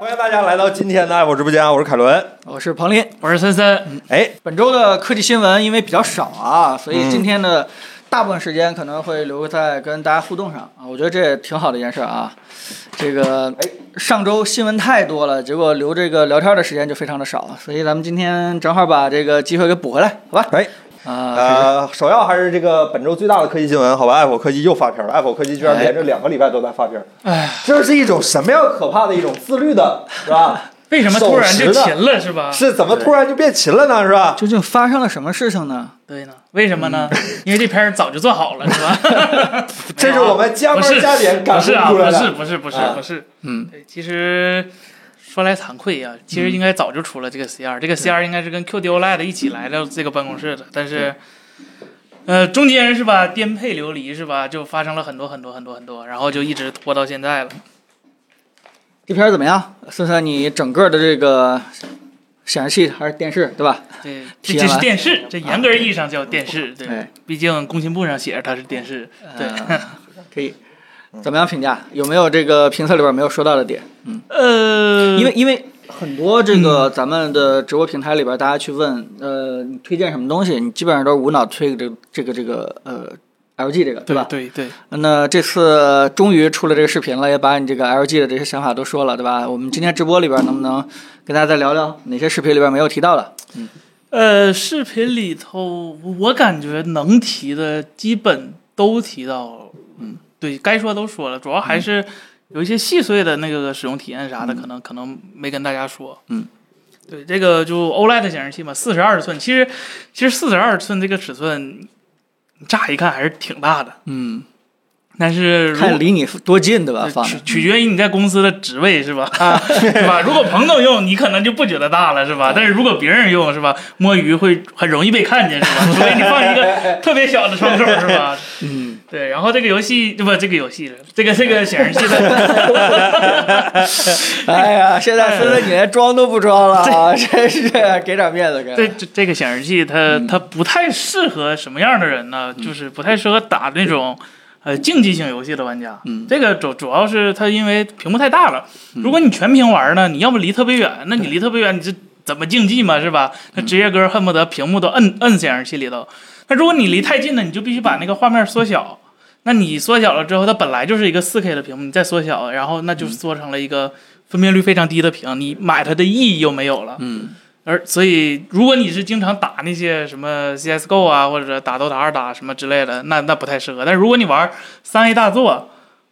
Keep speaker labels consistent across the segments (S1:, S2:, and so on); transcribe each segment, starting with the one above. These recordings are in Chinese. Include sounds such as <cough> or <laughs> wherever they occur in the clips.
S1: 欢迎大家来到今天的爱我直播间，我是凯伦。
S2: 我是彭林。
S3: 我是森森，
S1: 哎，
S2: 本周的科技新闻因为比较少啊，所以今天的大部分时间可能会留在跟大家互动上啊。我觉得这也挺好的一件事啊。这个
S1: 哎
S2: 上周新闻太多了，结果留这个聊天的时间就非常的少，所以咱们今天正好把这个机会给补回来，好吧？
S1: 哎，
S2: 啊，
S1: 呃，首要还是这个本周最大的科技新闻，好吧？爱否科技又发片了，爱否科技居然连着两个礼拜都在发片，哎，这是一种什么样可怕的一种自律的，是吧？
S3: 为什么突然就
S1: 守时的
S3: 勤了是
S2: 啊
S3: 吧？
S1: 是怎么突然就变勤了呢？是吧？
S2: 究竟发生了什么事情呢？
S3: 对呢，为什么呢？嗯 <laughs> 因为这片儿早就做好了
S1: <laughs>
S3: 是吧？
S1: 这是我们加
S3: 不
S1: 班
S3: 是
S1: 加点赶
S3: 不是啊，
S1: 出
S3: 不
S1: 来
S3: 是
S1: 的。
S3: 不是不是
S1: 啊嗯
S3: 不是，
S2: 嗯
S3: 对，其实说来惭愧呀、其实应该早就出了这个 CR，、这个 CR 应该是跟 QD OLED 一起来到这个办公室的，
S1: 嗯
S3: 但是。呃，中间是吧，颠沛流离是吧，就发生了很多很多很多很多，然后就一直拖到现在了。
S2: 这片儿怎么样？森森，你整个的这个显示器还是电视对吧？
S3: 这这
S2: 体
S3: 这
S2: 验完
S3: 是电视，
S1: 啊
S3: 这严格意义上叫电视，对，
S2: 对
S3: 毕竟工信部上写着它是电视，对。
S2: 呃
S1: 啊
S2: 可以。怎么样评价？有没有这个评测里边没有说到的点？
S3: <laughs> 呃，
S2: 因为因为很多这个咱们的直播平台里边，大家去问，呃，你推荐什么东西，你基本上都是无脑推这个这个这个呃 LG 这个，
S3: 对
S2: 吧？
S3: 对对，
S2: 那这次终于出了这个视频了，也把你这个 LG 的这些想法都说了，对吧？我们今天直播里边能不能跟大家再聊聊哪些视频里边没有提到的？
S3: 呃，视频里头我感觉能提的基本都提到，嗯，对该说都说了，主要还是有一些细碎的那个使用体验啥的，可能可能没跟大家说，
S2: 嗯。
S3: 对，这个就 OLED 显示器嘛，四十二寸，其实其实四十二寸这个尺寸，乍一看还是挺大的，
S2: 嗯，
S3: 但是如果
S2: 看离你多近，对吧？
S3: 呃
S2: 放啊
S3: 取取决于你在公司的职位是吧？ <laughs> 是吧？如果彭总用，你可能就不觉得大了是吧？但是如果别人用是吧，摸鱼会很容易被看见是
S2: <laughs>
S3: 吧？所以你放一个特别小的窗口是吧？
S2: 嗯，
S3: 对，然后这个游戏不这个游戏了，这个这个显示器的，
S2: 哎 <laughs> 呀，现在森森你连装都不装了啊，真是给点面子，给点面子
S3: 这这这个显示器它它不太适合什么样的人呢？就是不太适合打那种。呃，竞技性游戏的玩家，
S2: 嗯
S3: 这个主主要是它因为屏幕太大了。如果你全屏玩呢，你要么离特别远，那你离特别远，你这怎么竞技嘛，是吧？那职业哥恨不得屏幕都摁摁显示器里头。那如果你离太近了，你就必须把那个画面缩小。那你缩小了之后，它本来就是一个 4K 的屏幕，你再缩小，然后那就缩成了一个分辨率非常低的屏，你买它的意义又没有了。
S2: 嗯，
S3: 而所以，如果你是经常打那些什么 CS:GO 啊，或者打 DOTA 二打什么之类的，那那不太适合。但如果你玩三 A 大作，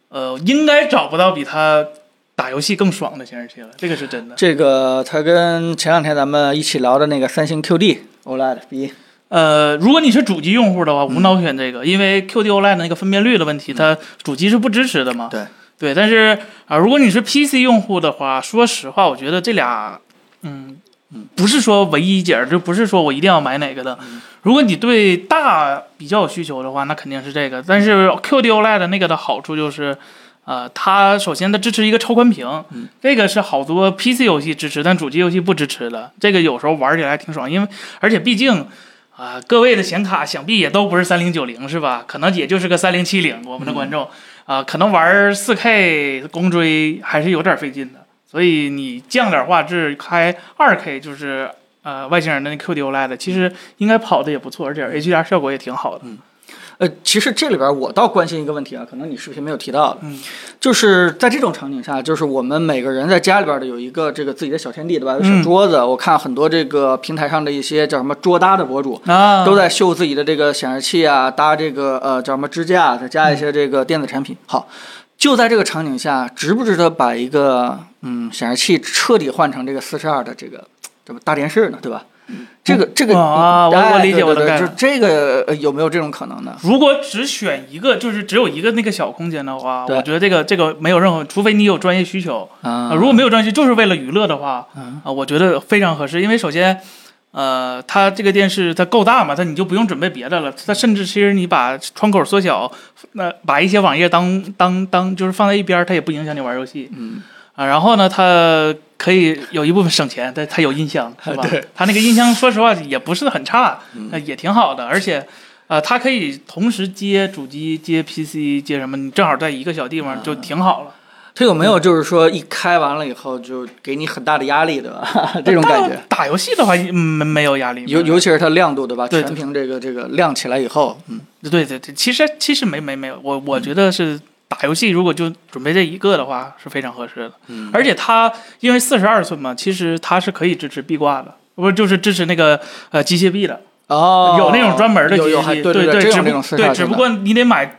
S3: 呃，应该找不到比它打游戏更爽的显示器了，这个是真的。
S2: 这个它跟前两天咱们一起聊的那个三星 QD OLED 比，
S3: 呃，如果你是主机用户的话，无脑选这个，因为 QD OLED 那个分辨率的问题，它主机是不支持的嘛。
S2: 对
S3: 对，但是啊、如果你是 PC 用户的话，说实话，我觉得这俩，嗯，不是说唯一解，就不是说我一定要买哪个的。如果你对大比较有需求的话，那肯定是这个。但是 QD OLED 那个的好处就是。呃，它首先它支持一个超宽屏，这个是好多 PC 游戏支持，但主机游戏不支持的。这个有时候玩起来还挺爽，因为而且毕竟啊、各位的显卡想必也都不是三零九零是吧？可能也就是个三零七零，我们的观众啊、可能玩四 K 光追还是有点费劲的，所以你降点画质开二 K 就是。呃，外星人的那 QD OLED 其实应该跑的也不错，而且 HDR 效果也挺好的。
S2: 呃，其实这里边我倒关心一个问题啊，可能你视频没有提到的，
S3: 嗯
S2: 就是在这种场景下，就是我们每个人在家里边的有一个这个自己的小天地，对吧？有小
S3: 嗯
S2: 桌子，我看很多这个平台上的一些叫什么桌搭的博主。
S3: 啊
S2: 都在秀自己的这个显示器啊，搭这个呃叫什么支架啊，再
S3: 嗯
S2: 加一些这个电子产品。好，就在这个场景下，值不值得把一个嗯显示器彻底换成这个四十二的这个这么大电视呢？对吧？这个这个
S3: 嗯啊我我
S2: 哎
S3: 理解
S2: 对
S3: 我
S2: 对
S3: 的
S2: 对
S3: 概
S2: 就
S3: 念
S2: 这个呃有没有这种可能呢？
S3: 如果只选一个，就是只有一个那个小空间的话，
S2: 对
S3: 我觉得这个这个没有任何，除非你有专业需求啊、
S2: 啊
S3: 如果没有专业需求，就是为了娱乐的话，
S2: 嗯
S3: 啊、我觉得非常合适。因为首先，呃，它这个电视它够大嘛，它你就不用准备别的了。它甚至其实你把窗口缩小，那、把一些网页当当当就是放在一边儿，它也不影响你玩游戏。
S2: 嗯
S3: 啊，然后呢，它可以有一部分省钱，但它有
S2: <laughs>
S3: 音箱，是吧？它那个音箱，说实话也不是很差，
S2: 嗯
S3: 呃也挺好的，而且。呃，它可
S2: 啊
S3: 以同时接主机、接 PC、接什么，你正好在一个小地方就挺好了。
S2: 它有没有就是说一开完了以后就给你很大的压力，对吧？ <laughs> 这种感觉
S3: 但。打游戏的话，嗯没没有压力，
S2: 尤尤其是它亮度对吧？
S3: 对
S2: 全屏这个这个亮起来以后，嗯，
S3: 对对对，其实其实没没没有，我我觉得是打游戏，如果就准备这一个的话是非常合适的。
S2: 嗯
S3: 而且它因为四十二寸嘛，其实它是可以支持壁挂的，不是就是支持那个呃机械臂的，
S2: 哦，
S3: 有那种专门的机
S2: 有有
S3: 械
S2: 还
S3: 臂，
S2: 对
S3: 对
S2: 对，真
S3: 只
S2: 有
S3: 不
S2: 那种四十
S3: 对，
S2: 二
S3: 只
S2: 寸
S3: 不
S2: 的
S3: 过你得买。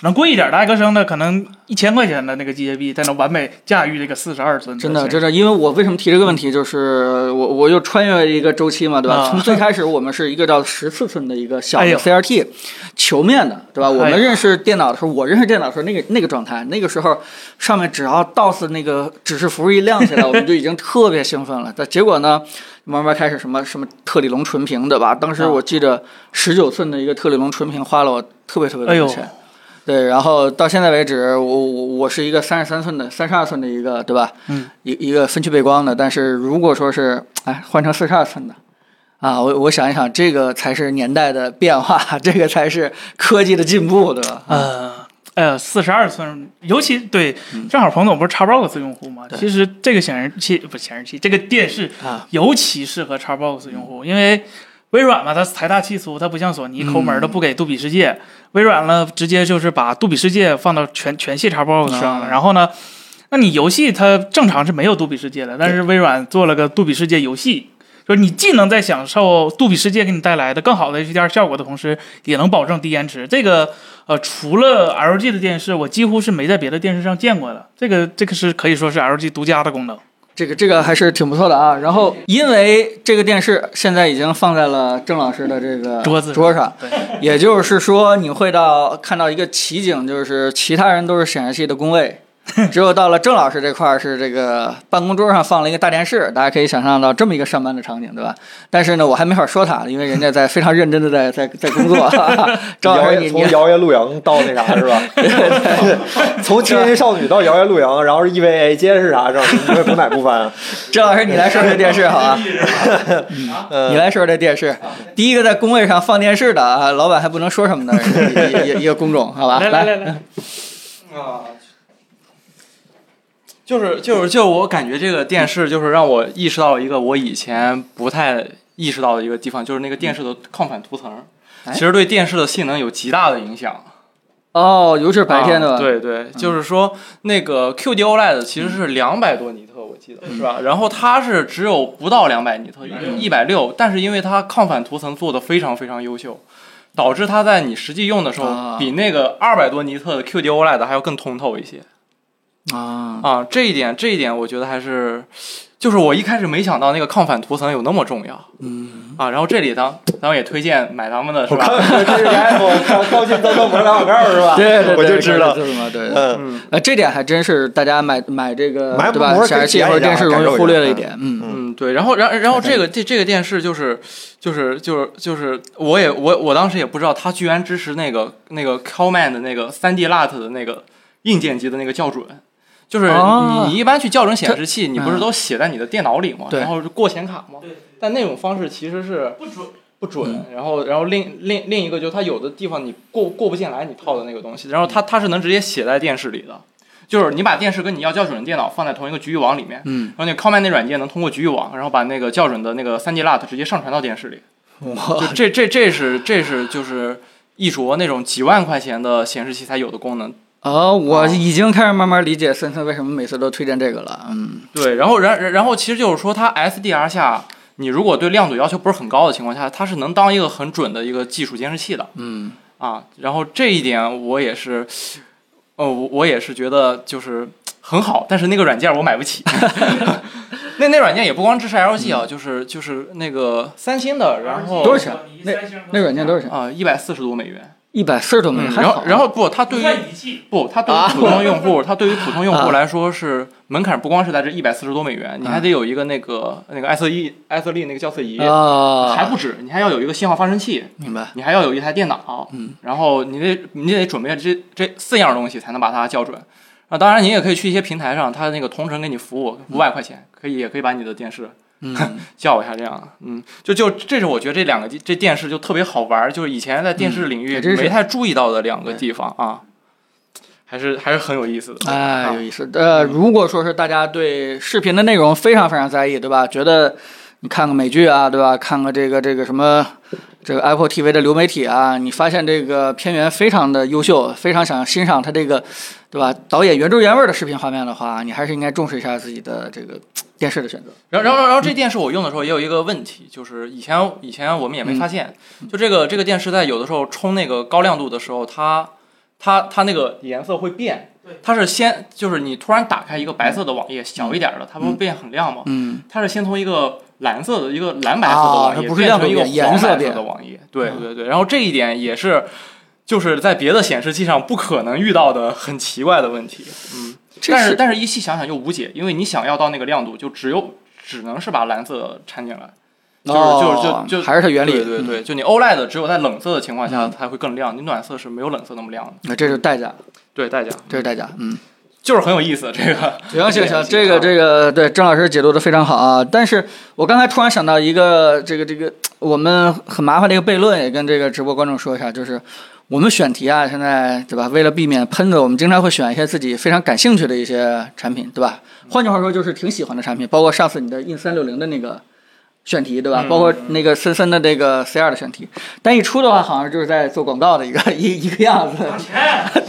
S3: 可能贵一点的艾克生的，可能一千块钱的那个机械臂才能完美驾驭这个四十二寸
S2: 真的，
S3: 显示
S2: 真的，因为我为什么提这个问题，就是我我又穿越一个周期嘛，对吧？
S3: 啊
S2: 从最开始我们是一个叫十四寸的一个小
S3: 哎
S2: 的
S3: 呦
S2: CRT，、球面的，对吧？我
S3: 哎
S2: 们
S3: 呀
S2: 认识电脑的时候，我认识电脑的时候那个那个状态，那个时候上面只要 DOS 那个指示符一亮起来，我们就已经特别兴奋了。但结果呢，慢慢开始什么什么特里龙纯平，对吧？当时
S3: 啊
S2: 我记得十九寸的一个特里龙纯平花了我特别特别多
S3: 哎呦
S2: 的钱。对，然后到现在为止，我我我是一个三十三寸的、三十二寸的一个，对吧？
S3: 嗯，
S2: 一一个分区背光的。但是如果说是，哎，换成四十二寸的，啊，我我想一想，这个才是年代的变化， <laughs> 这个才是科技的进步，对吧？
S3: 呃呃，四十二寸，尤其对，正好彭总不是 Xbox 用户嘛，
S2: 对
S3: 其实这个显示器不是显示器，这个电视
S2: 啊，
S3: 尤其适合 Xbox 用户，因为微软嘛，它财大气粗，它不像索尼抠门儿的不给杜比世界，微软呢直接就是把杜比世界放到全全系 Xbox 上
S2: 啊
S3: 了，然后呢，那你游戏它正常是没有杜比世界的，但是微软做了个杜比世界游戏。就是你既能在享受杜比世界给你带来的更好的 HDR 效果的同时，也能保证低延迟。这个呃，除了 LG 的电视，我几乎是没在别的电视上见过的。这个这个是可以说是 LG 独家的功能。
S2: 这个这个还是挺不错的啊。然后因为这个电视现在已经放在了郑老师的这个
S3: 桌子上
S2: 桌上，
S3: 对，
S2: 也就是说，你会到看到一个奇景，就是其他人都是显示器的工位， <laughs> 只有到了郑老师这块儿是这个办公桌上放了一个大电视，大家可以想象到这么一个上班的场景，对吧？但是呢，我还没法说他，因为人家在非常认真的在在在工作。 <laughs> 郑啊老
S1: 摇
S2: 师，
S1: 曳
S2: 你
S1: 从
S2: 你
S1: 摇曳露营到那啥是
S2: <laughs>
S1: 吧？从青年少女到摇曳露营，然后是 EVA，接着是啥？知道吗？你们从哪部翻啊？
S2: 郑老师，你来说说这电视好啊？
S1: 嗯
S2: 你来说说这电视，第一个在工位上放电视的啊，老板还不能说
S1: <laughs>
S2: 什么的，一一一一个工种，好吧？
S3: 来来来来，
S4: 啊，就是就是就我感觉这个电视就是让我意识到一个我以前不太意识到的一个地方，就是那个电视的抗反涂层，
S2: 哎
S4: 其实对电视的性能有极大的影响。
S2: 哦，尤其是白天的
S4: 啊
S2: 吧？嗯
S4: 对对，就是说那个 QD OLED E 其实是两百多尼特，我记得
S2: 嗯
S4: 是吧？然后它是只有不到两百尼特，一百六，但是因为它抗反涂层做的非常非常优秀。导致它在你实际用的时
S2: 啊
S4: 候，比那个二百多尼特的 QD OLED E 还要更通透一些。
S2: 啊，
S4: 啊，这一点，这一点，我觉得还是，就是我一开始没想到那个抗反涂层有那么重要。嗯啊，然后这里咱咱们也推荐买咱们的是
S1: <laughs>
S4: 吧？
S1: 这是 iPhone 看高清增动模打广告是吧？
S2: 对对对，
S1: 啊我就知道。
S2: 就是嘛，对。
S1: 嗯，
S4: 嗯
S2: 呃，这点还真是大家买买这个
S1: 买
S2: 对吧
S1: 膜？儿
S2: 显示器
S1: 可以
S2: 或者
S1: 体验
S2: 电
S1: 一
S2: 视
S1: 下啊
S2: 容
S1: 感
S2: 易
S1: 受一
S2: 忽略
S1: 下
S2: 了一
S1: 嗯
S2: 点，嗯，
S4: 嗯，对，然后然然后这个这这个电视就是就是就是就是我也我我当时也不知道它居然支持那个那个 Calman 的那个3 D LUT 的那个硬件级的那个校准。就是
S2: 哦
S4: 你，你一般去校准显示器，你不
S2: 嗯
S4: 是都写在你的电脑里吗？
S2: 对
S4: 然后是过显卡吗？但那种方式其实是
S3: 不准。
S4: 不
S2: 嗯
S4: 准，然后然后另另另一个就是它有的地方你过过不进来你套的那个东西，然后它它是能直接写在电视里的，就是你把电视跟你要校准的电脑放在同一个局域网里面，
S2: 嗯，
S4: 然后那 Command 那软件能通过局域网，然后把那个校准的那个 3D LUT 直接上传到电视里，
S2: 我
S4: 就这这这是这是就是一卓那种几万块钱的显示器才有的功能，
S2: 哦，我已经开始慢慢理解森森为什么每次都推荐这个了，嗯，
S4: 对，然后然然然后其实就是说它 SDR 下。你如果对亮度要求不是很高的情况下，它是能当一个很准的一个技术监视器的。
S2: 嗯，
S4: 啊，然后这一点我也是，呃，我我也是觉得就是很好，但是那个软件我买
S2: <laughs>
S4: 不起。那那软件也不光支持 LG 啊，就是就是那个三星的，然后
S2: 多少钱那软件都是啥？
S4: 啊一百四十多美元，
S2: 一百四十多美元，
S4: 嗯
S2: 还
S4: 然后
S2: 好。啊
S4: 然后不，它对于
S3: 仪器，
S4: 不，它对于普通用户，它对于普通用户来说是门槛，不光是在这一百四十多美元，你还得有一个那个那个艾瑟丽艾瑟丽那个校色仪，
S2: 啊，
S4: 还不止，你还要有一个信号发生器，
S2: 明白，
S4: 你还要有一台电脑，
S2: 嗯，
S4: 然后你得你得准备这这四样东西才能把它校准。啊，当然你也可以去一些平台上，它那个同城给你服务，五百块钱可以，也可以把你的电视
S2: 嗯，
S4: 校一下，这样，嗯，就就这是我觉得这两个地这电视就特别好玩儿，就是以前在电视领
S2: 嗯
S4: 域
S2: 还真是
S4: 没太注意到的两个地方啊。还是还是很有意思的。
S2: 哎，有意思。呃，如果说是大家对视频的内容非常非常在意，对吧？觉得你看个美剧啊，对吧？看个这个这个什么，这个 Apple TV 的流媒体啊，你发现这个片源非常的优秀，非常想欣赏它这个，对吧？导演原汁原味的视频画面的话，你还是应该重视一下自己的这个电视的选择。
S4: 然后然后然后这电视我用的时候也有一个问题，就是以前以前我们也没
S2: 嗯
S4: 发现，就这个这个电视在有的时候冲那个高亮度的时候，它它它那个颜色会变。它是先就是你突然打开一个白色的网页，小一点的，它不会变很亮吗？
S2: 嗯，
S4: 它是先从一个蓝色的一个蓝白色的
S2: 啊
S4: 网
S2: 它
S4: 页
S2: 不是
S4: 变
S2: 亮
S4: 成一
S2: 度
S4: 个
S2: 变
S4: 黄
S2: 颜色
S4: 白色
S2: 变嗯
S4: 的网页，对对对。然后这一点也是，就是在别的显示器上不可能遇到的很奇怪的问题。嗯，
S2: 这
S4: 但
S2: 是
S4: 是但是一细想想又无解，因为你想要到那个亮度，就只有只能是把蓝色掺进来，就是
S2: 哦
S4: 就是就就
S2: 还是它原理。嗯
S4: 对对对，就你 OLED 只有在冷色的情况下才会更亮，你暖色是没有冷色那么亮的。
S2: 那这是代价，
S4: 对，大家
S2: 这是代价。嗯。
S4: 就是很有意思这个。
S2: 行行行，这
S4: 啊
S2: 个这个对郑老师解读的非常好啊！但是我刚才突然想到一个这个这个我们很麻烦的一个悖论，也跟这个直播观众说一下，就是我们选题啊，现在对吧？为了避免喷子，我们经常会选一些自己非常感兴趣的一些产品，对吧？换句话说，就是挺喜欢的产品，包括上次你的 in 三六零的那个选题，对吧？包
S4: 嗯
S2: 括那个森森的这个 C 二的选题，但一出的话，好像就是在做广告的一个一一个样子。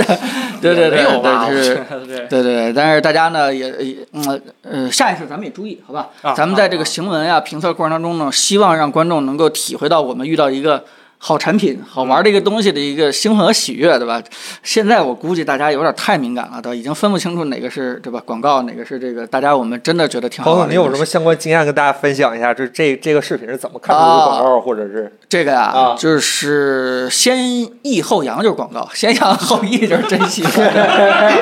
S2: <laughs> <laughs> 对对对，
S4: 没有吧？
S2: 对就
S4: 我
S2: 是
S4: 觉得对，
S2: 对对对，但是大家呢也也嗯呃，下一次咱们也注意，好吧？
S4: 啊
S2: 咱们在这个行文呀、评测过程当中呢，希望让观众能够体会到我们遇到一个好产品、好玩的一个东西的一个兴奋和喜悦，对吧？现在我估计大家有点太敏感了，都已经分不清楚哪个是对吧广告，哪个是这个大家我们真的觉得挺好
S1: 彭
S2: 玩
S1: 总，
S2: 的。
S1: 你有什么？相关经验跟大家分享一下？这这这个视频是怎么看出是广告，或者是
S2: 这个呀、
S1: 啊
S2: 就是先抑后扬就是广告， <laughs> 先扬后抑就是真心。对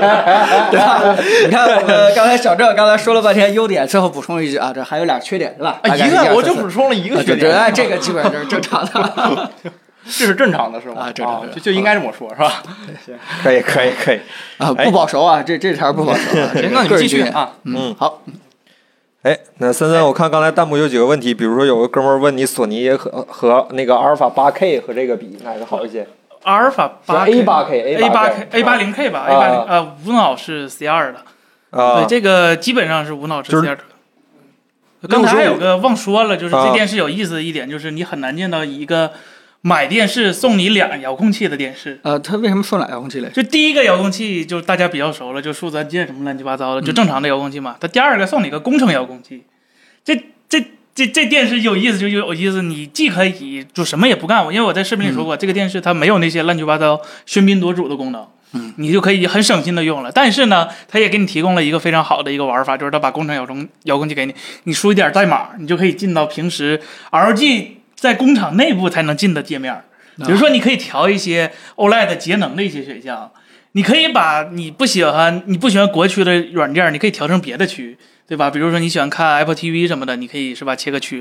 S2: 吧？你看我们刚才小郑刚才说了半天优点，最后补充一句啊，这还有俩缺点对吧？
S4: 啊
S2: 大概
S4: 一
S2: 是这
S4: 个
S2: 样
S4: 我就
S2: 子
S4: 补充了一个
S2: 啊
S4: 缺
S2: 对对，
S4: 点
S2: 哎，，这个基本上就是正常的。啊
S4: 这是正常的是吗？
S2: 啊正常正常
S4: 就就应该这么说，是吧？
S1: 可以可以可以？
S2: 啊，不保熟啊，这这条不保熟啊。
S4: 行，那你们继续
S2: 啊。
S4: 啊。
S2: 嗯，好，
S1: 哎，那森森，我看刚才弹幕有几个问题，比如说有个哥们儿问你索尼和和那个阿尔法八 K 和这个比哪个好一些？
S3: 阿尔法八
S1: 是 A8K
S3: A 八
S1: A8K
S3: A 八零 K 吧
S1: 啊
S3: ，A 八零呃无脑是 C 二的，
S1: 啊
S3: 对，这个基本上是无脑
S1: 就
S3: 吃
S1: 是
S3: 馅的。刚才还有个忘说了，就是
S1: 啊
S3: 这电视有意思的一点就是你很难见到一个买电视送你俩遥控器的电视。
S2: 呃，他为什么送俩遥控器来？
S3: 就第一个遥控器就是大家比较熟了，就数字按键什么乱七八糟的，就正常的遥控器嘛。它第二个送你个工程遥控器，这这这这电视有意思就有意思，你既可以就什么也不干，我因为我在视频里说过，这个电视它没有那些乱七八糟喧宾夺主的功能。
S2: 嗯，
S3: 你就可以很省心的用了，但是呢，它也给你提供了一个非常好的一个玩法，就是它把工程遥控遥控器给你，你输一点代码，你就可以进到平时 LG 在工厂内部才能进的界面儿。比如说，你可以调一些 OLED 节能的一些选项，你可以把你不喜欢你不喜欢国区的软件儿，你可以调成别的区，对吧？比如说你喜欢看 Apple TV 什么的，你可以是吧切个区，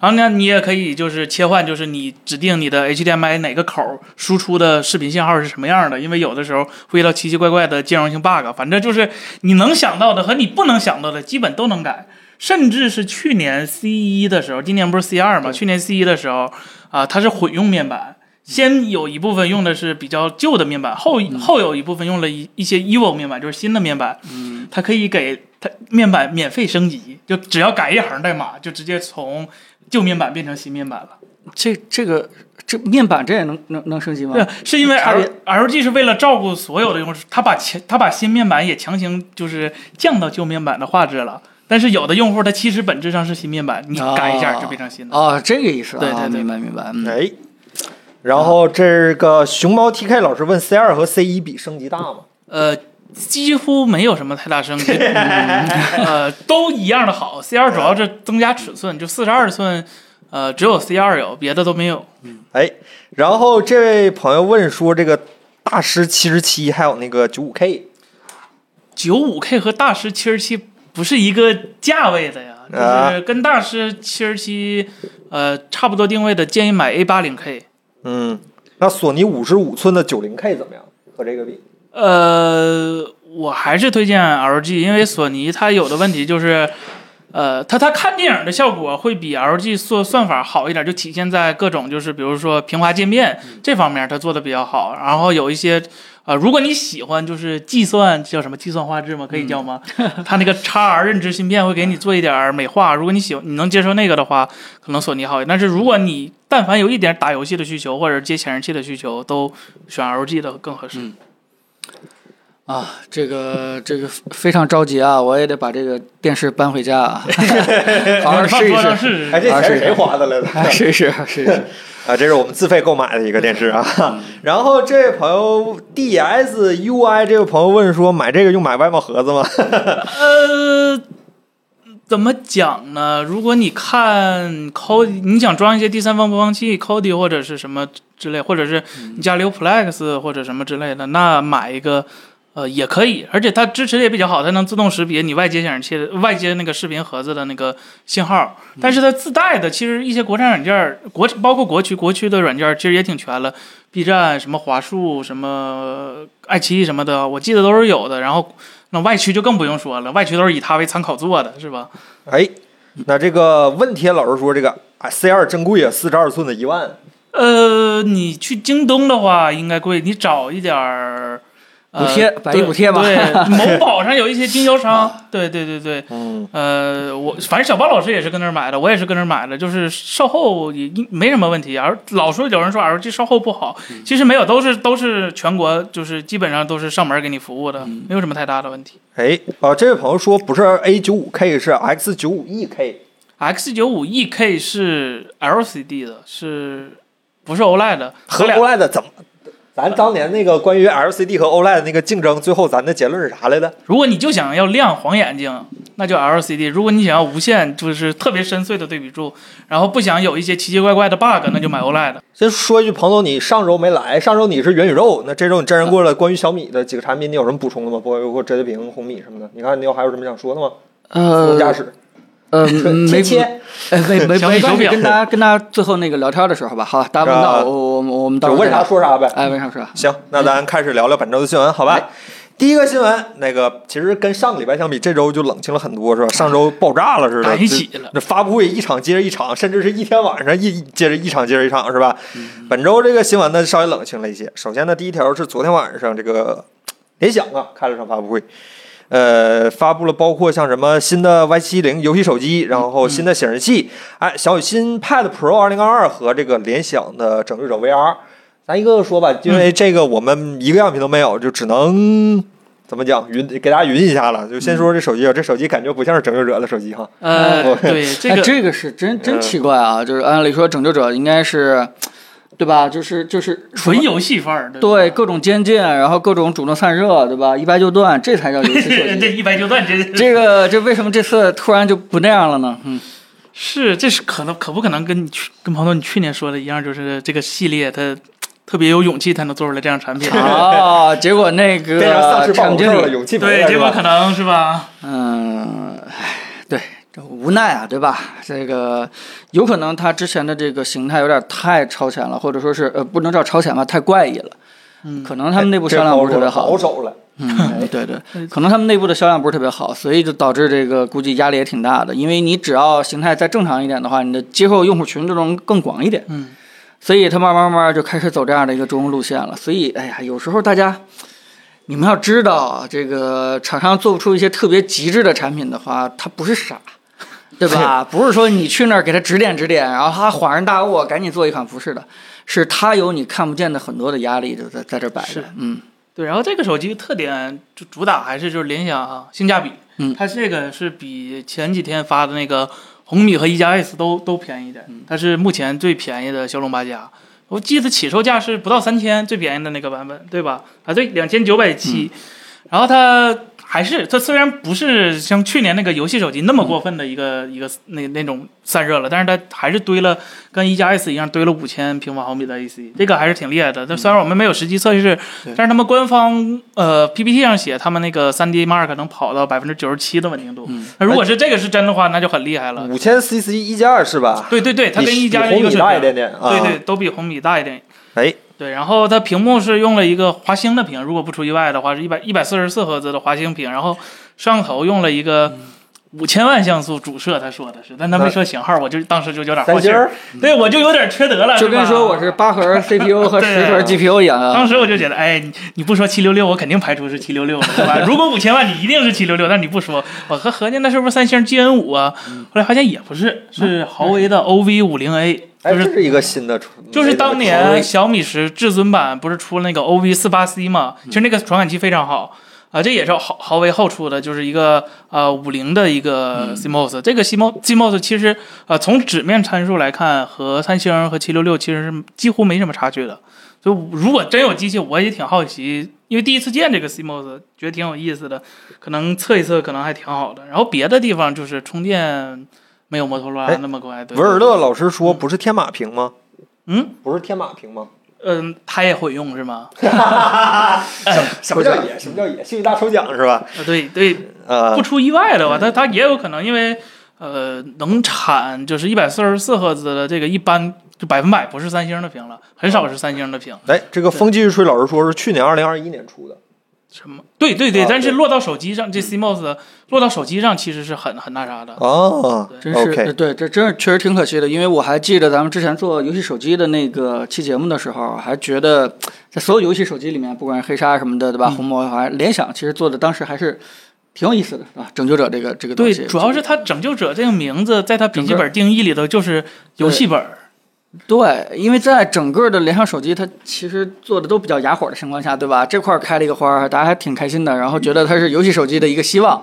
S3: 然后呢，你也可以就是切换，就是你指定你的 HDMI 哪个口儿输出的视频信号是什么样的，因为有的时候会遇到奇奇怪怪的兼容性 bug，反正就是你能想到的和你不能想到的基本都能改。甚至是去年 C 一的时候，今年不是 C 二嘛？去年 C 一的时候，啊、它是混用面板，先有一部分用的是比较旧的面板，后后有一部分用了一一些 EVO 面板，就是新的面板，嗯，它可以给它面板免费升级，就只要改一行代码，就直接从旧面板变成新面板了。
S2: 这这个这面板这也能能能升级吗？
S3: 对，是因为
S2: 差
S3: L
S2: 别
S3: LG 是为了照顾所有的用户，他把前他把新面板也强行就是降到旧面板的画质了。但是有的用户他其实本质上是新面板，你改一下就变成新的。
S2: 哦，这个意思啊。
S3: 对对对
S2: 明白明白。嗯，
S1: 哎，然后这个熊猫 TK 老师问 C 二和 C 一比升级大吗？
S3: 呃，几乎没有什么太大升级，嗯呃，都一样的好。C 二主要是增加尺寸，就四十二寸，呃，只有 C 二有，别的都没有。
S1: 哎，然后这位朋友问说这个大师七十七还有那个九五 K
S3: 九五 K 和大师七十七不是一个价位的呀，
S1: 啊
S3: 就是跟大师七十七呃差不多定位的，建议买 A 八零 K。
S1: 嗯，那索尼五十五寸的九零 K 怎么样？和这个比？
S3: 呃，我还是推荐 LG，因为索尼它有的问题就是，呃，它它看电影的效果会比 LG 做算法好一点，就体现在各种就是比如说平滑界面这方面它做的比较好，然后有一些啊、如果你喜欢就是计算叫什么计算画质吗？可以叫吗？它那个 XR 认知芯片会给你做一点儿美化，如果你喜欢你能接受那个的话，可能索尼好一点。但是如果你但凡有一点打游戏的需求或者接显示器的需求，都选 LG 的更合适。
S4: 嗯
S2: 啊，这个这个非常着急啊！我也得把这个电视搬回
S1: <laughs>
S2: 家啊，好好
S3: 放
S2: 啊试一
S3: 桌上
S2: 试，
S3: 试
S1: 哎，
S3: 试。
S1: 这钱是谁花的来着？
S2: 哎试一试，试一试。
S1: <laughs> 啊，这是我们自费购买的一个电视啊。然后这位朋友 D S U I 这位朋友问说，买这个用买外贸盒子吗？
S3: 呃，怎么讲呢？如果你看 Kodi，你想装一些第三方播放器，Kodi 或者是什么之类，或者是
S2: 嗯
S3: 你家里有 Plex 或者什么之类的，那买一个。呃，也可以，而且它支持的也比较好，它能自动识别你外接显示器的外接那个视频盒子的那个信号。
S2: 嗯
S3: 但是它自带的，其实一些国产软件儿，国包括国区国区的软件儿，其实也挺全了，B 站什么华数、什么爱奇艺什么的，我记得都是有的。然后那外区就更不用说了，外区都是以它为参考做的，是吧？
S1: 哎，那这个问题老师说这个 C 二真贵啊，四十二寸的一万，
S3: 呃，你去京东的话应该贵，你找一点儿。呃
S2: 补贴百亿
S3: 对
S2: 补贴
S1: <laughs>
S2: 吧
S3: 对，
S2: <laughs>
S3: 某宝上有一些经销商，对对对对，
S1: 嗯，
S3: 呃，我反正小包老师也是跟那儿买的，我也是跟那儿买的，就是售后也应没什么问题。而老说有人说 LG 售后不好，
S2: 嗯
S3: 其实没有，都是都是全国就是基本上都是上门给你服务的，
S2: 嗯
S3: 没有什么太大的问题。
S1: 哎，啊，这位朋友说不是 A 九五 K 是 X 九五 E K，
S3: X 九五 EK 是 LCD 的，是不是 OLED 的？
S1: 和
S3: 两
S1: OLED 的怎么？咱当年那个关于 LCD 和 OLED 那个竞争，最后咱的结论是啥来着？
S3: 如果你就想要亮黄眼睛，那就 LCD；如果你想要无限，就是特别深邃的对比度，然后不想有一些奇奇怪怪的 bug，那就买 OLED。
S1: 先说一句，彭总，你上周没来，上周你是元宇宙，那这周你真人过来，关于小米的几个产品，你有什么补充的吗？包括折叠屏、红米什么的，你看你有还有什么想说的吗？自动驾
S2: 呃
S1: 驶， <laughs>
S2: 呃，
S1: 切
S2: 没
S1: 切，
S2: 哎没没
S3: 小
S2: 没
S3: 米手
S2: 关系，
S3: 表
S2: 跟大家跟大家最后那个聊天的时候吧，好，大家问到
S1: 是吧
S2: 我我我我们到
S1: 就
S2: 时候
S1: 问啥
S2: 再
S1: 说啥呗。
S2: 哎问啥说啥。
S1: 行，那咱开始聊聊本周的新闻，好吧？第一个新闻，那个其实跟上个礼拜相比，这周就冷清了很多，是吧？上周爆炸了似的，
S3: 赶一起了
S1: 这发布会一场接着一场，甚至是一天晚上一接着一场接着一场，是吧？本周这个新闻呢稍微冷清了一些。首先呢，第一条是昨天晚上这个联想啊开了场发布会，呃，发布了包括像什么新的 Y 七零游戏手机，然后新的显示器，哎，小米新 Pad Pro 二零二二和这个联想的拯救者 VR。咱一个个说吧，因
S3: 嗯
S1: 为这个我们一个样品都没有，就只能怎么讲云给大家云一下了。就先说这手机啊，这手机感觉不像是拯救者的手机哈。
S3: 呃，
S1: 我
S3: 对这
S2: 哎、
S3: 个
S2: 这个是真真
S1: 嗯
S2: 奇怪啊！就是按理说，拯救者应该是，对吧？就是就是
S3: 纯游戏范儿，
S2: 对
S3: <laughs> 吧
S2: 各种监禁，然后各种主动散热，对吧？一掰就断，这才叫游戏设
S3: <laughs> 这
S2: 计。
S3: 一掰就断，这
S2: 这个这为什么这次突然就不那样了呢？嗯，
S3: 是这是可能可不可能跟你去跟朋友你去年说的一样，就是这个系列它特别有勇气才能做出来这样的产品。
S2: 啊，结果
S1: <laughs>
S2: 那个
S1: 变成啊丧尸
S2: 产
S1: 保
S2: 品
S1: 护
S2: 经
S1: 了，
S2: 理，
S1: 勇气没
S3: 对，
S1: 了，
S3: 结
S1: 是
S3: 果
S1: 吧？
S3: 可能是吧？
S2: 嗯，唉，对，这无奈啊，对吧？这个有可能他之前的这个形态有点太超前了，或者说是呃，不能叫超前吧，太怪异了。
S3: 嗯
S2: 可能他们内部销量不是特别好
S1: 保，守了。
S2: 嗯，对对，可能他们内部的销量不是特别好，所以就导致这个估计压力也挺大的。因为你只要形态再正常一点的话，你的接受用户群就能更广一点。
S3: 嗯，
S2: 所以他慢慢慢慢就开始走这样的一个中庸路线了。所以，哎呀，有时候大家你们要知道，这个厂商做不出一些特别极致的产品的话，他不是傻。对吧？不是说你去那儿给他指点指点，然后他恍然大悟，赶紧做一款，不是的，是他有你看不见的很多的压力，就在在这摆着
S3: 是。
S2: 嗯，
S3: 对，然后这个手机特点就主打还是就是联想啊，性价比。
S2: 嗯
S3: 它这个是比前几天发的那个红米和一加 S 都都便宜一点，
S2: 嗯
S3: 它是目前最便宜的骁龙八加。我记得起售价是不到三千，最便宜的那个版本，对吧？啊，对，两千九百七。
S2: 嗯
S3: 然后它还是它虽然不是像去年那个游戏手机那么过分的一个、一个那那种散热了，但是它还是堆了跟一加 S 一样堆了五千平方毫米的 AC，这个还是挺厉害的。但虽然我们没有实际测试，
S2: 嗯对
S3: 但是他们官方呃 PPT 上写他们那个 3D Mark 能跑到百分之九十七的稳定度。
S2: 嗯
S3: 那如果是这个是真的话，那就很厉害了。
S1: 五千 CC 一加二是吧？
S3: 对对对，它
S1: 比
S3: 跟一加
S1: 比
S3: 一
S1: 红
S3: 个
S1: 米
S3: 水
S1: 大一
S3: 平，
S1: 点点啊。
S3: 对对，都比红米大一点。
S1: 哎，
S3: 对，然后它屏幕是用了一个华星的屏，如果不出意外的话，是一百一百四十四赫兹的华星屏，然后摄像头用了一个五千万像素主摄，他说的是，但他没说型号，我就当时就有点
S1: 三
S3: 好奇
S1: 星
S3: 儿，
S1: 儿
S3: 对我就有点缺德了，
S2: 就跟
S3: 吧
S2: 说我是八核 CPU <laughs> 和十核 GPU 一样啊
S3: 当。时我就觉得，哎，你你不说七六六，我肯定排除是七六六，对吧？如果五千万，你一定是七六六，但你不说，我和合计那是不是三星 GN 五啊？
S1: 嗯
S3: 后来发现也不是，是豪威的 OV 五零 A，
S1: 哎，
S3: 就是
S1: 这是一个新的出，
S3: 就是当
S1: 那个
S3: 年
S1: 出
S3: 小米十至尊版不是出了那个 OV 四八 C 嘛？其实那个传感器非常好啊，这也是豪豪为后出的，就是一个呃五零的一个
S1: 嗯
S3: CMOS、这个 CMOS CMOS 其实呃从纸面参数来看，和三星和七六六其实是几乎没什么差距的。所以如果真有机器，我也挺好奇，因为第一次见这个 CMOS，觉得挺有意思的，可能测一测可能还挺好的。然后别的地方就是充电没有摩托罗拉
S1: 哎
S3: 那么快，对
S1: 文尔勒老师说不是天马屏吗？
S3: 嗯，
S1: 不是天马屏
S3: <laughs>
S1: 吗？
S3: 嗯，他也会用是吗？
S1: 什么叫野？什么叫野？兴趣大抽奖是吧？
S3: 啊，对对，
S1: 呃
S3: 不，出意外
S2: 呃
S3: 的话，它它也有可能因为呃能产就是一百四十四赫兹的这个一般就百分百不是三星的屏了，很
S2: 哦
S3: 少是三星的屏。
S1: 哎，这个风继续吹老师说是去年二零二一年出的，
S3: 什么？对对
S2: 哦
S3: 对，
S1: 啊
S3: 但是
S1: 对
S3: 落到手机上，这 CMOS 落到手机上其实是很很那啥的。
S2: 啊
S1: 哦
S3: 对
S2: 真是呃
S1: OK
S2: 对，这真是确实挺可惜的，因为我还记得咱们之前做游戏手机的那个期节目的时候，还觉得在所有游戏手机里面，不管是黑鲨什么的，对吧？
S3: 嗯
S2: 红魔还联想，其实做的当时还是挺有意思的，啊，拯救者这个这个东
S3: 对，
S2: 西，
S3: 主要是它拯救者这个名字，在它笔记
S2: 整个
S3: 本定义里头就是游戏本儿，
S2: 对，因为在整个的联想手机，它其实做的都比较哑火的情况下，对吧？这块儿开了一个花儿，大家还挺开心的，然后觉得它是游戏手机的一个希望。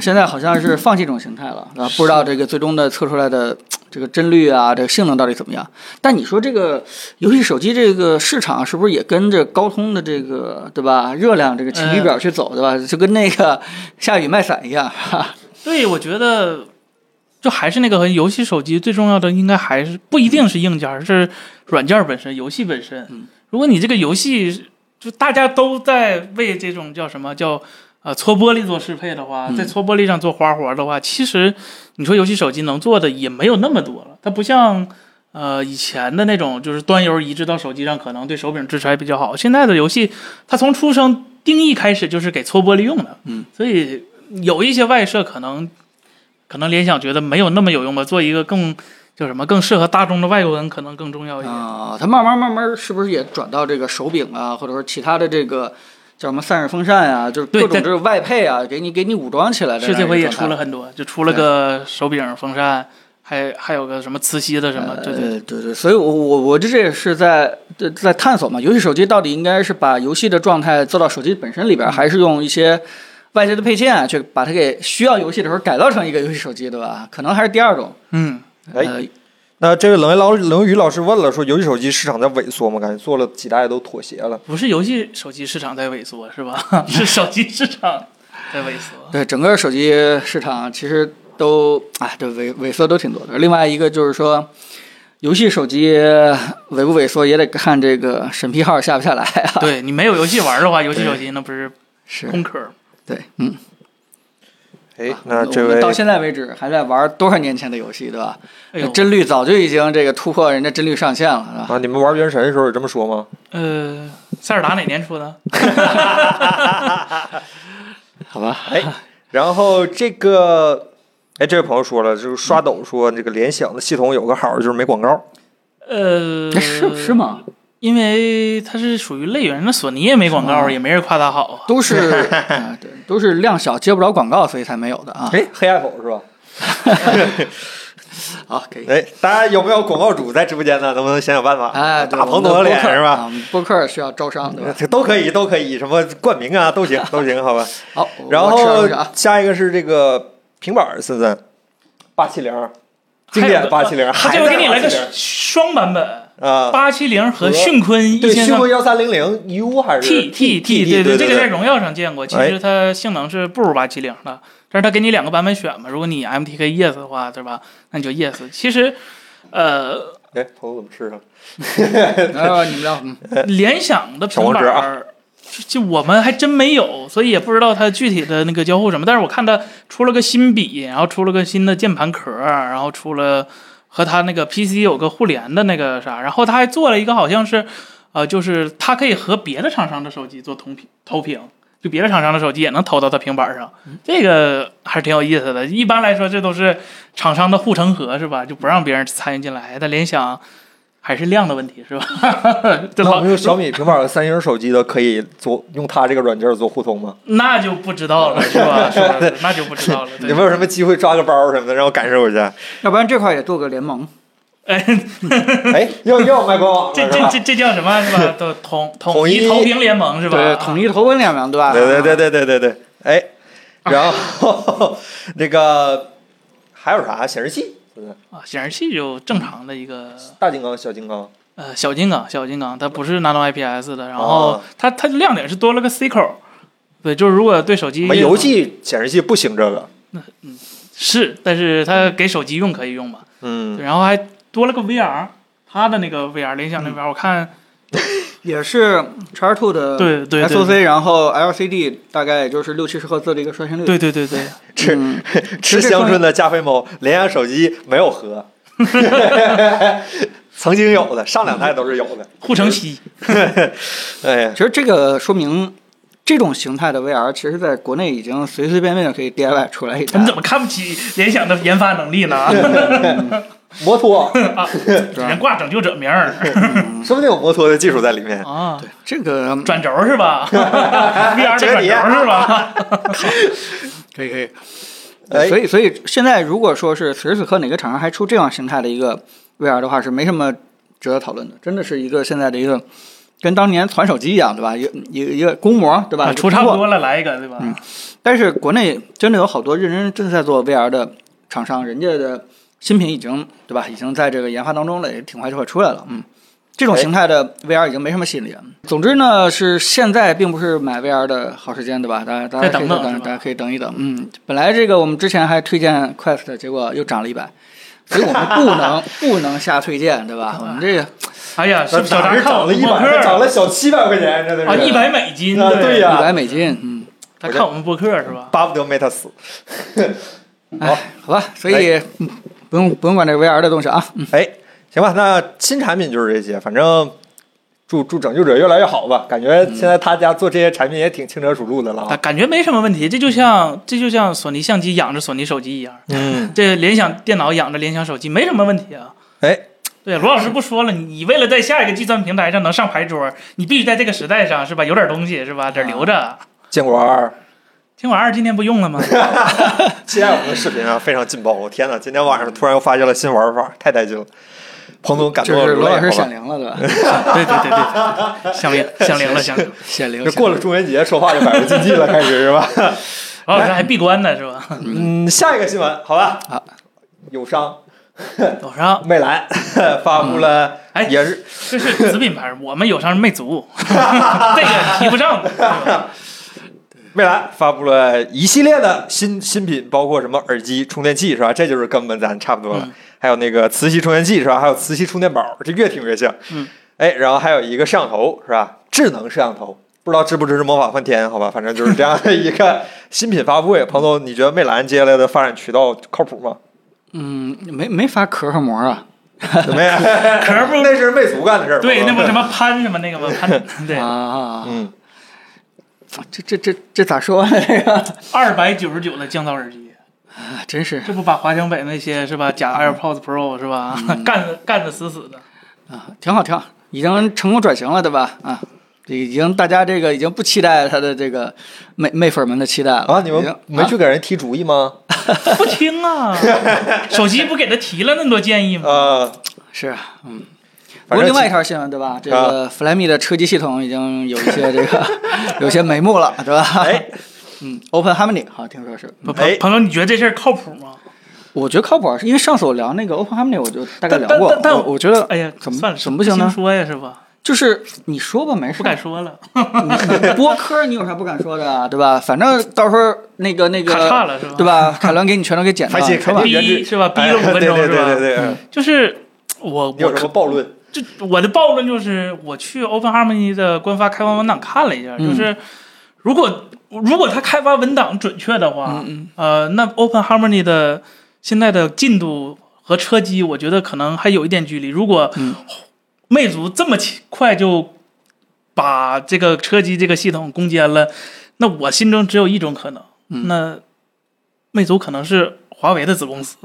S2: 现在好像是放弃这种形态了，啊，不知道这个最终的测出来的这个帧率啊，这个性能到底怎么样？但你说这个游戏手机这个市场是不是也跟着高通的这个对吧热量这个情侣表去走，对吧？就跟那个下雨卖伞一样，哈哈
S3: 对，我觉得就还是那个和游戏手机最重要的，应该还是不一定是硬件儿，是软件儿本身，游戏本身。如果你这个游戏就大家都在为这种叫什么叫呃搓玻璃做适配的话，
S2: 嗯
S3: 在搓玻璃上做花活的话，其实你说游戏手机能做的也没有那么多了，它不像。呃，以前的那种就是端游移植到手机上，可能对手柄支持还比较好。现在的游戏，它从出生定义开始就是给搓玻璃用的，
S2: 嗯，
S3: 所以有一些外设可能，可能联想觉得没有那么有用吧，做一个更叫什么更适合大众的外观可能更重要一点。
S2: 啊，它慢慢慢慢是不是也转到这个手柄啊，或者说其他的这个叫什么散热风扇啊，就是各
S3: 对
S2: 种
S3: 在
S2: 这种外配啊，给你给你武装起来的。
S3: 是这回也出了，很多，就出了
S2: 对
S3: 个手柄风扇，还还有个什么磁吸的什么，对对对
S2: 呃，对对，所以我我我这这也是在在在探索嘛，游戏手机到底应该是把游戏的状态做到手机本身里边，
S3: 嗯
S2: 还是用一些外界的配件啊，去把它给需要游戏的时候改造成一个游戏手机，对吧？可能还是第二种。
S3: 嗯，
S1: 哎
S2: 呃，
S1: 那这位冷老冷宇老师问了，说游戏手机市场在萎缩吗？感觉做了几代都妥协了。
S3: 不是游戏手机市场在萎缩是吧？ <laughs> 是手机市场 <laughs> 在萎缩。
S2: 对，整个手机市场其实都哎，这萎萎缩都挺多的。另外一个就是说，游戏手机萎不萎缩也得看这个审批号下不下来啊。，
S3: 对你没有游戏玩的话，游戏手机那不是
S2: 是，
S3: 空壳儿。
S2: 对，嗯。
S1: 哎
S2: 啊，
S1: 那
S2: 我
S1: 这
S2: 们
S1: 位
S2: 到现在为止还在玩多少年前的游戏，对吧？
S3: 哎呦，
S2: 帧率早就已经这个突破人家帧率上限了，是吧？
S1: 啊，你们玩原神的时候也这么说吗？
S3: 呃，塞尔达哪年出的？
S2: 好吧，
S1: 哎 <laughs> 然后这个，哎，这位朋友说了，就是刷抖说这个联想的系统有个好就是没广告。
S3: 呃，
S2: 那 <laughs> 哎是是吗？
S3: 因为它是属于类源，那索尼也没广告，
S2: 是吗
S3: 也没人夸它好啊。
S2: 都
S1: <laughs>
S2: 是、啊对都是量小接不着广告，所以才没有的啊。
S1: 哎，黑 Apple 是吧？
S2: 好，可以。
S1: 哎，大家有没有广告主在直播间呢？能不能想想办法？
S2: 哎，对
S1: 打
S2: 我
S1: 彭
S2: 们的
S1: 总的脸
S2: 播客
S1: 是吧？
S2: 啊我们播客需要招
S1: <laughs>
S2: 商，对吧？
S1: 这都可以，都可以，什么冠名啊，都行，都行，好吧。
S2: 好，
S1: 然
S2: 我吃了
S1: 后
S2: 这个
S1: <laughs>
S2: 啊
S1: 下一个是这个平板儿，森森，八七零，经典的八七零，
S3: 啊他
S1: 还
S3: 这回给你来个
S1: 是
S3: 双版本，
S1: 啊，
S3: 八七零和迅坤一
S1: 对，
S3: 千
S1: 虚。波幺三零零 U 还是
S3: T T T，
S1: 对
S3: 对，
S1: 对，哎
S3: 这个在荣耀上见过。其实它性能是不如八七零的，但是它给你两个版本选嘛。如果你 M T K yes 的话，对吧？那你就 yes。其实，呃，
S1: 哎，朋友怎么吃上？
S2: 然后你们聊，嗯，
S3: <laughs> 联想的
S1: 小
S3: 平
S1: 王
S3: 板
S1: 者啊
S3: 儿，就我们还真没有，所以也不知道它具体的那个交互什么。但是我看它出了个新笔，然后出了个新的键盘壳儿，然后出了和它那个 PC 有个互联的那个啥，然后它还做了一个好像是，呃，就是它可以和别的厂商的手机做同屏投屏。就别的厂商的手机也能投到它平板上，这个还是挺有意思的。一般来说，这都是厂商的护城河，是吧？就不让别人参与进来。但联想还是量的问题，是吧？ <laughs> 这
S1: 那我
S3: 老
S1: 们用小米平板和三星手机的，可以做用它这个软件做互通吗？
S3: 那就不知道了，是吧？是吧那就不知道了。对
S1: 有没有什么机会抓个包什么的，让我感受一
S3: <laughs>
S1: 下？
S2: <laughs> 要不然这块儿也做个联盟，
S3: 哎，
S1: 哎，要要卖官网
S3: 这
S1: 了
S3: 这
S1: 啊是
S3: 这
S1: 吧？
S3: 这叫什么是吧？都统
S1: 统一
S3: 一投屏联盟是吧？
S2: 对，统一投奔两盟，对吧？
S1: 对对对对对对对，哎，然后 <laughs> 那个还有啥显示器？是不是
S3: 啊，显示器就正常的一个
S1: 大金刚、小金刚，
S3: 呃小金刚，小金刚它不是 Nano IPS 的，然
S1: 哦
S3: 后它它亮点是多了个 C 口，对，就是如果对手机
S1: 我们游戏显示器不行这个，
S3: 是，但是它给手机用可以用嘛，
S1: 嗯，
S3: 然后还多了个 VR，它的那个 VR 联想那边我看
S2: 也是 X Two 的
S3: 对对对
S2: SOC，然后 LCD 大概也就是六七十赫兹的一个刷新率。
S3: 对对对对，
S1: 吃
S2: 嗯
S1: <laughs> 吃香椿的加菲猫，联想手机没有
S3: <laughs>
S1: 盒，曾经有的，上两代都是有的。
S3: 护城西
S1: <laughs> 哎呀，
S2: 其实这个说明，这种形态的 VR 其实在国内已经随随便便就可以 DIY 出来一台
S3: 你怎么看不起联想的研发能力呢？
S1: 摩托，
S3: 啊，人挂拯救者名儿
S1: 说不定有摩托的技术在里面。
S3: 啊，
S2: 这个
S3: 转轴是吧？VR 的
S1: 折
S3: 转
S1: 叠
S3: 轴是吧？
S2: 可以可以。
S1: 哎
S2: 所以所以现在如果说是此时此刻哪个厂商还出这样形态的一个 VR 的话，是没什么值得讨论的，真的是一个现在的一个跟当年传手机一样，对吧？一个一个一个公模，对吧？
S3: 啊出差不多了，来一个对吧？
S2: 嗯但是国内真的有好多认真正在做 VR 的厂商，人家的新品已经对吧，已经在这个研发当中了，也挺快就会出来了。嗯，这种
S1: 哎
S2: 形态的 VR 已经没什么吸引力了。总之呢，是现在并不是买 VR 的好时间，对吧？大家大家
S3: 再等
S2: 可以
S3: 等是吧
S2: 大家可以等一等。嗯，本来这个我们之前还推荐 Quest，结果又涨了一百。所以我们不能不能下推荐，对吧？我们这个
S3: 哎呀，
S1: 咱
S3: 是不是小
S1: 咋
S3: 张
S1: 是
S3: 看
S1: 涨
S3: 我
S1: 了
S3: 们
S1: 一
S3: 播
S1: 百，这涨
S3: 客
S1: 了小七百块钱，这都是
S3: 啊，一百美金，
S1: 啊对呀
S2: 一百美金，嗯，
S3: 他看我们播客是吧？
S1: 巴不得没他死。好
S2: 哎，好吧，所以嗯不用不用管这个 VR 的东西啊，
S1: 哎，行吧，那新产品就是这些，反正祝祝拯救者越来越好吧。感觉现在他家做这些产品也挺轻车熟路的了
S3: 啊，
S1: 啊。
S3: 感觉没什么问题，这就像这就像索尼相机养着索尼手机一样，
S1: 嗯，
S3: 这联想电脑养着联想手机没什么问题啊。
S1: 哎，
S3: 对，罗老师不说了，你为了在下一个计算平台上能上牌桌，你必须在这个时代上是吧，有点东西是吧，得留
S1: 啊
S3: 着。
S1: 坚果二。
S3: 金管二今天不用了吗？
S1: 期待我们的视频啊，非常劲爆！我天哪，今天晚上突然又发现了新玩法，太带劲了。彭总感动
S2: 就
S1: 了
S2: 是
S1: 流
S2: 罗
S1: 泪，
S2: 老师
S1: 好吧
S2: 闪？灵了，对吧？
S3: 对对对对，响铃响铃了响铃，
S2: 显灵
S1: 这 <laughs> 过了中元节，说话就百无禁忌了，开始是
S2: <laughs>
S1: 吧？
S3: 罗老师还闭关呢是吧？
S1: 嗯，下一个新闻，好吧？
S2: 好，
S1: 友商
S3: 友商，
S1: 魅蓝 <laughs> 发布
S2: 嗯
S1: 了，
S3: 哎
S1: 也是
S3: 这是子品牌，我们友商是魅族，这个提不上。是吧
S1: 魅蓝发布了一系列的新新品，包括什么耳机、充电器是吧？这就是根本咱差不多了。
S3: 嗯
S1: 还有那个磁吸充电器是吧？还有磁吸充电宝，这越听越像。
S3: 嗯，
S1: 哎，然后还有一个摄像头是吧？智能摄像头，不知道支不支持魔法梵天？好吧，反正就是这样的一个新品发布会。彭总，你觉得魅蓝接下来的发展渠道靠谱
S3: <laughs>
S1: 吗？
S2: 嗯，没没法壳和膜啊，
S1: 怎么样？可不，那是魅族干的事儿。
S3: 对，
S1: 彭
S3: 那
S1: 总
S3: 不什么潘什么那个吗？潘对，
S2: 啊，
S1: 嗯，
S2: 这这这这咋说 <laughs> 呢？这个
S3: 二百九十九的降噪耳机，
S2: 啊真是
S3: 这不把华强北那些是吧假 AirPods Pro 是吧干得干的死死的。
S2: 啊，挺好挺好，已经成功转型了，对吧？啊，这已经大家这个已经不期待他的这个妹妹粉们的期待了
S1: 啊，你
S2: 已经
S1: 们没去
S2: 啊
S1: 给人提主意吗？
S3: 不听啊，手机不给他提了那么多建议吗？
S1: 呃，
S2: 是啊嗯。不
S1: 反正啊
S2: 过另外一条新闻对吧？这个 Flyme 的车机系统已经有一些这
S1: <laughs>
S2: 个有些眉目了，对吧？
S3: 啊
S1: 哎，
S2: 嗯，Open Harmony 好，听说是，
S3: 不
S1: 哎
S3: 朋朋友，你觉得这事儿靠谱吗？
S2: 我觉得靠谱啊，是因为上次我聊那个 Open Harmony，我就大概
S3: 但
S2: 聊过，
S3: 但但
S2: 我我觉得
S3: 哎呀，
S2: 怎么
S3: 算了，
S2: 怎么不行呢
S3: 轻说呀，是吧？
S2: 就是你说吧，没事儿。
S3: 不敢说了，
S2: 你你 <laughs> 播客你有啥不敢说的啊，对吧？反正到时候那个那
S3: 卡岔
S2: 个，
S3: 了是吧？
S2: 对吧？凯伦给你全都给剪
S1: 还
S2: 掉，
S3: <laughs>
S1: 行，
S2: 是
S1: 肯
S2: 吧
S1: 定？原
S3: 逼
S1: 汁
S3: 是吧？逼
S1: 哎
S3: 了五分钟
S1: 对对
S3: 是
S1: 对对
S3: 吧？
S1: 对，嗯
S3: 就是我
S1: 你有
S3: 我
S1: 什么暴论？
S3: 这我的暴论就是，我去 Open Harmony 的官方开发文档看了一下，
S2: 嗯
S3: 就是如果如果它开发文档准确的话，
S2: 嗯嗯，
S3: 呃，那 Open Harmony 的现在的进度和车机，我觉得可能还有一点距离。如果
S2: 嗯
S3: 魅族这么快就把这个车机这个系统攻坚了，那我心中只有一种可能，
S2: 嗯
S3: 那魅族可能是华为的子公司。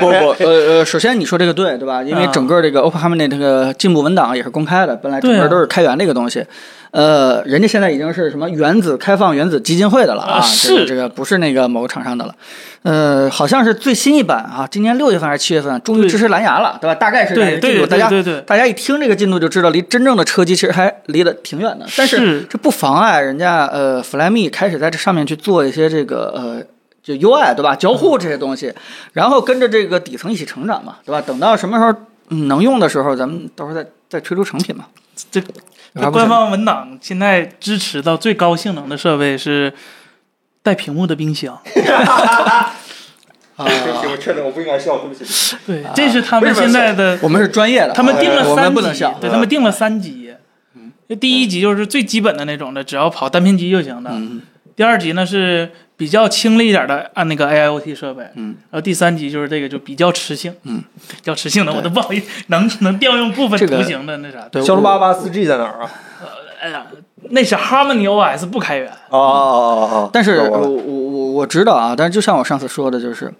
S2: 不不，呃呃，首先你说这个对，对吧？因为
S3: 啊
S2: 整个这个 Open Harmony 这个进步文档也是公开的，本来整
S3: 对
S2: 个
S3: 啊
S2: 都是开源的一个东西。呃，人家现在已经是什么原子开放原子基金会的了啊，
S3: 啊
S2: 这个
S3: 是
S2: 这个不是那个某个厂商的了。
S3: 啊
S2: 呃，好像是最新一版啊，今年六月份还是七月份，终于
S3: 对
S2: 支持蓝牙了，对吧？大概是这样一个
S3: 对
S2: 进
S3: 对
S2: 度，大
S3: 对
S2: 家
S3: 对对，
S2: 大家一听这个进度就知道，离真正的车机其实还离得挺远的。但是
S3: 是
S2: 这不妨碍人家呃 Flyme 开始在这上面去做一些这个呃。就 UI 对吧？交
S3: 嗯
S2: 互这些东西，然后跟着这个底层一起成长嘛，对吧？等到什么时候嗯能用的时候，咱们到时候再再推出成品嘛。
S3: 这
S2: 有啥不
S3: 官
S2: 成
S3: 方文档现在支持到最高性能的设备是带屏幕的
S2: <laughs>
S3: 冰箱。
S2: 啊，
S1: <laughs> 对不起，我确诊，我不应该笑，对不起。
S3: 对，这是他们现在的，
S2: 我们是专业的，啊
S3: 他们定了
S2: 我们
S3: 三
S2: 不能嗯
S3: 级
S2: 笑，。
S3: 对他们定了三级。就第一级就是最基本的那种的，只要跑单片机就行的。
S2: 嗯
S3: 第二级呢是比较轻力一点的，按那个 AIoT 设备。
S2: 嗯，
S3: 然后第三级就是这个就比较持性。
S2: 嗯，
S3: 比较持性的
S2: 对
S3: 我都不好意思，能 <laughs> 能调用部分
S2: 这个
S3: 图形的那啥。
S2: 对，
S1: 骁龙
S2: 我
S1: 八八四 G 在哪儿啊？
S3: 哎呀，那是 Harmony OS 不开源。
S1: 哦哦哦哦哦！
S2: 但是
S1: 懂
S2: 我
S1: 了
S2: 我我我知道啊，但是就像我上次说的，就是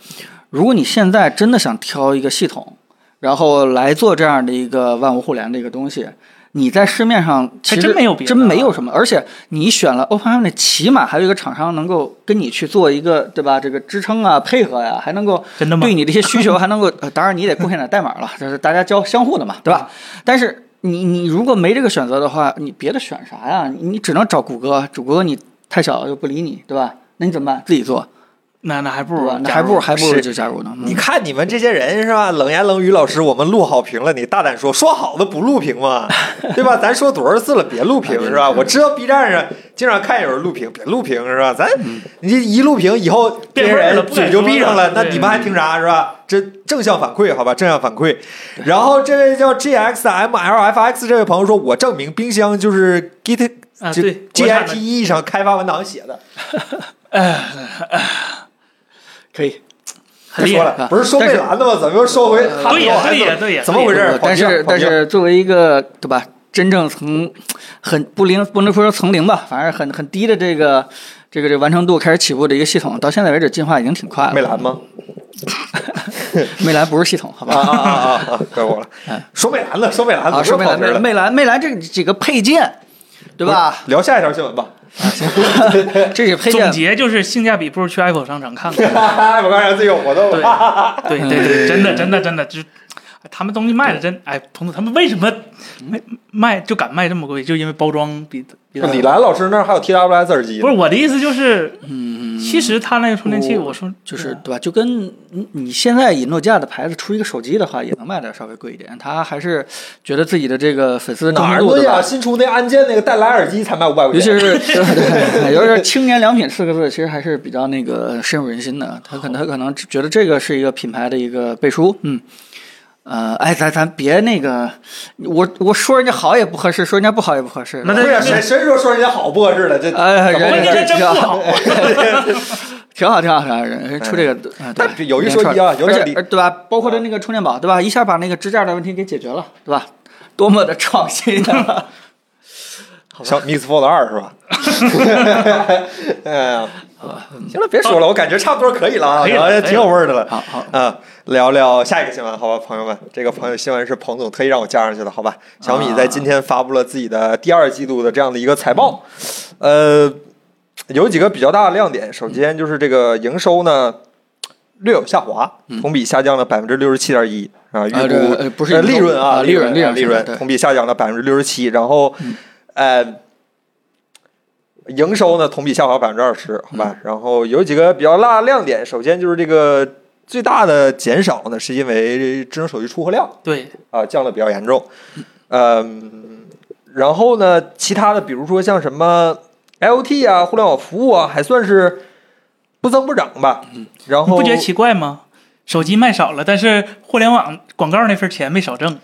S2: 如果你现在真的想挑一个系统，然后来做这样的一个万物互联的一个东西，你在市面上其实
S3: 真没有别的啊
S2: 真没有什么，而且你选了 OpenAI，起码还有一个厂商能够跟你去做一个对吧？这个支撑啊、配合呀、还能够
S3: 真的吗
S2: 对你的一些需求还能够，呃当然你得贡献点代码了， <laughs> 就是大家交相互的嘛，对吧？但是你你如果没这个选择的话，你别的选啥呀？你你只能找谷歌，谷歌你太小又不理你，对吧？那你怎么办？自己做，
S3: 那那还不
S2: 对
S3: 如
S2: 吧？那
S3: 加
S2: 还不
S3: 入
S2: 如还不如
S1: 是
S2: 就加入呢。嗯
S1: 你看你们这些人是吧？冷言冷语，老师，我们录好评了，你大胆说，说好的不录评嘛，对吧？咱说多少次了，别录评是吧？我知道 B 站上经常看有人录评，别录评是吧？咱你这一录评以后，这
S3: 变
S1: 些
S3: 味儿了
S1: 人
S3: 不敢
S1: 嘴就闭上了，
S3: 说了
S1: 那
S3: 对
S1: 你们还听啥是吧？这正向反馈，好吧，正向反馈。然后这位叫 G X M L F X 这位朋友说，我证明冰箱就是 Git
S3: 啊
S1: 就
S3: 对
S1: G
S3: 国
S1: I
S3: 产的
S1: T E 上开发文档写的，
S2: 可以，
S1: 不说
S2: 厉害啊
S1: 了，不是说
S2: 但
S1: 贝
S2: 是呃
S1: 兰的吗？怎么又收回？
S3: 对呀对呀对呀
S1: 怎么回事？
S2: 但
S1: 跑题
S2: 是
S1: 了跑
S2: 但
S1: 题了
S2: 是作为一个对吧，真正从很不零不能说从零吧，反正很很低的这个这个这个完成度开始起步的一个系统，到现在为止进化已经挺快了。
S1: 魅蓝吗？
S2: 魅蓝不是系统，好
S1: 啊
S2: 吧？
S1: 啊啊啊啊！该我了
S2: 哎，
S1: 说魅蓝了，说魅蓝
S2: 啊，
S1: 了，说
S2: 说魅蓝，魅蓝
S1: 了，
S2: 魅蓝，魅蓝这几个配件，对吧？
S1: 聊下一条新闻吧。 <laughs>
S2: 这是配
S3: 总
S2: 件。
S3: 结就是性价比不如去 Apple 商场看看。
S1: 我刚才自己有活动
S3: 对
S1: 了，
S3: <laughs> 对对对，真的真的真的，就是哎他们东西卖的
S2: 嗯
S3: 真哎，彭总他们为什么卖卖就敢卖这么贵？就因为包装比比咱
S1: <laughs> 李兰老师那儿还有 TWS 耳机
S3: 不
S1: 呢，
S3: 是我的意思就是，
S2: 嗯，
S3: 其实他那个充电器，我说
S2: 就是对吧？就跟你你现在以诺基亚的牌子出一个手机的话，也能卖的稍微贵一点。他还是觉得自己的这个粉丝的忠
S1: 哪
S2: 诚
S1: 儿
S2: 度
S1: 诺基
S2: 对
S1: 亚
S2: 吧？
S1: 新出那按键那个带蓝牙耳机才卖五百
S2: 尤
S1: 块
S2: 其
S1: 钱， <laughs>
S2: 是对对，尤其是“青年良品”四个字，其实还是比较那个深入人心的。他可能他可能觉得这个是一个品牌的一个背书，嗯。呃，哎，咱咱别那个，我我说人家好也不合适，说人家不好也不合适。
S3: 那
S1: 对呀，谁谁说说人家好不合适的？ <laughs> 这
S2: 哎，
S1: 怎么
S3: 关
S2: 人
S3: 键是真
S2: 挺
S3: 不好
S2: 好，挺好，挺好，挺好。人人出这个，嗯对
S1: 哎但有一说一啊有
S2: 而
S1: 点
S2: 且
S1: 理
S2: 而对吧？包括他那个充电宝，对吧？一下把那个支架的问题给解决了，对吧？多么的创新
S1: <laughs>
S2: 啊！
S1: 小 Mix Fold 二 <laughs> 是吧？哎呀，行了，别说了，我感觉差不多可以了啊，
S3: 可以了
S1: 聊得挺有味儿的了。
S2: 好好，
S1: <laughs> 啊，聊聊下一个新闻，好吧，朋友们，这个朋友新闻是彭总特意让我加上去的，好吧？小
S2: 啊
S1: 米在今天发布了自己的第二季度的这样的一个财报，呃，有几个比较大的亮点，首先就是这个营收呢略有下滑，同比下降了百分之六十七点一啊，预
S2: 嗯啊这
S1: 估、
S2: 呃不是
S1: 呃
S2: 营收
S1: 利润
S2: 啊
S1: 利润
S2: 利润
S1: 利
S2: 利润
S1: 润
S2: 对嗯
S1: 同比下降了百分之六十七，然后、呃。营收呢同比下滑百分之二十，好
S2: 嗯
S1: 吧。然后有几个比较大的亮点，首先就是这个最大的减少呢，是因为智能手机出货量
S3: <laughs>
S2: <laughs>
S3: 对
S1: 啊、降的比较严重，嗯，然后呢，其他的比如说像什么 IOT 啊、互联网服务啊，还算是不增不长吧。
S2: 嗯
S1: 然
S3: 你
S1: 后
S3: 不觉得奇怪吗？手机卖少了，但是互联网广告那份钱没
S2: <laughs>
S3: 少挣。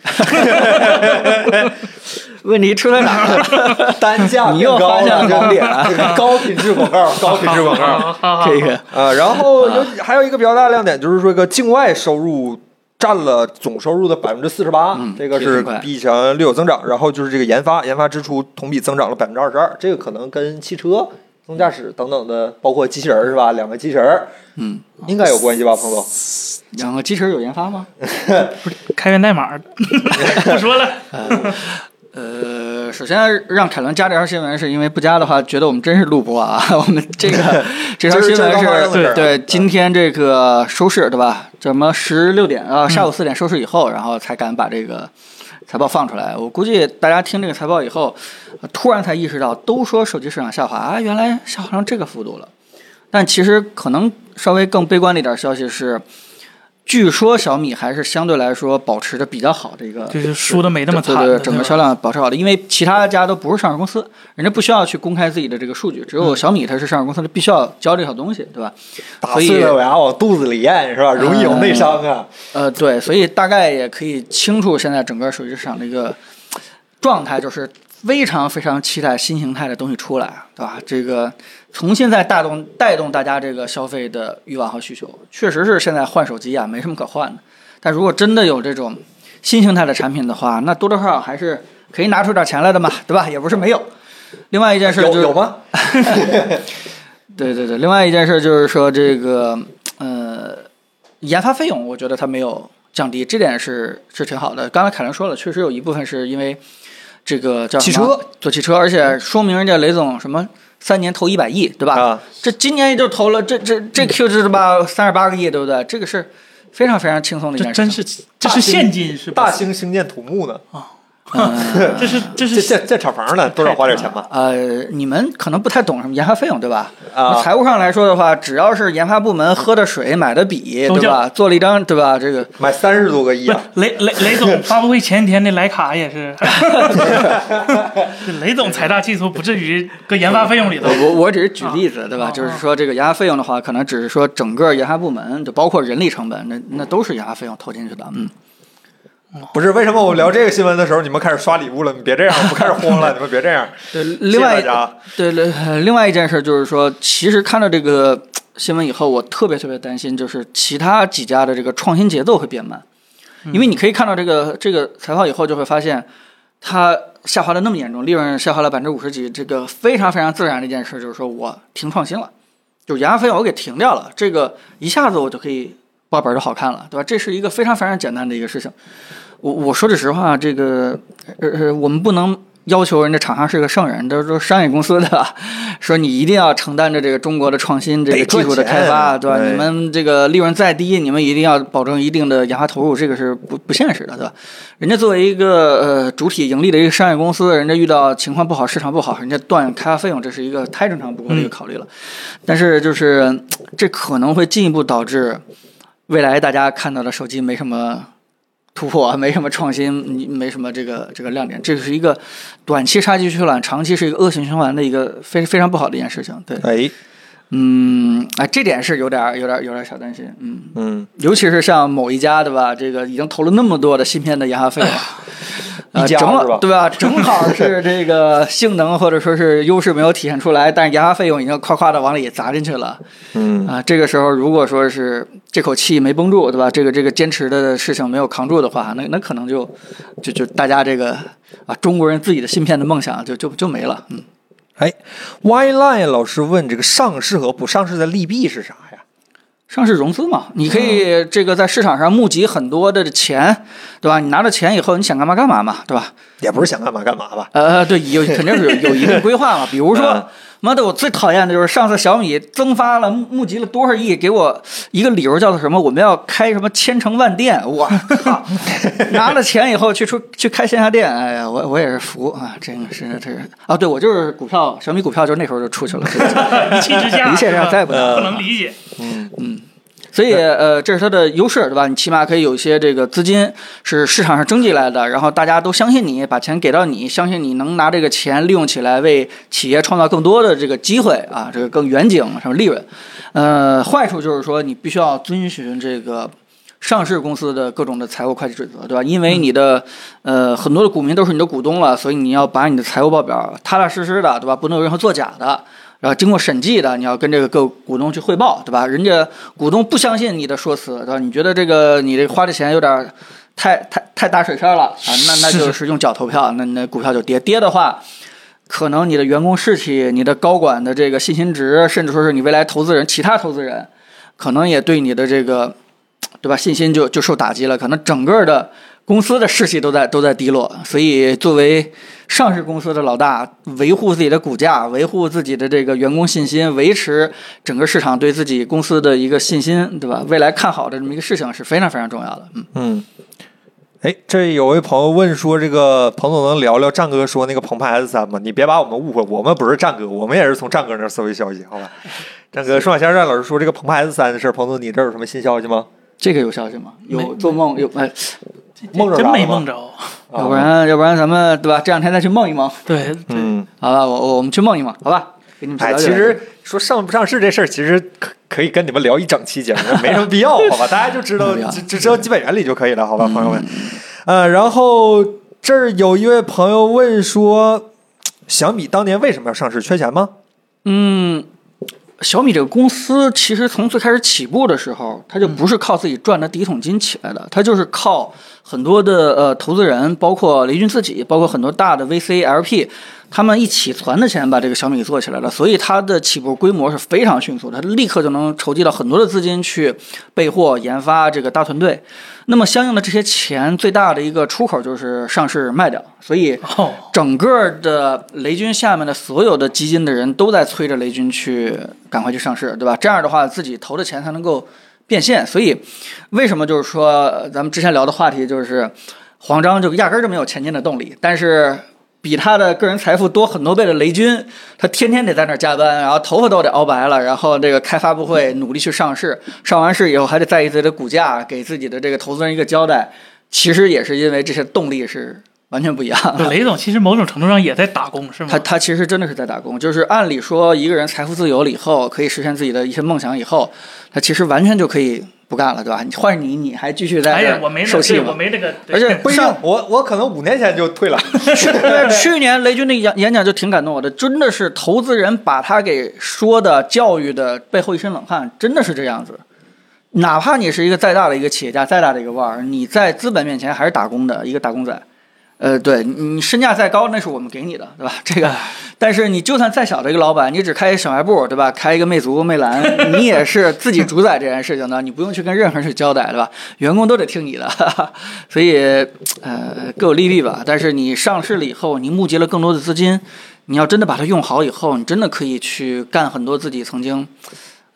S2: 问题出在
S1: <laughs>
S2: 哪儿？
S1: 单价
S2: 你
S1: 变
S2: 又
S1: 高
S2: 发现
S1: 了，
S2: 盲点
S1: 这个高品质广
S2: <laughs>
S1: 告，高品质广告。
S2: 这个
S1: <laughs> 呃啊，然后有还有一个比较大的亮点就是说，这个境外收入占了总收入的百分之四十八
S2: 嗯，
S1: 这个
S2: 确实
S1: 是
S2: 快
S1: 比以前略有增长。然后就是这个研发，研发支出同比增长了百分之二十二，这个可能跟汽车、自动驾驶等等的，包括机器人儿是吧？两个机器人儿
S2: 嗯，
S1: 应该有关系吧，彭总？
S2: 两个机器人有研发吗？
S3: <laughs> 开源代码， <laughs> 不
S2: <laughs>
S3: 说了。
S2: 呃，首先让凯伦加这条新闻，是因为不加的话，觉得我们真是录播啊。 <laughs> 我们这
S1: <laughs>
S2: 个这条新
S1: 这是刚嗯
S2: 闻
S1: 发生的事
S2: 是
S1: 儿
S2: 对
S1: 嗯
S2: 今天这个收市对吧？怎么十六点
S1: 嗯
S2: 啊、下午四点收市以后，然后才敢把这个财报放出来。我估计大家听这个财报以后，呃突然才意识到，都说手机市场下滑啊，原来下滑成这个幅度了。但其实可能稍微更悲观的一点消息是，据说小米还是相对来说保持着比较好的一个，
S3: 就是输得没那么惨
S2: 对对
S3: 的
S2: 对整个
S3: 对吧
S2: 销量保持好的，因为其他家都不是上市公司，人家不需要去公开自己的这个数据，只
S3: 嗯
S2: 有小米它是上市公司，它必须要交这套东西，对吧？
S1: 打
S2: 所以
S1: 碎了牙往肚子里咽是吧？容易有内伤啊。
S2: 呃，对，所以大概也可以清楚现在整个手机市场的一个状态，就是非常非常期待新形态的东西出来，对吧？这个从现在带动带动大家这个消费的欲望和需求，确实是现在换手机啊没什么可换的。但如果真的有这种新形态的产品的话，那多多少少还是可以拿出点钱来的嘛，对吧？也不是没有。另外一件事
S1: 有
S2: 就是
S1: 有
S2: <laughs>
S1: 吗？啊
S2: 对对对，另外一件事就是说这个呃，研发费用，我觉得它没有降低，这点是是挺好的。刚才凯伦说了，确实有一部分是因为这个叫什
S1: 汽
S2: 么
S1: 车
S2: 做汽车，而且说明人家雷总什么三年投一百亿，对吧？
S1: 啊嗯
S2: 这今年也就投了这这这 Q 是吧三十八个亿，对不对？这个是非常非常轻松的一
S3: 这
S2: 件事
S3: 真
S2: 情。
S3: 是这是现金是吧
S1: 大？兴兴建土木呢，
S2: 嗯
S3: 这是这
S1: 这
S3: 是
S1: 建建厂房呢，多少花点钱
S2: <laughs>
S1: 吧？
S2: 呃，你们可能不太懂什么研发费用，对吧？
S1: 啊
S2: 财务上来说的话，只要是研发部门喝的水、买的笔，
S3: 都
S2: 对
S3: 叫
S2: 吧？做了一张，对吧？这个
S1: 买三十多个亿
S3: 不是
S1: 啊！
S3: 雷雷雷
S2: <laughs>
S3: 总发布会前一天那徕卡也是， <laughs> 这雷总财大气粗，不至于搁研发费用里头
S2: 我。呃我我只是举例子，对
S3: 啊
S2: 吧？
S3: 啊
S2: 就是说这个研发费用的话，可能只是说整个研发部门，就包括人力成本，那那都是研发费用投进去的。嗯，
S1: 不是为什么我们聊这个新闻的时候，你们开始刷礼物了？你别这样，我开始慌 <laughs> 了，你们别这样。
S2: 对。另外
S1: 谢谢大家，
S2: 对另呃另外一件事就是说，其实看到这个呃新闻以后，我特别特别担心，就是其他几家的这个创新节奏会变慢，
S1: 嗯
S2: 因为你可以看到这个这个财报以后，就会发现它下滑的那么严重，利润下滑了百分之五十几，这个非常非常自然的一件事就是说我停创新了，就是研发费用我给停掉了，这个一下子我就可以报本儿就好看了，对吧？这是一个非常非常简单的一个事情。我我说句实话，这个呃呃，我们不能要求人家厂商是个圣人，都是说商业公司的吧，说你一定要承担着这个中国的创新、这个
S1: 得赚
S2: 技术的开发，
S1: 钱啊
S2: 对吧？
S1: 对
S2: 你们这个利润再低，你们一定要保证一定的研发投入，这个是不不现实的，对吧？人家作为一个呃主体盈利的一个商业公司，人家遇到情况不好、市场不好，人家断开发费用，这是一个太正常不过的
S1: 嗯
S2: 一个考虑了。但是就是嗯这可能会进一步导致未来大家看到的手机没什么突破，没什么创新，你没什么这个这个亮点，这是一个短期杀鸡取卵，长期是一个恶性循环的一个非非常不好的一件事情。对，
S1: 哎，
S2: 嗯，哎，这点是有点儿有点儿有点儿小担心，嗯。
S1: 嗯，
S2: 尤其是像某一家，对吧？这个已经投了那么多的芯片的研发费用， <laughs> 呃
S1: 哎一家
S2: 正好
S1: 是吧
S2: 对吧？正好是这个性能或者说是优势没有体现出来，但是研发费用已经夸夸的往里砸进去了。
S1: 嗯
S2: 啊，这个时候如果说是这口气没绷住，对吧？这个这个坚持的事情没有扛住的话，那那可能就就就大家这个啊中国人自己的芯片的梦想就就就没了。嗯，
S1: 哎，Yline 老师问这个上市和不上市的利弊是啥呀？
S2: 上市融资嘛，你可
S1: 嗯
S2: 以这个在市场上募集很多的钱，对吧？你拿着钱以后，你想干嘛干嘛嘛，对吧？
S1: 也不是想干嘛干嘛吧？
S2: 呃，对，有肯定是有有一定规划嘛。比如说
S1: 啊，
S2: 妈的，我最讨厌的就是上次小米增发了募集了多少亿，给我一个理由叫做什么？我们要开什么千城万店？我靠，拿了钱以后去出去开线下店，哎呀，我我也是服啊，真的是这是啊，对我就是股票小米股票就那时候就出去了，
S3: 一气之下，
S2: 一切之下
S3: 是吧
S2: 再也不呃能
S3: 不能理解。
S2: 所以呃，这是它的优势，对吧？你起码可以有一些这个资金是市场上征集来的，然后大家都相信你，把钱给到你，相信你能拿这个钱利用起来为企业创造更多的这个机会啊，这个更远景什么利润。呃，坏处就是说你必须要遵循这个。上市公司的各种的财务会计准则，对吧？因为你的，呃，很多的股民都是你的股东了，所以你要把你的财务报表踏踏实实的，对吧？不能有任何作假的。然后经过审计的，你要跟这个各股东去汇报，对吧？人家股东不相信你的说辞，对吧？你觉得这个你这花的钱有点太太太打水漂了啊？那那就是用脚投票，那那股票就跌，跌的话。可能你的员工士气、你的高管的这个信心值，甚至说是你未来投资人、其他投资人，可能也对你的这个，对吧？信心就就受打击了，可能整个的公司的士气都在都在低落。所以，作为上市公司的老大，维护自己的股价，维护自己的这个员工信心，维持整个市场对自己公司的一个信心，对吧？未来看好的这么一个事情是非常非常重要的。嗯，
S1: 嗯，哎，这有位朋友问说，这个彭总能聊聊战哥说那个澎湃 S 三吗？你别把我们误会，我们不是战哥，我们也是从战哥那儿搜集消息，好吧？战哥，双马先生战老师说这个澎湃 S 三的事儿，彭总你这儿有什么新消息吗？
S2: 这个有消息吗？有
S3: 没
S2: 做梦有哎，
S1: 梦着啥
S3: 真
S1: 了
S3: 没
S1: 吗
S3: 梦着。
S1: 啊
S2: 要不然要不然咱们对吧？这两天再去梦一梦。
S3: 对，
S1: 嗯，
S2: 好吧，我我们去梦一梦，好吧？给你们去
S1: 哎，
S2: 了解
S1: 其
S2: 了解
S1: 实说上不上市这事儿，其实可可以跟你们聊一整期节目，没什么必要，好吧？大家就知道
S2: 没必要
S1: 只只知道基本原理就可以了，好吧，朋友们。呃，然后这儿有一位朋友问说，小米当年为什么要上市？缺钱吗？
S2: 嗯，小米这个公司其实从最开始起步的时候，它就不是靠自己赚的第一桶金起来的，它就是靠很多的呃投资人，包括雷军自己，包括很多大的 VC、LP，他们一起攒的钱把这个小米给做起来了，所以它的起步规模是非常迅速的，它立刻就能筹集到很多的资金去备货、研发这个大团队。那么相应的这些钱最大的一个出口就是上市卖掉，所以
S3: 哦，
S2: 整个的雷军下面的所有的基金的人都在催着雷军去赶快去上市，对吧？这样的话，自己投的钱才能够变现。所以，为什么就是说呃咱们之前聊的话题就是黄章就压根儿就没有前进的动力，但是。比他的个人财富多很多倍的雷军，他天天得在那儿加班，然后头发都得熬白了，然后这个开发布会努力去上市，上完市以后还得在意自己的股价，给自己的这个投资人一个交代。其实也是因为这些动力是完全不一样的。
S3: 雷总其实某种程度上也在打工，是吗
S2: 他？他其实真的是在打工，就是按理说一个人财富自由了以后，可以实现自己的一些梦想以后，他其实完全就可以不干了，对吧？你换你，你还继续在
S3: 哎呀，
S2: 这
S3: 我没
S2: 儿
S3: 那
S2: 受气
S3: 对
S2: 吗
S3: 我没那个，对
S2: 而且
S1: 不一定
S2: 上，
S1: 我我可能五年前就退了。
S2: 对，去年雷军的演演讲就挺感动我的，真的是投资人把他给说的教育的背后一身冷汗，真的是这样子。哪怕你是一个再大的一个企业家，再大的一个腕儿，你在资本面前还是打工的一个打工仔。呃，对你你身价再高，那是我们给你的，对吧？ <laughs> 这个，但是你就算再小的一个老板，你只开小卖部，对吧？开一个魅族、魅蓝，你也是自己主宰这件事情的，你不用去跟任何人去交代，对吧？员工都得听你的， <laughs> 所以呃，各有利弊吧。但是你上市了以后，你募集了更多的资金，你要真的把它用好以后，你真的可以去干很多自己曾经，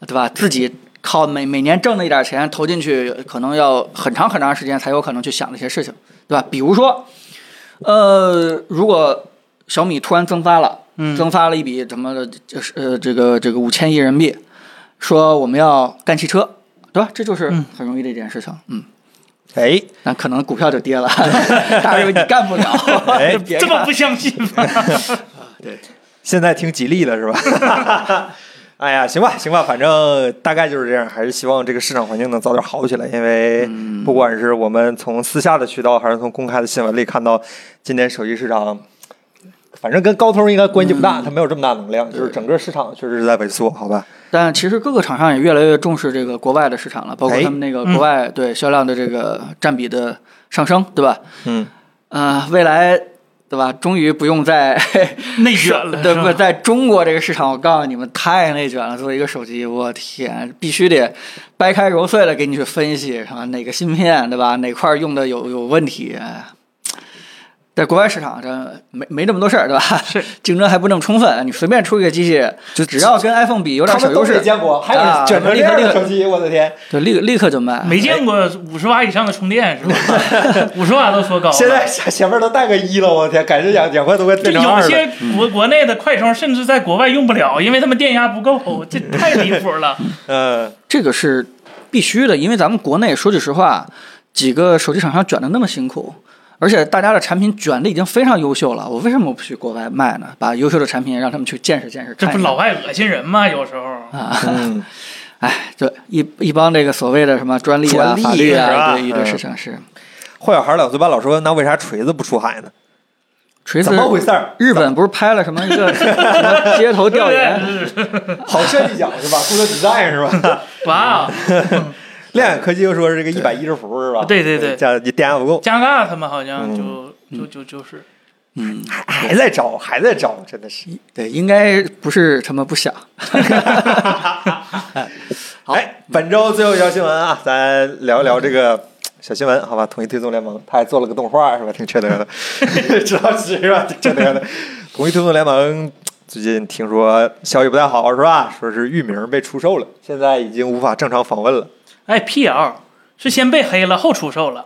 S2: 对吧？自己靠每每年挣的一点钱投进去，可能要很长很长时间才有可能去想这些事情，对吧？比如说，呃，如果小米突然增发了，
S3: 嗯
S2: 增发了一笔什么的，就是呃，这个这个五千亿人民币，说我们要干汽车，对吧？这就是
S3: 嗯
S2: 很容易的一件事情，嗯。
S1: 哎，
S2: 那可能股票就跌了， <laughs> 大瑞你干不了，
S1: <laughs>
S2: <laughs>
S1: 哎
S2: 别
S3: 这么
S2: 干
S3: 不相信
S2: 哎
S3: 吗？
S1: 现在听吉利了是吧？
S2: <laughs>
S1: 哎呀，行吧，行吧，反正大概就是这样，还是希望这个市场环境能早点好起来，因为
S2: 嗯
S1: 不管是我们从私下的渠道，还是从公开的新闻里看到，今年手机市场，反正跟高通应该关系不
S2: 嗯
S1: 大，它没有这么大能量，就是整个市场确实是在萎缩，好吧？
S2: 但其实各个厂商也越来越重视这个国外的市场了，包括
S1: 哎
S2: 他们那个国外对销量的这个占比的上升，对吧？
S1: 嗯，
S2: 呃，未来对吧？终于不用再
S3: 内卷了，
S2: 对
S3: 是
S2: 不？
S3: 吧？
S2: 在中国这个市场，我告诉你们，太内卷了。作为一个手机，我天，必须得掰开揉碎了给你去分析，是吧？哪个芯片，对吧？哪块儿用的有有问题？哎在国外市场上没没这么多事儿，对吧？
S3: 是
S2: <laughs> 竞争还不那么充分，你随便出一个机器，
S1: 就
S2: 只要跟 iPhone 比有点
S1: 他
S2: 小
S1: 们都
S2: 优势
S1: 没，见过，还
S2: 啊
S1: 有卷成这样
S2: 立刻
S1: 的手机，嗯我的天！
S2: 对，立立刻就卖。
S3: 没见过五十瓦以上的充电是吧？
S2: <laughs>
S3: 五十瓦都说高了，
S1: 现在前前面都带个一了，我的天，感觉两两块多块
S3: 就
S1: 变成
S3: 有
S1: 二了。
S3: 些嗯国国内的快充甚至在国外用不了，因为他们电压不 <laughs> 够，这太离谱了。
S1: 嗯，
S2: 这个是必须的，因为咱们国内说句实话，几个手机厂商卷的那么辛苦，而且大家的产品卷的已经非常优秀了，我为什么不去国外卖呢？把优秀的产品让他们去见识见识，
S3: 这
S2: 看
S3: 不
S2: 一看
S3: 老外恶心人吗？有时候
S2: 啊！
S1: 嗯，
S2: 哎，就一一帮这个所谓的什么专利啊、
S1: 专利
S2: 法律
S1: 是吧
S2: 啊，一堆一堆
S1: 嗯
S2: 事情是。
S1: 坏小孩两岁半老说，那为啥锤子不出海呢？
S2: 锤
S1: 怎
S2: 子，
S1: 么回事儿？
S2: 日本不是拍了什么一 <laughs> 个什么街头调研？
S1: 好设计奖是吧？顾客 design 是吧？
S3: 哇，哦
S1: 亮眼科技又说是这个一百一十伏是吧？
S3: 对对对
S1: 加电压不够，
S3: 加拿大他们好像
S1: 嗯
S3: 就就就就是
S2: 嗯，
S1: 还在招，还在招，真的是。
S2: 对，应该不是他们不想。好
S1: 哎，本周最后一条新闻啊，咱聊一聊这个小新闻，好吧？统一推送联盟，他还做了个动画是吧？挺缺德的，知道是吧？ <laughs> 挺缺德的。统一推送联盟最近听说消息不太好是吧？说是域名被出售了，现在已经无法正常访问了。 <laughs>
S3: 哎 PL 是先被黑了后出售了，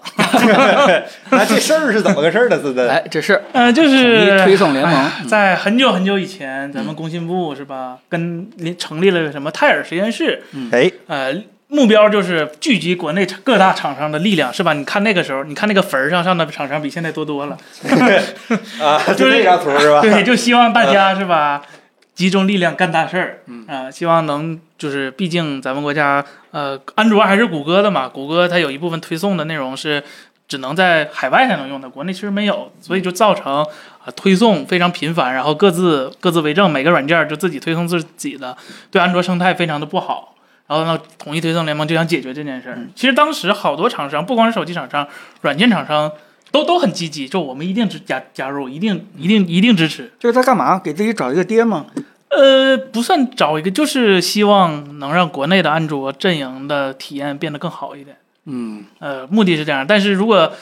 S1: 那这事儿是怎么个事儿呢？是的，
S2: 哎，这是
S3: 嗯，就
S2: 统
S3: 是
S2: 一推送联盟嗯
S3: 哎在很久很久以前，咱们工信部是吧，跟成立了个什么泰尔实验室，
S1: 哎，
S3: 呃，目标就是聚集国内各大厂商的力量，是吧？你看那个时候，你看那个坟儿上上的厂商比现在多多了，
S1: 啊，就
S3: 就是
S1: 那张图是吧？嗯
S3: 对，就希望大家是吧，集中力量干大事儿，啊、希望能就是，毕竟咱们国家呃，安卓还是谷歌的嘛，谷歌它有一部分推送的内容是。只能在海外才能用的，国内其实没有，所以就造成啊、推送非常频繁，然后各自各自为政，每个软件儿就自己推送自己的，对安卓生态非常的不好。然后呢，统一推送联盟就想解决这件事儿。
S1: 嗯
S3: 其实当时好多厂商，不光是手机厂商，软件厂商都都很积极，就我们一定支加加入，一定一定一定支持。
S2: 这是在干嘛？给自己找一个爹吗？
S3: 呃，不算找一个，就是希望能让国内的安卓阵营的体验变得更好一点。
S2: 嗯，
S3: 呃，目的是这样，但是如果，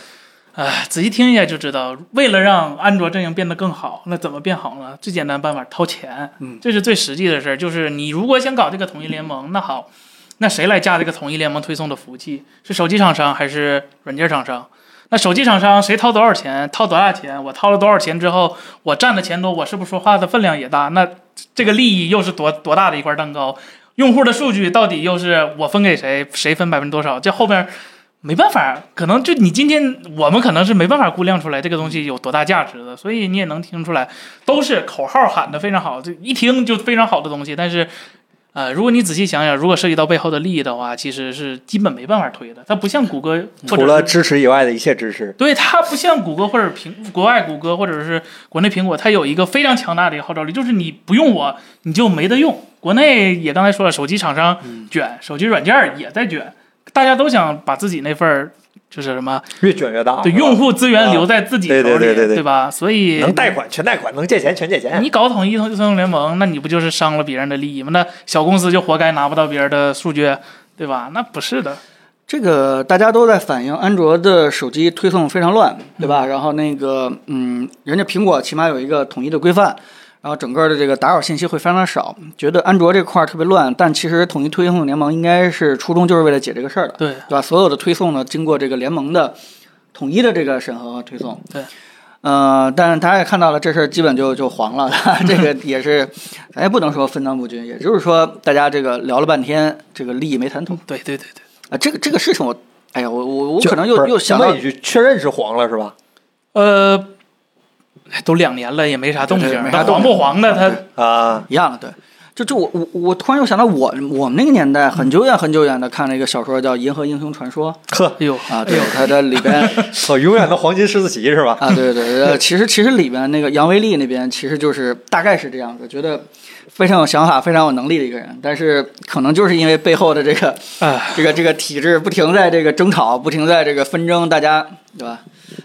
S3: 唉，仔细听一下就知道，为了让安卓阵营变得更好，那怎么变好呢？最简单办法，掏钱，
S2: 嗯
S3: 这是最实际的事儿。就是你如果想搞这个统一联盟，那好，那谁来架这个统一联盟推送的服务器？是手机厂商还是软件厂商？那手机厂商谁掏多少钱，掏多大钱？我掏了多少钱之后，我占的钱多，我是不是说话的分量也大？那这个利益又是多多大的一块蛋糕？用户的数据到底又是我分给谁，谁分百分之多少？这后边没办法，可能就你今天我们可能是没办法估量出来这个东西有多大价值的，所以你也能听出来，都是口号喊的非常好，就一听就非常好的东西，但是。呃，如果你仔细想想，如果涉及到背后的利益的话，其实是基本没办法推的。它不像谷歌，
S1: 除
S3: 或者
S1: 了
S3: 是
S1: 支持以外的一切支持，
S3: 对，它不像谷歌或者苹国外谷歌或者是国内苹果，它有一个非常强大的一个号召力，就是你不用我，你就没得用。国内也刚才说了，手机厂商
S1: 嗯
S3: 卷，手机软件儿也在卷，大家都想把自己那份儿就是什么
S1: 越卷越大。
S3: 对
S1: 是吧
S3: 用户资源留在自己手
S1: 对
S3: 里，
S1: 啊对对对对
S3: 吧？所以
S1: 能贷款全贷款，能借钱全借钱。
S3: 你搞统一通用联盟，那你不就是伤了别人的利益吗？那小公司就活该拿不到别人的数据，对吧？那不是的，
S2: 这个大家都在反映安卓的手机推送非常乱，对吧？然后那个，嗯，人家苹果起码有一个统一的规范，然后整个的这个打扰信息会非常的少。觉得安卓这块儿特别乱，但其实统一推送联盟应该是初衷就是为了解这个事儿的，
S3: 对
S2: 对吧？所有的推送呢，经过这个联盟的统一的这个审核和推送，
S3: 对。
S2: 呃，但大家也看到了，这事儿基本就就黄了。 <laughs> 这个也是，咱也不能说分赃不均，也就是说，大家这个聊了半天，这个利益没谈通。
S3: 对对对对。
S2: 啊，这个这个事情我，哎呀，我我我
S1: 就
S2: 可能
S1: 不
S2: 又
S1: 是
S2: 又想到
S1: 问一句，确认是黄了是吧？
S3: 呃，都两年了，也没啥动静
S2: 对
S3: 儿
S2: 对，没
S3: 那
S2: 啥动
S3: 黄
S2: 静
S3: 不黄的，他
S1: 啊，
S2: 一样了，对。就就我我我突然又想到我我们那个年代很久远很久远的看了一个小说叫《银河英雄传说
S1: 呵，
S3: 哎呦》
S2: 啊，对，它的里边
S1: 我永远的黄金狮子旗是
S3: <laughs>
S1: 吧？
S2: 啊，对对对，呃其实其实里边那个杨威利那边其实就是大概是这样子，觉得非常有想法、非常有能力的一个人，但是可能就是因为背后的这
S3: <laughs>
S2: 个
S3: 啊，
S2: 这个这个体制不停在这个争吵，不停在这个纷争，大家对吧？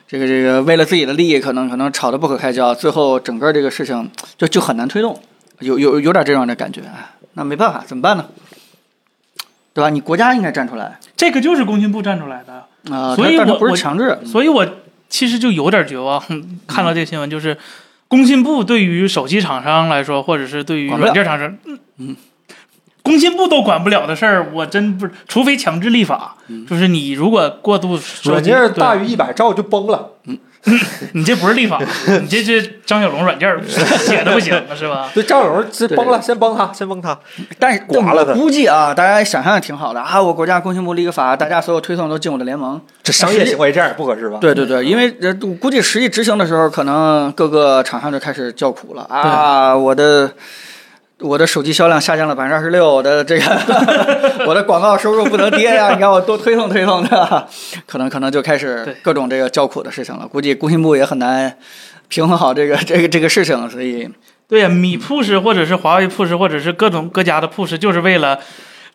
S2: 这个这个为了自己的利益，可能可能吵得不可开交，最后整个这个事情就就很难推动，有有有点这样的感觉。哎那没办法，怎么办呢？对吧？你国家应该站出来
S3: 这个就是工信部站出来的，
S2: 啊、呃，
S3: 所以
S2: 但它
S3: 我
S2: 不是
S3: 我
S2: 强制，
S3: 所以我其实就有点绝望。哼看到这个新闻，就是工信部对于手机厂商来说，或者是对于
S2: 管不了
S3: 软件厂商，嗯嗯，工信部都管不了的事儿，我真不，除非强制立法，
S2: 嗯
S3: 就是你如果过度收集
S1: 软件
S3: 对
S1: 大于一百兆就崩了。
S3: 你这不是
S2: <laughs>
S3: 立法，你这是张小龙软件儿写的不行是吧？
S1: 对，赵勇先
S2: 对
S1: 崩了，先崩他，先崩他。
S2: 但是
S1: 刮
S2: 但
S1: 了
S2: 我
S1: 它
S2: 估计啊，大家想象也挺好的啊，我国家工信部立个法，大家所有推送都进我的联盟，
S1: 这商业行为这样也不合适吧？
S2: 对对对，因为呃，我估计实际执行的时候，可能各个厂商就开始叫苦了啊！我的我的手机销量下降了百分之二十六，我
S1: <laughs>
S2: 的这个我的广告收入不能跌呀、你让我多推送推送的，可能可能就开始
S3: 对
S2: 各种这个叫苦的事情了。估计工信部也很难平衡好这个这个这个事情，所以
S3: 对呀，米 push 或者是华为 push 或者是各种各家的 push，就是为了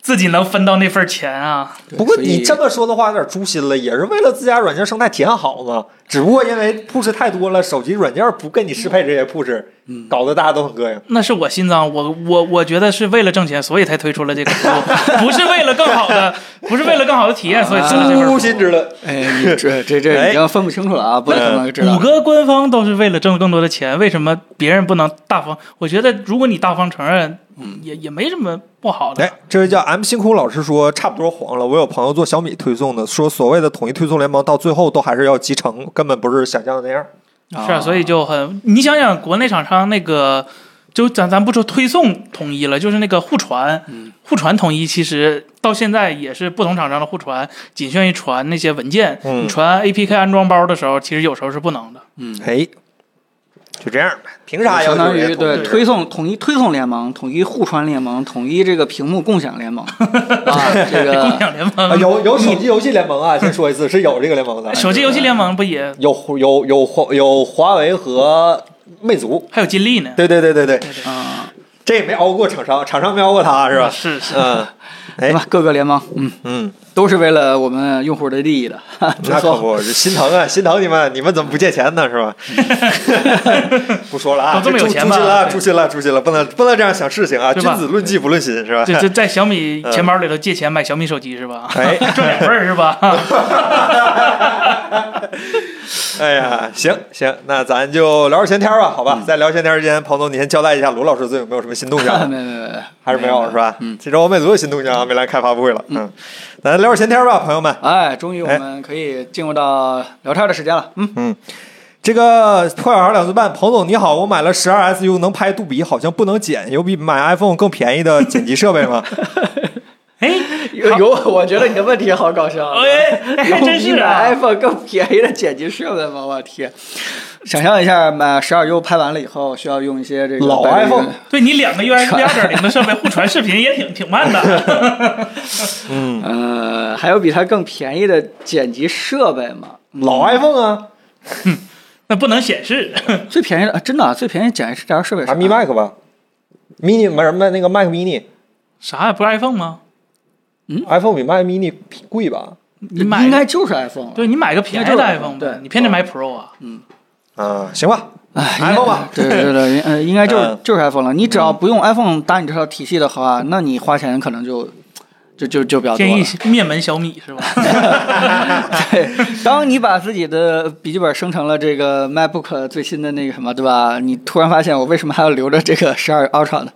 S3: 自己能分到那份钱啊。
S1: 不过
S2: 所以
S1: 你这么说的话，有点诛心了，也是为了自家软件生态体验好嘛。只不过因为 push 太多了，手机软件不跟你适配这些 push，、搞
S3: 嗯
S1: 得大家都很膈应。
S3: 那是我心脏，我我我觉得是为了挣钱，所以才推出了这个服务，不是为了更好的，不是为了更好的体验，所以推出了这份服
S1: 诛
S3: 务。
S1: 啊心之论，
S2: 哎，你这这这
S1: 哎
S2: 已经分不清楚了啊，不可能知道
S3: 谷。歌官方都是为了挣更多的钱，为什么别人不能大方？我觉得如果你大方承认，
S2: 嗯
S3: 也也没什么不好的啊
S1: 哎。，这位叫 M 星空老师说，差不多黄了。我有朋友做小米推送的，说所谓的统一推送联盟到最后都还是要集成，根本不是想象的那样。
S3: 是啊，所以就很，你想想国内厂商那个，就咱咱不说推送统一了，就是那个互传，
S1: 嗯
S3: 互传统一，其实到现在也是不同厂商的互传，仅限于传那些文件，
S1: 嗯
S3: 你传 APK 安装包的时候，其实有时候是不能的。
S1: 哎，就这样呗，凭啥要
S2: 相
S1: 求
S2: 当于
S1: 人家统
S2: 对
S1: 一
S2: 推送统一推送联盟、统一互传联盟、统一这个屏幕共享
S1: <laughs>
S2: 联盟啊，这
S3: 共
S2: 个
S3: 享联盟、
S1: 啊有有手机游戏联盟啊？先说一次，是有这个联盟的，
S3: <laughs> 手机游戏联盟不也
S1: 有有有华有华为和魅族。
S3: 还有金立呢？
S1: 对对对对对，
S2: 啊，
S1: 这也没熬过厂商，厂商没熬过他是吧？
S3: 是是，
S1: 嗯，
S2: 对
S1: 哎，
S2: 吧？各个联盟，嗯，
S1: 嗯，
S2: 都是为了我们用户的利益的。
S1: 那可不，这心
S3: <laughs>
S1: 疼啊，心疼你们，你们怎么不借钱呢？是吧？不说了啊，
S3: 都这么有钱
S1: 诛
S3: 吧
S1: 心了啊，
S3: 对
S1: 诛心了，诛心了，不能不能这样想事情啊！
S3: 对
S1: 君
S3: 吧
S1: 子论迹不论心是吧？
S3: 这这在
S1: <laughs>
S3: 小米钱包里头借钱买小米手机是吧？
S1: 嗯
S3: <laughs>
S1: 哎
S3: 挣两份儿
S1: <laughs>
S3: 是吧？
S1: 哎呀，行行，那咱就聊会儿闲天儿吧，好
S3: 嗯
S1: 吧？在聊闲天儿之前，彭总，你先交代一下罗老师最近有没有什么新动向？
S3: <laughs>
S2: 没没没，
S1: 啊还是没有是吧？嗯，这周魅族有新动向啊，没来开发布会了。嗯，咱聊会儿闲天儿吧，朋友们。
S2: 哎，终于我们可以进入到聊天的时间了。嗯，
S1: 这个破小孩两岁半，彭总你好，我买了十二 SU 能拍杜比，好像不能剪，有比买 iPhone 更便宜的剪辑设备吗？
S3: 哎
S2: 有有，我觉得你的问题好搞笑啊。
S3: 哎，还真
S2: 有比
S3: 是
S2: 买
S3: 啊！
S2: iPhone 更便宜的剪辑设备吗？我天！想象一下，买十二 U 拍完了以后，需要用一些这个
S1: 老
S2: 白云
S1: iPhone
S3: 对你两个 USB 二点零的设备互传视频也挺挺
S1: <laughs>
S3: 慢的，
S1: 嗯，
S2: 呃，还有比它更便宜的剪辑设备吗？
S1: 老 iPhone 啊， <laughs>
S3: 那不能显示。
S2: 最便宜的，啊真的啊、最便宜剪辑这设备是
S1: 啊 Mi Max 吧，Mini 不是卖那个 Mac Mini，iPhone
S3: 啥呀？不是 iPhone 吗？
S1: 比 Mac Mini 贵吧？
S3: 你买
S2: 应该就是 iPhone 了。
S3: 对你买个便宜的
S2: 应该就是
S3: iPhone 呗，
S2: 对
S3: 你偏得
S1: 哦
S3: 买 Pro 啊？
S1: 啊，行吧
S2: 哎应该
S1: ，iPhone 吧，
S2: 对对对对，呃，应该就是
S1: 嗯
S2: 就是 iPhone 了。你只要不用 iPhone 搭你这套体系的话，那你花钱可能就就就就比较多
S3: 建
S2: 了
S3: 议。灭门小米是吧？
S1: <laughs>
S2: <laughs> 对，当你把自己的笔记本生成了这个 MacBook 最新的那个什么，对吧？你突然发现我为什么还要留着这个十二 Ultra 呢？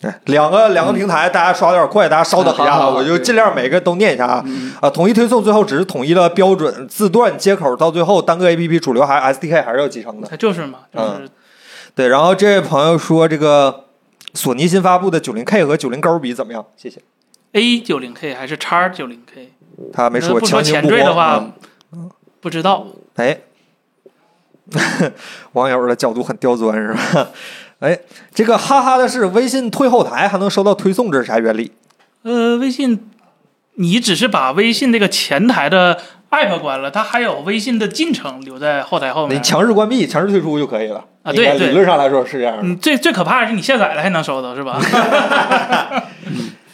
S1: 哎两个两个平台，大家刷的有点快，大家稍等一下
S2: 好
S1: 啊，
S2: 好好
S1: 我就尽量每个都念一下啊。啊，统一推送最后只是统一了标准字段接口，到最后单个 APP 主流还 SDK 还是要集成的。
S3: 它就是嘛，
S1: 嗯
S3: 就是
S1: 对，然后这位朋友说，这个索尼新发布的九零 K 和九零勾比怎么样？谢谢。
S3: A 九零 K 还是 X 九零 K？呃
S1: 他没说
S3: 不说
S1: 强行
S3: 前
S1: 不
S3: 缀
S1: 播嗯
S3: 的话，不知道。
S1: 哎，网友的角度很刁钻是吧？哎，这个哈哈的是，微信退后台还能收到推送，这是啥原理？
S3: 呃，微信，你只是把微信这个前台的 app 关了，它还有微信的进程留在后台后
S1: 你
S3: 面。
S1: 强制关闭、强制退出就可以了。
S3: 啊
S1: 应该
S3: 对对
S1: 理论上来说是这样的。
S3: 你最最可怕的是你下载了还能收到
S1: <laughs>
S3: 是吧？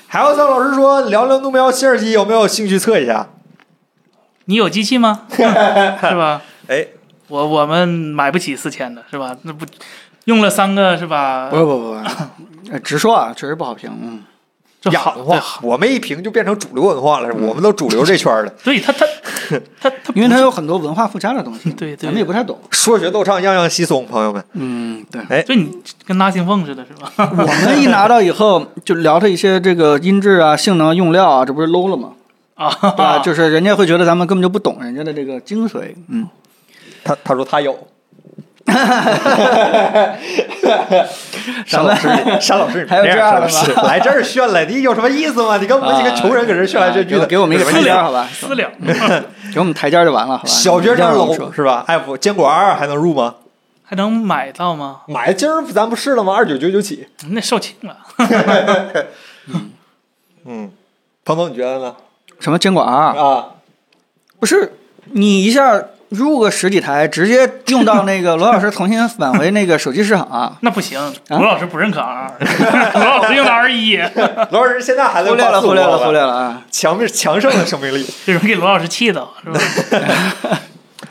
S1: 海奥森老师说，聊聊怒喵切尔西有没有兴趣测一下？
S3: 你有机
S1: <laughs>
S3: 器吗？是吧？
S1: 哎，
S3: 我我们买不起四千的是吧？那不用了三个是吧
S2: 不？是不不不， <laughs> 呃直说啊，确实不好评。 <laughs> 嗯，
S3: 这
S1: 养
S3: 好
S1: 化
S3: 对，好
S1: 我们一评就变成主流文化了，我们都主流这圈儿了。
S3: 对它
S2: <laughs>
S3: 它它它
S2: 因为它有很多文化附加的东西，
S3: 对对
S2: 咱们也不太懂。
S1: 说学逗唱，样样稀松，朋友们。
S2: 嗯，对。
S3: 对你跟拉星凤似的，是吧？ <laughs>
S2: <laughs> 我们一拿到以后，就聊它一些这个音质啊、性能、用料啊，这不是 low 了吗？对吧？
S3: <laughs> 啊，
S2: 就是人家会觉得咱们根本就不懂人家的这个
S1: <laughs>
S2: 精髓。嗯，
S1: 他他说他有。
S2: 咱
S1: 沙
S2: 们
S1: 老师，
S2: <laughs>
S1: 沙老师，你
S2: 还有
S1: 别
S2: 这
S1: 样
S2: 样的
S1: 沙老师
S2: 吗
S1: 来这儿炫来，你有什么意思吗？你跟我们几个穷人搁这儿炫来炫去
S2: 啊
S1: 的，
S2: 给我
S1: <laughs>
S2: 们一个
S1: 有什么
S2: 台
S1: 意
S2: 阶
S1: 思
S2: 儿，好吧？
S3: 私了，
S2: 给我们台阶儿就完了，好吧？
S1: 小学生
S2: 让我
S1: 楼
S2: 说，
S1: 是吧？app 坚果二还能入吗？
S3: 还能买到吗？
S1: 买今儿咱不试了吗？二九九九起。
S3: 那售罄了。
S1: 嗯，彭总你觉得呢？
S2: 啊什么监管啊？
S1: 啊，
S2: 不是你一下入个十几台，直接用到那个罗老师重新返回那个手机市场 <laughs> 啊，
S3: 那不行，罗老师不认可 R 二， <laughs> 罗老师用的 R 一， <laughs>
S1: 罗老师现在还在
S2: 忽略了，
S1: 画速
S2: 忽略了，
S1: 播吧
S2: 忽略了啊！
S1: 强面强盛的生命
S2: <laughs>
S1: 力。
S3: 这人给罗老师气的，是吧？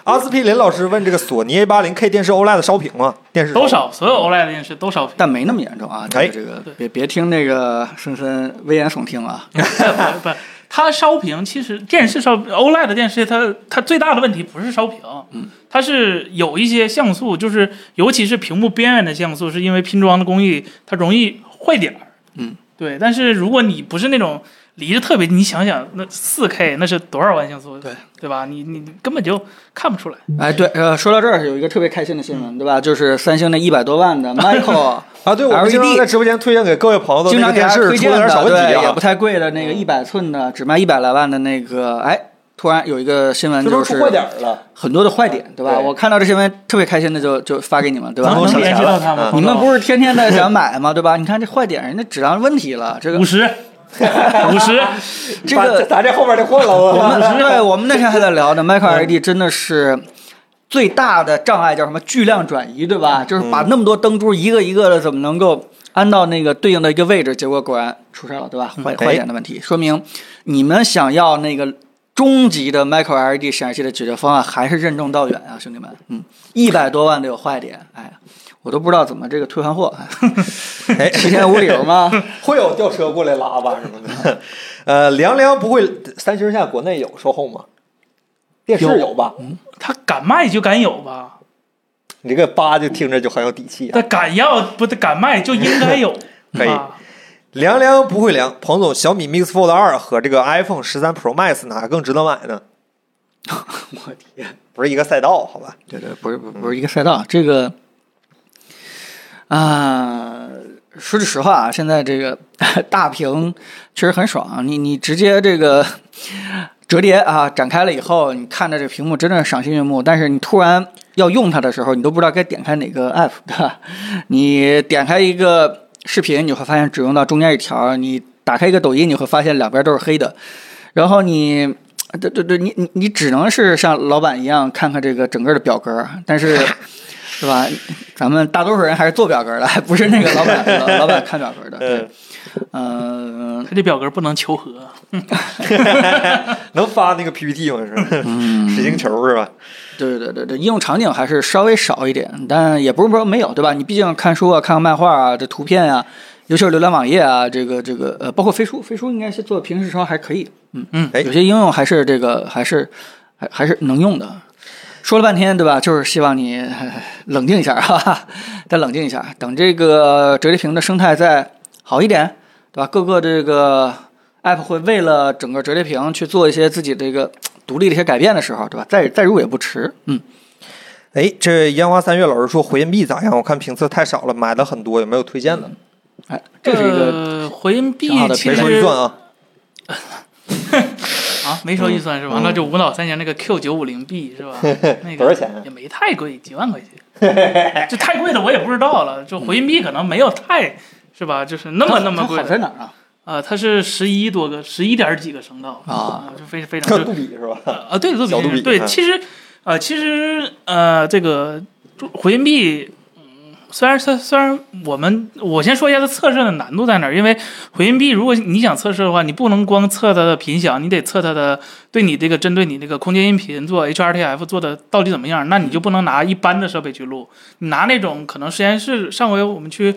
S1: 阿司匹林老师问这个索尼 A 8 0 K 电视 OLED 烧屏吗？电视
S3: 都少，所有 OLED 电视都少屏，
S2: 但没那么严重啊，这
S1: 哎
S2: 个这个别别听那个深深危言耸听啊，
S3: 不不，它烧屏其实电视烧 OLED 电视它它最大的问题不是烧屏，它是有一些像素，就是尤其是屏幕边缘的像素，是因为拼装的工艺它容易坏点儿。
S2: 嗯，
S3: 对。但是如果你不是那种离着特别，你想想那四 K 那是多少万像素？
S2: 对
S3: 对吧？你你根本就看不出来。
S2: 哎，对，呃，说到这儿有一个特别开心的新
S1: 嗯
S2: 闻，对吧？就是三星那一百多
S1: <laughs>
S2: 万的 Michael
S1: 啊，对，我们
S2: LED
S1: 经常在直播间推荐给各位朋友的
S2: E 经
S1: 那个
S2: 常给
S1: 电
S2: 大家
S1: 视
S2: 推
S1: 出
S2: 荐
S1: 了
S2: 的，
S1: 点小问题
S2: 对，也
S1: 啊
S2: 不，太贵的那个一百寸的，只卖一百来万的那个，哎，突然有一个新闻
S1: 这
S2: 就
S1: 都出
S2: 是
S1: 坏点儿了，
S2: 很多的坏点，对吧？
S1: 对
S2: 我看到这新闻特别开心的就就发给你们，对吧？
S1: 然后
S3: 能
S1: 省
S3: 联
S1: 钱
S3: 系到
S1: 了
S3: 他吗
S1: 嗯？
S2: 你们不是天天的想买吗？对吧？你看这坏点，人家质量问题了，这个
S3: 五十，五十，
S2: 这
S1: 把
S2: 个
S1: 咱这后面就混了，我
S2: <laughs> 我们
S1: 操
S2: 对，我们那天还在聊呢，micro LED 真的是。最大的障碍叫什么？巨量转移，对吧？就是把那么多灯珠一个一个的，怎么能够安到那个对应的一个位置？结果果然出事儿了，对吧？坏
S1: 哎
S2: 坏点的问题，说明你们想要那个终极的 micro LED 显示器的解决方案，还是任重道远啊，兄弟们。嗯，一百多万的有坏点，哎，我都不知道怎么这个退换货， <laughs>
S1: 哎
S2: 七天无理由吗？
S1: 会有吊车过来拉吧什么的。 <laughs> 呃，凉凉不会，三星现在国内有售后吗？电视有吧？
S3: 他敢卖就敢有吧？
S1: 你这个八就听着就很有底气啊。
S3: 他敢要不得敢卖就应该有。
S1: 可以
S3: 啊
S1: 凉凉不会凉，彭总，小米 Mix Fold 二和这个 iPhone 十三 Pro Max 哪个更值得买
S3: <laughs>
S1: 呢？
S2: 我天！
S1: 不是一个赛道，好吧？
S2: 对对，不是不是不是一个赛道，这个啊、说句实话啊，现在这个 <laughs> 大屏确实很爽，啊你你直接这个折叠啊展开了以后，你看着这屏幕真的是赏心悦目，但是你突然要用它的时候，你都不知道该点开哪个 app，对吧？ <laughs> 你点开一个视频，你会发现只用到中间一条；你打开一个抖音，你会发现两边都是黑的。然后你，对对对，你你你只能是像老板一样看看这个整个的表格，但是， <laughs> 是吧？咱们大多数人还是做表格的，还不是那个老板老老板看表格的。对，
S1: 嗯，
S2: 嗯、
S3: 他这表格不能求和，
S1: 能发那个 PPT 吗？是吧？
S3: 嗯
S1: 水晶球是吧？
S2: 对对对对，应用场景还是稍微少一点，但也不是说没有，对吧？你毕竟看书啊，看看漫画啊，这图片啊，尤其是浏览网页啊，这个这个呃，包括飞书，飞书应该是做平时生活还可以，嗯
S3: 嗯
S1: 哎
S2: 有些应用还是这个还是还还是能用的。说了半天，对吧？就是希望你唉冷静一下，哈 <laughs> 哈，再冷静一下，等这个折叠屏的生态再好一点，对吧？各个这个 app 会为了整个折叠屏去做一些自己这个独立的一些改变的时候，对吧？再再入也不迟。嗯，
S3: 嗯
S1: 哎，这烟花三月老师说回音壁咋样？我看评测太少了，买了很多，有没有推荐的？
S2: 哎，这是一个
S3: 呃回音壁
S2: 挺好，的
S3: 嗯其
S1: 没
S3: 实
S1: 说预算啊，
S3: 啊，没说预算
S2: 嗯
S3: 是吧？那就无脑三年那个 Q 九五零 B 是吧？
S2: <laughs>
S3: 那个
S1: 多少钱啊
S3: 也没太贵，几万块钱。
S2: <laughs>
S3: 这太贵的我也不知道了。就回音壁可能没有太是吧？就是那么那么贵
S2: 它好在
S3: 的
S2: 哪儿啊？
S3: 啊，它是十一多个，十一点几个声道
S2: 啊，
S3: 就非非常
S1: 看
S3: 就
S1: 杜比是吧？
S3: 啊，对，杜比
S1: 小杜比
S3: 对，
S1: 嗯
S3: 其实呃，其实呃，这个回音壁，嗯，虽然虽虽然我们我先说一下它测试的难度在哪儿，因为回音壁如果你想测试的话，你不能光测它的频响，你得测它的对你这个针对你这个空间音频做 HRTF 做的到底怎么样，那你就不能拿一般的设备去录，你拿那种可能实验室上回我们去。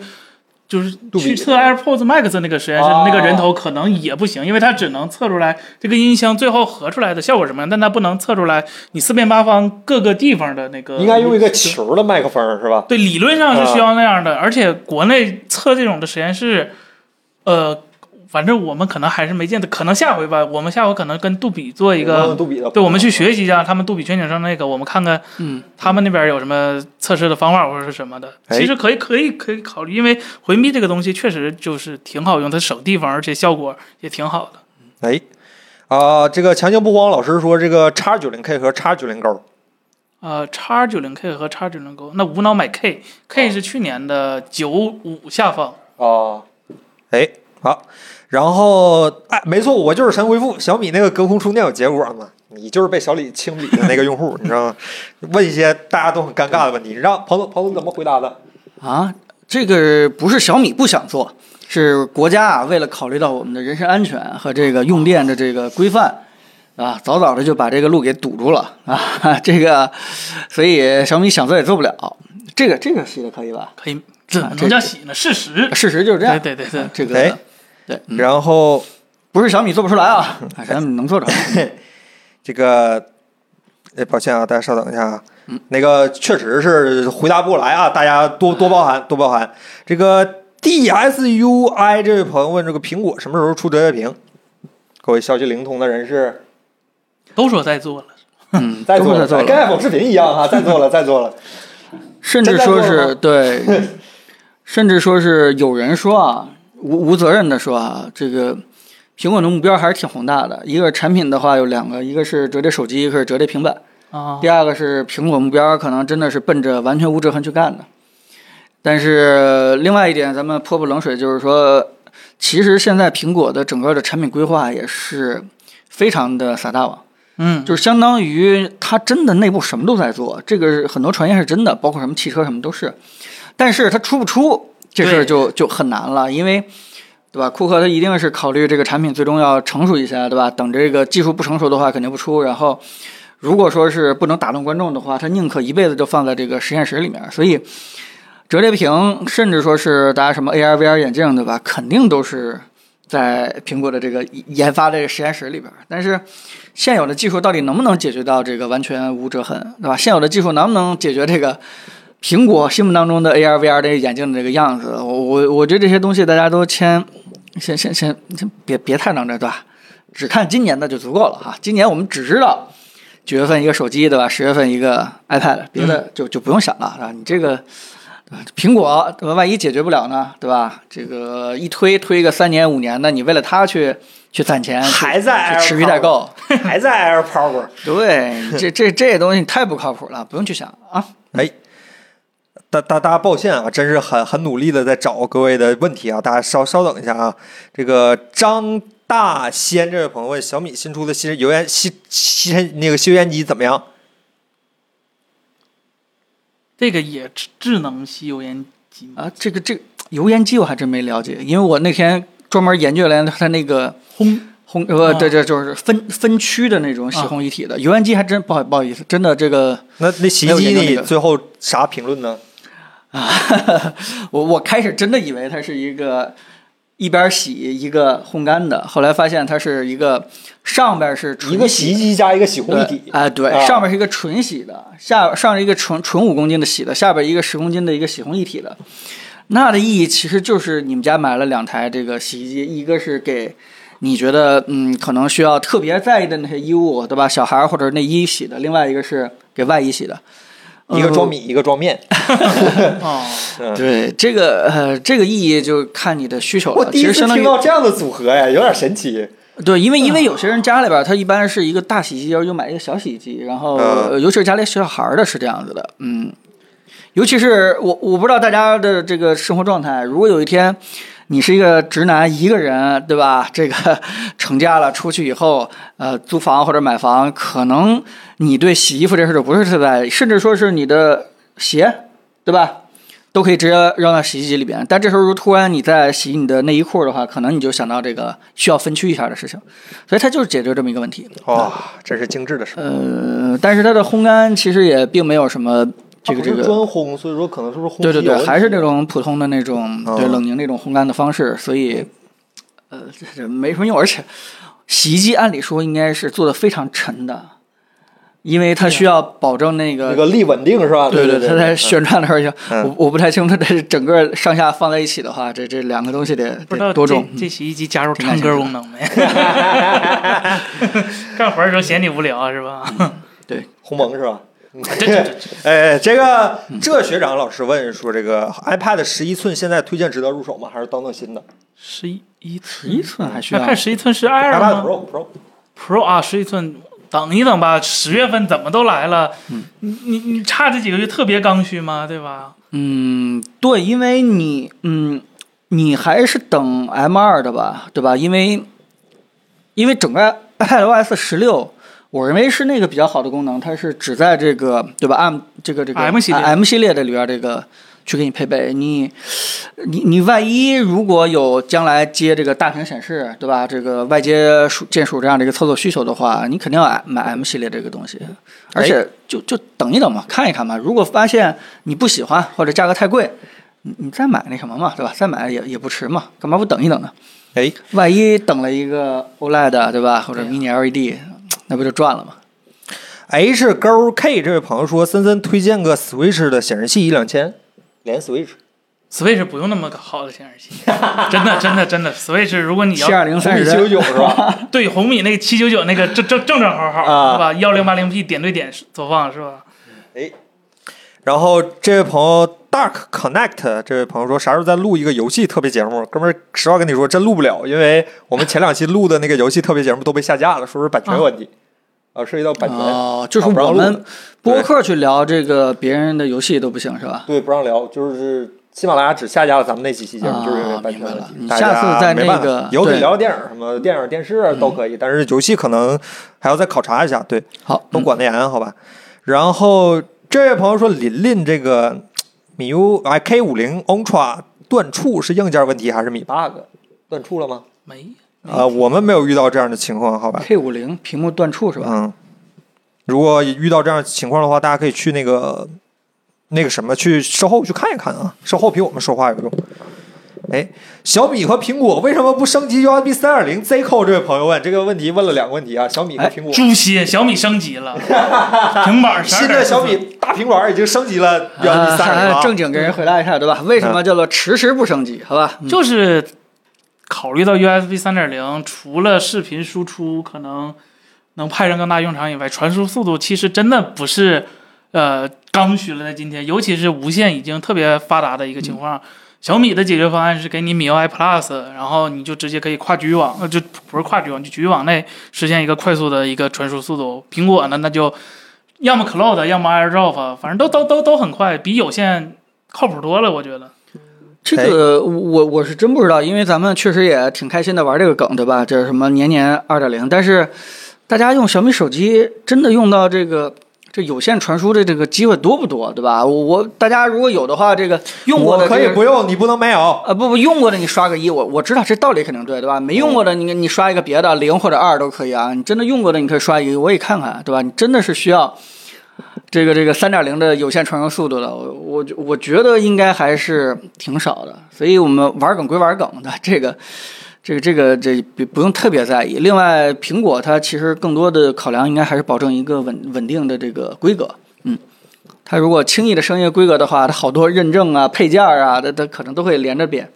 S3: 就是
S1: 杜比
S3: 去测 AirPods Max 那个实验室
S1: 哦
S3: 那个人头可能也不行，因为它只能测出来这个音箱最后合出来的效果是什么样，但它不能测出来你四面八方各个地方的那个。
S1: 应该用一个球的麦克风是吧？
S3: 对，理论上是需要那样的，而且国内测这种的实验室，呃，反正我们可能还是没见的，可能下回吧，我们下回可能跟杜比做一
S1: 用
S3: 个，
S1: 杜比的，
S3: 对，我们去学习一下他们杜比全景声那个，我们看看
S2: 嗯，
S3: 他们那边有什么测试的方法或者是什么的，
S1: 哎
S3: 其实可以可以可以考虑，因为回避这个东西确实就是挺好用，它省地方，而且效果也挺好的。
S1: 哎，啊、这个强行不慌老师说，这个叉九零 K 和叉九零勾，
S3: 呃，叉九零 K 和叉九零 Go，那无脑买 K，K 是去年的九五下方，
S1: 啊，哎，好，然后哎，没错，我就是神回复，小米那个隔空充电有结果吗？你就是被小李清理的那个用户，你知道吗？问一些大家都很尴尬的问题，你让彭总彭总怎么回答的？
S2: 啊，这个不是小米不想做，是国家啊为了考虑到我们的人身安全和这个用电的这个规范。啊，早早的就把这个路给堵住了啊！这个，所以小米想做也做不了。这个这个系列可以吧？
S3: 可以，怎么能叫洗呢？事实，
S2: 事实就是这样。
S3: 对对对对
S2: 啊这
S1: 哎
S2: 个对，嗯
S1: 然后
S2: 不是小米做不出来啊，啊小米能做出来。
S1: 这个，哎，抱歉啊，大家稍等一下啊。那个确实是回答不过来啊，大家多多包涵，多包涵。这个 DSUI 这位朋友问，这个苹果什么时候出折叠屏？各位消息灵通的人士，
S3: 都说在做了，
S2: 嗯，
S1: 在做
S2: 都
S1: 了，
S2: 在做
S1: 跟
S2: 了，
S1: 爱否视频一样哈、在做了，在做 <laughs> 了。
S2: 甚至
S1: 真在做
S2: 说
S1: 了
S2: 是
S1: 吗
S2: 对，
S1: <laughs>
S2: 甚至说是有人说啊，无无责任的说啊，这个苹果的目标还是挺宏大的。一个产品的话有两个，一个是折叠手机，一个是折叠平板。
S1: 哦
S3: 啊，
S2: 第二个是苹果目标可能真的是奔着完全无折痕去干的。但是另外一点，咱们泼泼冷水，就是说，其实现在苹果的整个的产品规划也是非常的撒大网。
S3: 嗯，
S2: 就是相当于它真的内部什么都在做，这个是很多传言是真的，包括什么汽车什么都是，但是它出不出这事儿就就很难了，因为对吧？库克他一定是考虑这个产品最终要成熟一下，对吧？等这个技术不成熟的话，肯定不出。然后如果说是不能打动观众的话，他宁可一辈子就放在这个实验室里面。所以折叠屏，甚至说是大家什么 AR、VR 眼镜，对吧？肯定都是在苹果的这个研发的这个实验室里边儿，但是。现有的技术到底能不能解决到这个完全无折痕，对吧？现有的技术能不能解决这个苹果心目当中的 AR、VR 的眼镜的这个样子？我我我觉得这些东西大家都先先先先先别别太当真，对吧？只看今年的就足够了哈。今年我们只知道九月份一个手机，对吧？十月份一个 iPad，别
S1: 嗯
S2: 的就就不用想了，啊。你这个。对吧苹果对吧万一解决不了呢，对吧？这个一推推个三年五年的，你为了它去去攒钱，去
S1: 还在
S2: 去持续代购， <laughs>
S1: 还在 Air Power。 <laughs>
S2: 对，这这这东西太不靠谱了，不用去想啊。
S1: 哎，大大大家抱歉啊，真是很很努力的在找各位的问题啊，大家稍稍等一下啊。这个张大仙这位朋友问，小米新出的吸油烟吸吸尘那个吸油烟机怎么样？
S3: 这个也智智能吸油烟机嘛，
S2: 啊，这个这个油烟机我还真没了解，因为我那天专门研究了它那个
S3: 轰，
S2: 烘呃，
S3: 啊
S2: 对对，就是分分区的那种
S1: 啊
S2: 洗烘一体的油烟机，还真不好不好意思，真的
S1: <laughs>
S2: 这个
S1: 那那洗衣机
S2: 没有研究
S1: 你
S2: 这个
S1: 最后啥评论呢？
S2: 啊，我我开始真的以为它是一个一边洗一个烘干的，后来发现它是一个上边是纯
S1: 一个洗衣机加一个洗烘
S2: 对
S1: 一体
S2: 啊，对，
S1: 啊
S2: 上面是一个纯洗的，下上面一个纯纯五公斤的洗的，下边一个十公斤的一个洗烘一体的。那的意义其实就是你们家买了两台这个洗衣机，一个是给你觉得嗯可能需要特别在意的那些衣物，对吧？小孩儿或者内衣洗的，另外一个是给外衣洗的。
S1: 一
S2: 呃
S1: 个装米，一个装面。
S3: 哦，
S1: 嗯
S2: 对这个呃这个意义就看你的需求
S1: 我
S2: 了。
S1: 第
S2: 哦其
S1: 一
S2: 实
S1: 次
S2: 相当于
S1: 听到这样的组合呀，有点神奇。
S2: 对，因为因为有些人家里边儿他一般是一个大洗衣机，要又买一个小洗衣机，然后、
S1: 嗯
S2: 呃尤其是家里小小孩儿的是这样子的，嗯，尤其是我我不知道大家的这个生活状态，如果有一天你是一个直男一个人，对吧？这个 <laughs> 成家了出去以后，呃，租房或者买房，可能你对洗衣服这事儿就不是特别在意，甚至说是你的鞋，对吧？都可以直接扔到洗衣机里边，但这时候如果突然你在洗你的内衣裤的话，可能你就想到这个需要分区一下的事情，所以它就是解决这么一个问题。
S1: 哇，真是精致的事。
S2: 呃，但是它的烘干其实也并没有什么这个
S1: 它
S2: 这
S1: 不是
S2: 个
S1: 专烘，所以说可能是不是烘
S2: 对对
S1: 机有问
S2: 对，
S1: 题
S2: 还是那种普通的那种
S1: 哦
S2: 对冷凝那种烘干的方式，所以呃这这没什么用，而且洗衣机按理说应该是做的非常沉的，因为它需要保证那
S1: 啊那
S2: 个。
S1: 个力稳定是吧？
S2: 对
S1: 啊对
S2: 它在旋转的时候就，
S1: 嗯
S2: 我我不太清楚，但是整个上下放在一起的话，这这两个东西得
S3: 不知道
S2: 得多嗯种。
S3: 这这洗衣机加入唱歌功能没？ <laughs> 干活的时候嫌你无聊啊是吧？
S1: 鸿蒙是吧？
S3: 这这这
S1: 哎，这个这学长老师问说，这个 iPad 十一寸现在推荐值得入手吗？还是当当新的
S3: <laughs> 十一一
S2: 十
S3: 寸
S2: 一寸还需要
S3: 看十一寸是 Air
S1: iPad
S3: 吗
S1: Pro Pro？
S3: ？Pro 啊，十一寸，等一等吧，十月份怎么都来了，
S1: 嗯
S3: 你你你差这几个月特别刚需吗？对吧？
S2: 嗯，对，因为你，嗯，你还是等 M 二的吧，对吧？因为，因为整个 iOS 十六我认为是那个比较好的功能，它是只在这个对吧 M 这个这个
S3: 啊 M 系列
S2: M 系列的里边这个去给你配备。你你你万一如果有将来接这个大屏显示对吧，这个外接鼠键鼠这样的一个操作需求的话，你肯定要买 M 系列这个东西，而且就就等一等嘛，看一看嘛。如果发现你不喜欢或者价格太贵，你你再买那什么嘛，对吧？再买也也不迟嘛，干嘛不等一等呢？
S1: 哎，
S2: 万一等了一个 OLED 对吧，或者
S3: 对啊
S2: Mini LED，那不就赚了吗？
S1: H 勾 K 这位朋友说，森森推荐个 Switch 的显示器一两千，连 Switch。
S3: Switch 不用那么好的显
S1: <laughs>
S3: 示器，真的真的真的，Switch 如果你
S2: 七
S3: 要
S2: 二零三
S1: 米
S2: 十
S1: 七九九是吧？
S3: 对红米那个七九九那个正正正正好好、
S1: 啊
S3: 是吧？幺零八零 P 点对点缩放是吧？
S1: 哎然后这位朋友 Dark Connect 这位朋友说，啥时候再录一个游戏特别节目？哥们儿，实话跟你说，真录不了，因为我们前两期录的那个游戏特别节目都被下架了，说是版权问题，啊，涉及到版权，
S2: 哦，就是
S1: 啊不让
S2: 我
S1: 录
S2: 们播
S1: 对
S2: 客去聊这个别人的游戏都不行是吧？
S1: 对，不让聊，就是喜马拉雅只下架了咱们那几期节目，
S2: 啊
S1: 就是因为版权问题。
S2: 明白
S1: 大
S2: 了
S1: 家
S2: 你下次在那个
S1: 没办法以后可以
S2: 对嗯
S1: 聊电影什么电影、电视啊都可以，但是游戏可能还要再考察一下，对，
S2: 好，
S1: 都管得严，好吧？然后这位朋友说，琳琳这个米 U 哎 K 五零 Ultra 断触是硬件问题还是米 bug 断触了吗？
S3: 没
S1: 啊、我们没有遇到这样的情况，好吧？
S2: K 五零屏幕断触是吧？
S1: 嗯，如果遇到这样的情况的话，大家可以去那个那个什么去售后去看一看啊，售后比我们说话有用。哎，小米和苹果为什么不升级 USB 三点零 Zico？这位朋友问这个问题，问了两个问题啊，小米和苹果。
S3: 猪些，小米升级
S1: <laughs>
S3: 了，平板12.44
S1: 新的小米大平板已经升级了 USB 三点零
S2: 啊
S1: 了。
S2: 正经给人回答一下
S1: 嗯
S2: 对吧？为什么叫做迟迟不升级？好吧，嗯
S3: 就是考虑到 USB 三点零，除了视频输出可能能派上更大用场以外，传输速度其实真的不是呃刚需了。在今天，尤其是无线已经特别发达的一个情况，小米的解决方案是给你米 UI Plus，然后你就直接可以跨局域网，呃，就不是跨局域网，就局域网内实现一个快速的一个传输速度。苹果呢，那就要么 Cloud，要么 AirDrop，反正都都都都很快，比有线靠谱多了，我觉得。
S2: 这个我我是真不知道，因为咱们确实也挺开心的玩这个梗，对吧？这是什么年年二点零，但是大家用小米手机真的用到这个这有线传输的这个机会多不多，对吧？我我大家如果有的话，这个用过
S1: 我
S2: 的、这
S1: 可
S2: 个、
S1: 以不用，你不能没哦有。
S2: 啊不不用过的你刷个一，我我知道这道理肯定对，对吧？没用过的你你刷一个别的零或者二都可以啊，你真的用过的你可以刷一个，我也看看，对吧？你真的是需要这个这个三点零的有线传输速度的，我我我觉得应该还是挺少的，所以我们玩梗归玩梗的， <laughs> 这个这个这个这不不用特别在意。另外，苹果它其实更多的考量应该还是保证一个稳稳定的这个规格，嗯。它如果轻易的升一个规格的话，它好多认证啊、配件啊，它它可能都会连着变。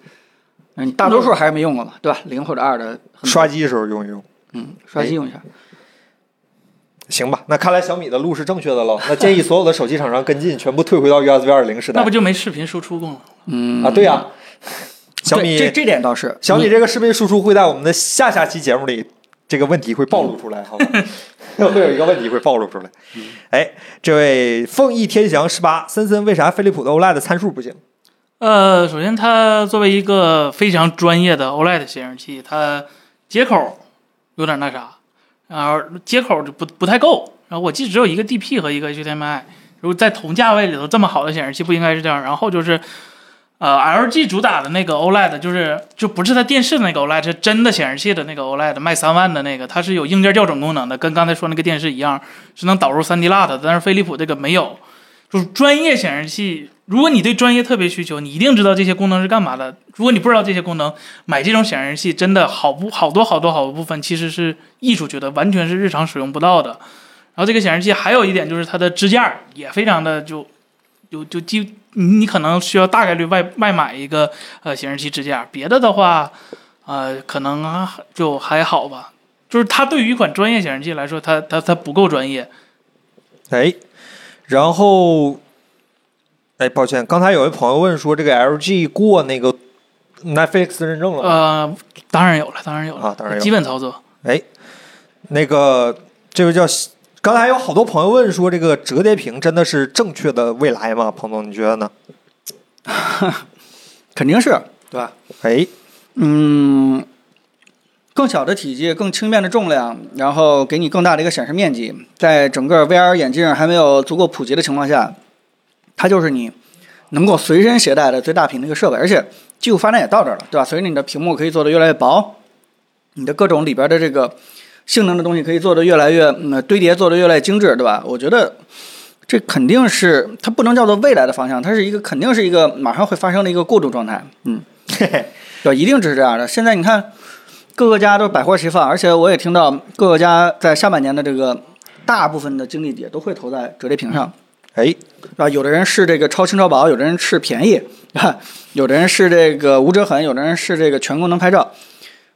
S2: 嗯，大多数还是没用过嘛，对吧？零或者二的很多
S1: 刷机的时候用一用，
S2: 嗯刷机用一下。
S1: 行吧？那看来小米的路是正确的喽。那建议所有的手机厂商跟进，全部退回到 USB 二点零时代
S3: 那不就没视频输出功能了？
S2: 嗯
S1: 啊？对呀、小
S2: 对
S1: 米
S2: 这这点倒是嗯
S1: 小米
S2: 你
S1: 这个视频输出会在我们的下下期节目里，这个问题会暴露出来，好
S2: <laughs>
S1: 吧？会有一个问题会暴露出来。哎，这位凤翼天翔十八森森，为啥飞利浦的 OLED 参数不行？
S3: 呃，首先它作为一个非常专业的 OLED 显示器，它接口有点那啥，然后接口就不不太够。然后我记得只有一个 DP 和一个 HDMI，如果在同价位里头这么好的显示器不应该是这样。然后就是，呃，LG 主打的那个 OLED 就是就不是它电视的那个 OLED，是真的显示器的那个 OLED，卖三万的那个，它是有硬件校准功能的，跟刚才说那个电视一样，是能导入 3D LUT 的，但是飞利浦这个没有。就是专业显示器，如果你对专业特别需求，你一定知道这些功能是干嘛的。如果你不知道这些功能，买这种显示器真的好不好多好多好多部分其实是溢出去的，完全是日常使用不到的。然后这个显示器还有一点就是它的支架也非常的就有就基你你可能需要大概率外外买一个呃显示器支架，别的的话呃可能、啊、就还好吧。就是它对于一款专业显示器来说，它它它不够专业。
S1: 哎，然后，哎，抱歉，刚才有位朋友问说，这个 LG 过那个 Netflix 认证了吗？
S3: 呃，当然有了，当然有了，
S1: 啊当然有
S3: 基本操作。
S1: 哎那个，这位叫刚才有好多朋友问说，这个折叠屏真的是正确的未来吗？彭总，你觉得呢？
S2: 肯定是对吧？
S1: 哎，
S2: 嗯，更小的体积、更轻便的重量，然后给你更大的一个显示面积，在整个 VR 眼镜还没有足够普及的情况下，它就是你能够随身携带的最大屏的一个设备。而且技术发展也到这儿了，对吧？随着你的屏幕可以做得越来越薄，你的各种里边的这个性能的东西可以做得越来越嗯堆叠，做得越来越精致，对吧？我觉得这肯定是它不能叫做未来的方向，它是一个肯定是一个马上会发生的一个过渡状态。嗯，
S1: 嘿嘿，
S2: 对，一定是这样的。现在你看，各个家都百花齐放，而且我也听到各个家在下半年的这个大部分的精力也都会投在折叠屏上，
S1: <laughs> 哎，
S2: 啊，有的人是这个超轻超薄，有的人是便宜，啊，有的人是这个无折痕，有的人是这个全功能拍照。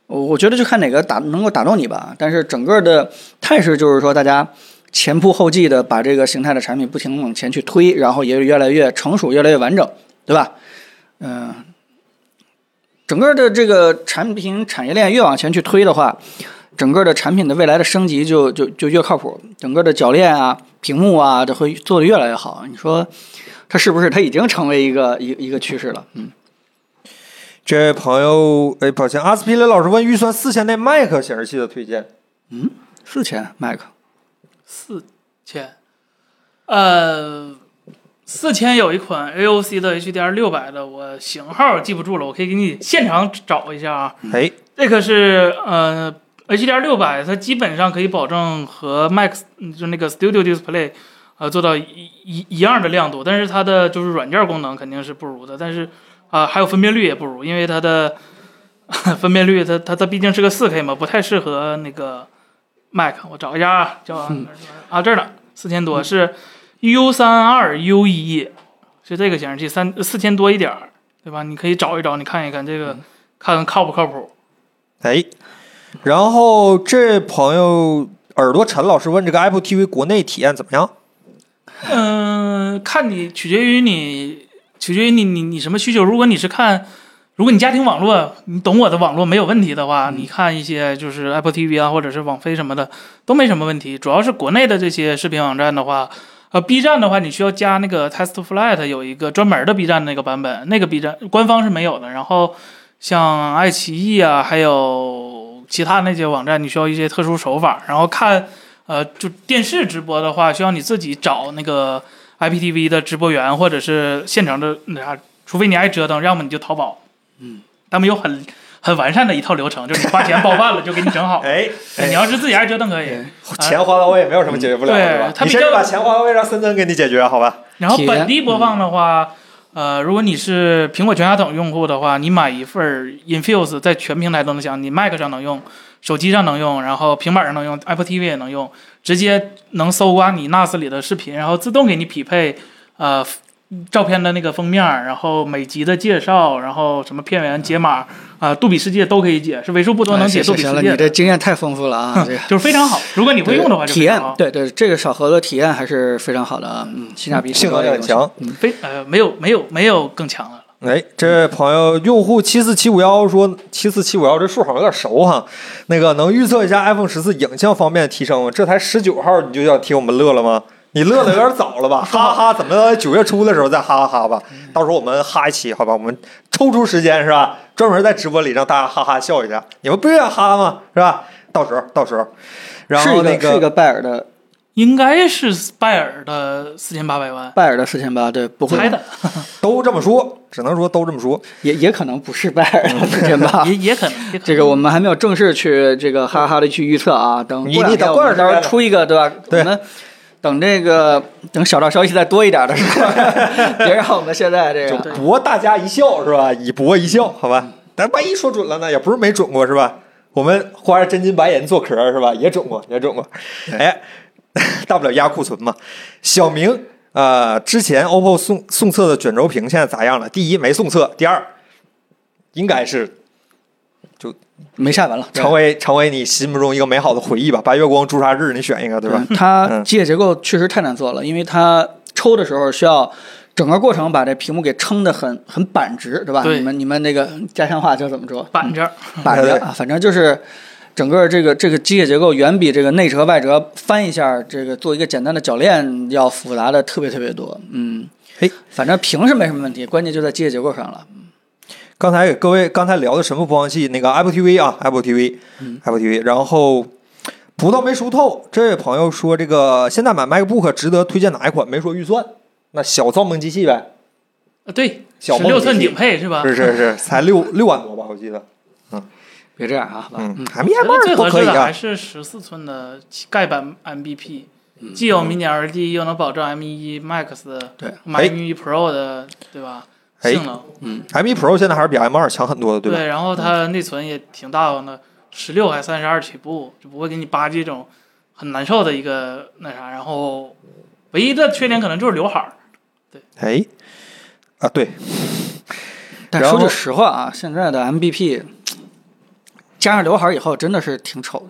S2: 我我觉得就看哪个打能够打动你吧。但是整个的态势就是说，大家前仆后继的把这个形态的产品不停地往前去推，然后也越来越成熟，越来越完整，对吧？嗯、整个的这个产品产业链越往前去推的话，整个的产品的未来的升级就就就越靠谱，整个的铰链啊、屏幕啊，这会做的越来越好。你说它是不是它已经成为一个一一个趋势了？嗯，
S1: 这位朋友，哎，抱歉，阿斯皮雷老师问预算四千内 Mac 显示器的推荐，
S2: 四千 Mac，
S3: 四千，呃，四千有一款 AOC 的 HDR 六百的，我型号记不住了，我可以给你现场找一下啊。
S1: 哎，
S3: 这个是呃 HDR 六百，它基本上可以保证和 Max 嗯就那个 Studio Display 呃做到一一一样的亮度，但是它的就是软件功能肯定是不如的，但是啊、还有分辨率也不如，因为它的 <laughs> 分辨率它它它毕竟是个 4K 嘛，不太适合那个 Mac。我找一下啊，叫啊,、啊这儿呢，四千多是 U 三二 U 一，是这个显示器三四千多一点儿，对吧？你可以找一找，你看一看这个，看看靠不靠谱。
S1: 哎，然后这朋友耳朵陈老师问这个 Apple TV 国内体验怎么样？
S3: 嗯，看你取决于你，取决于你你你什么需求。如果你是看，如果你家庭网络，你懂我的网络没有问题的话，你看一些就是 Apple TV 啊，或者是网飞什么的都没什么问题。主要是国内的这些视频网站的话，呃，B 站的话，你需要加那个 TestFlight 有一个专门的 B 站那个版本，那个 B 站官方是没有的。然后像爱奇艺啊，还有其他那些网站，你需要一些特殊手法，然后看。呃，就电视直播的话，需要你自己找那个 IPTV 的直播源，或者是现成的那啥，除非你爱折腾，要么你就淘宝。嗯，他们有很很完善的一套流程，就是你花钱包办了，就给
S1: <laughs>
S3: 你整好。
S1: 哎，
S3: 你要是自己爱折腾可以。
S1: 钱花到位没有什么解决不了的，
S3: 对
S1: 吧？
S3: 他
S1: 你
S3: 比
S1: 甚
S3: 较
S1: 至把钱花到位，让森森给你解决，好吧？
S3: 然后
S2: 体验
S3: 本地播放的话，呃，如果你是苹果全家桶用户的话，你买一份儿 Infuse，在全平台都能享，你 Mac 上能用，手机上能用，然后平板上能用，Apple TV 也能用，直接能搜刮你 NAS 里的视频，然后自动给你匹配，呃。照片的那个封面儿，然后每集的介绍，然后什么片源解码啊、杜比世界都可以解，是为数不多能解
S2: 行行
S3: 杜比世
S2: 行了，你
S3: 界的，
S2: 这经验太丰富了啊！
S3: <laughs>
S2: 这个
S3: 就是非常好。如果你会用的话就啊
S2: 体
S3: 非常
S2: 验
S3: 好，
S2: 对对，这个小盒子体验还是非常好的啊，嗯，性价比
S1: 性能也
S2: 也
S1: 很强。
S3: 非呃没有没有没有更强的了。
S1: 哎，这位朋友，用户七四七五幺说，七四七五幺这数好像有点熟哈。那个能预测一下 iPhone 十四影像方面的提升吗？这才十九号你就要替我们乐了吗？你乐的有点早了吧？哈哈，怎么着？九月初的时候再哈哈哈吧。
S3: 嗯
S1: 到时候我们哈一期，好吧？我们抽出时间是吧？专门在直播里让大家哈哈笑一下。你们不愿意哈吗？是吧？到时候，到时候，然
S2: 是一
S1: 后那
S2: 个是一个拜耳的
S3: 应该是拜耳的四千八百万，
S2: 拜耳的四千八，对， <laughs> 不会
S1: <laughs>
S3: 猜的，
S1: 都这么说，只能说都这么说。
S2: 也也可能不是拜耳的四千八，
S3: 也也可能。也可
S2: 这
S3: 能
S2: 个我们还没有正式去这个哈哈的去预测啊，等
S1: 你
S2: 过两
S1: 你等
S2: 天
S1: 过
S2: 我
S1: 段时
S2: 们
S1: 间
S2: 到时候出一个对吧？
S1: 对
S2: 我们等这个等小道消息再多一点的时
S1: <laughs>
S2: 候，别让我们现在这
S1: 就
S2: 个
S1: 博大家一笑是吧？以博一笑，好吧？但万一说准了呢，也不是没准过是吧？我们花着真金白银做壳是吧？也准过，也准过。哎， <laughs> 大不了压库存嘛。小明啊、呃之前 OPPO 送送测的卷轴屏现在咋样了？第一没送测，第二应该是
S2: 没下文了。
S1: 成为成为你心目中一个美好的回忆吧。白月光、朱砂痣，你选一个对吧？
S2: 嗯它
S1: 嗯
S2: 机械结构确实太难做了，因为它抽的时候需要整个过程把这屏幕给撑得很很板直，对吧？
S3: 对
S2: 你们你们那个家乡话叫怎么说？
S3: 板着，
S2: 板
S1: 对 <laughs>
S2: 着啊，反正就是整个这个这个机械结构远比这个内折外折翻一下，这个做一个简单的铰链要复杂的特别特别多。嗯，
S1: 嘿，
S2: 反正屏是没什么问题，关键就在机械结构上了。
S1: 刚才给各位刚才聊的神父播放器那个 Apple TV 啊，Apple TV，Apple、
S2: 嗯
S1: TV，然后。葡萄没熟透，这位朋友说：“这个现在买 MacBook 值得推荐哪一款？”没说预算，那小造梦机器呗，
S3: 呃对，
S1: 小
S3: 十
S1: 梦
S3: 六
S1: 机
S3: 寸
S1: 器
S3: 顶配是吧？
S1: 是是是，才六六万多吧，我记得。
S2: 别这样啊，老
S1: 嗯
S2: 嗯
S3: 我觉得
S1: ，M2
S3: 最
S1: 都
S3: 合
S1: 可
S3: 适
S1: 以
S3: 的还
S1: 啊。
S3: 是十四寸的盖板 MBP，既
S1: 嗯
S3: 有 Mini LED，又能保证 M1 Max 的
S2: 对
S3: ，M1 Pro 的，对吧？
S1: 哎
S3: 性能
S1: M1 Pro 现在还是比 M2 强很多的，对吧？
S3: 对，然后它内存也挺大方的，十六还三十二起步，就不会给你扒这种很难受的一个那啥。然后唯一的缺点可能就是刘海儿，
S1: 哎，啊对，
S2: 但
S1: 然
S2: 说
S1: 后
S2: 句实话啊，现在的 MBP 加上刘海儿以后，真的是挺丑的。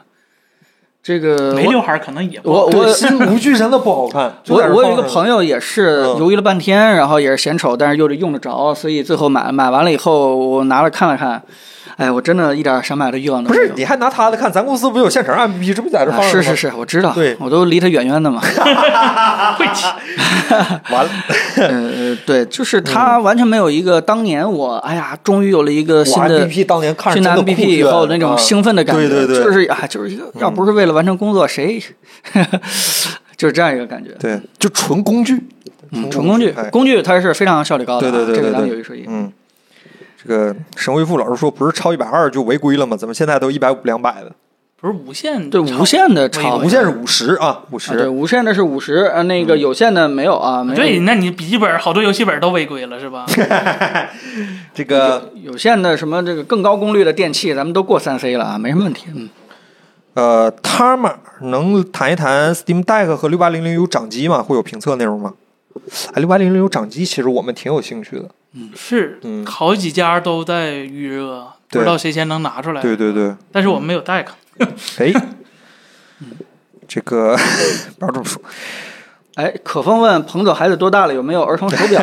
S2: 这个
S3: 没
S2: 呃我
S3: 刘海儿可能也不
S2: 我
S1: 对
S2: 我
S1: 新无惧真的不好看。就
S2: 我
S1: 在这
S2: 我
S1: 放
S2: 有一
S1: 着呢
S2: 个朋友也是
S1: 嗯
S2: 犹豫了半天，然后也是嫌丑，但是又得用得着，所以最后买买完了以后，我拿来看了看，哎，我真的一点想买的欲望都
S1: 不
S2: 没有。
S1: 是，你还拿他的看？咱公司不有现成 MVP，这不在这
S2: 啊
S1: 放着吗？
S2: 是是是，我知道，
S1: 对
S2: 我都离他远远
S1: <laughs>
S2: 的嘛。
S3: 晦气。
S1: 完了，
S2: 呃，对，
S1: 嗯
S2: 就是他完全没有一个当年我哎呀，终于有了一个新
S1: 我
S2: 的
S1: MVP 当年看着
S2: 新
S1: 真
S2: 的
S1: 的
S2: MVP 以后那种兴奋的感觉，
S1: 啊对嗯对对
S2: 就是啊，就是一个要不是为了完成工作，谁 <laughs> 就是这样一个感觉。
S1: 对，就纯工具，
S2: 嗯，纯工具，
S1: 哎
S2: 工具它是非常效率高的啊，
S1: 对对对
S2: 这
S1: 对
S2: 个咱们
S1: 对，
S2: 有一说一。
S1: 嗯，这个神回复老师说，不是超一百二就违规了吗？怎么现在都一百五两百的？
S3: 不是无线
S2: 对
S3: 长
S2: 无线的超，
S1: 无线是五十啊，五
S2: 哦啊，对，
S1: 十。
S2: 无线的是五十，呃，那个有线的没有啊，没有。
S3: 对，那你笔记本好多游戏本都违规了是吧？
S1: 这个
S2: 有线的什么这个更高功率的电器，咱们都过三 C 了啊，没什么问题。嗯，
S1: 呃，他们能谈一谈 Steam Deck 和六八零零有掌机吗？会有评测内容吗？哎，六八零零有掌机，其实我们挺有兴趣的。
S3: 是
S1: 嗯，
S3: 好几家都在预热，不
S1: 对
S3: 知道谁先能拿出来。
S1: 对对对，
S3: 但是我们没有 deck，
S2: <laughs>
S1: 哎，
S2: 嗯
S1: 这个 <laughs> 不要这么说，
S2: 哎，可风问彭总孩子多大了？有没有儿童手表？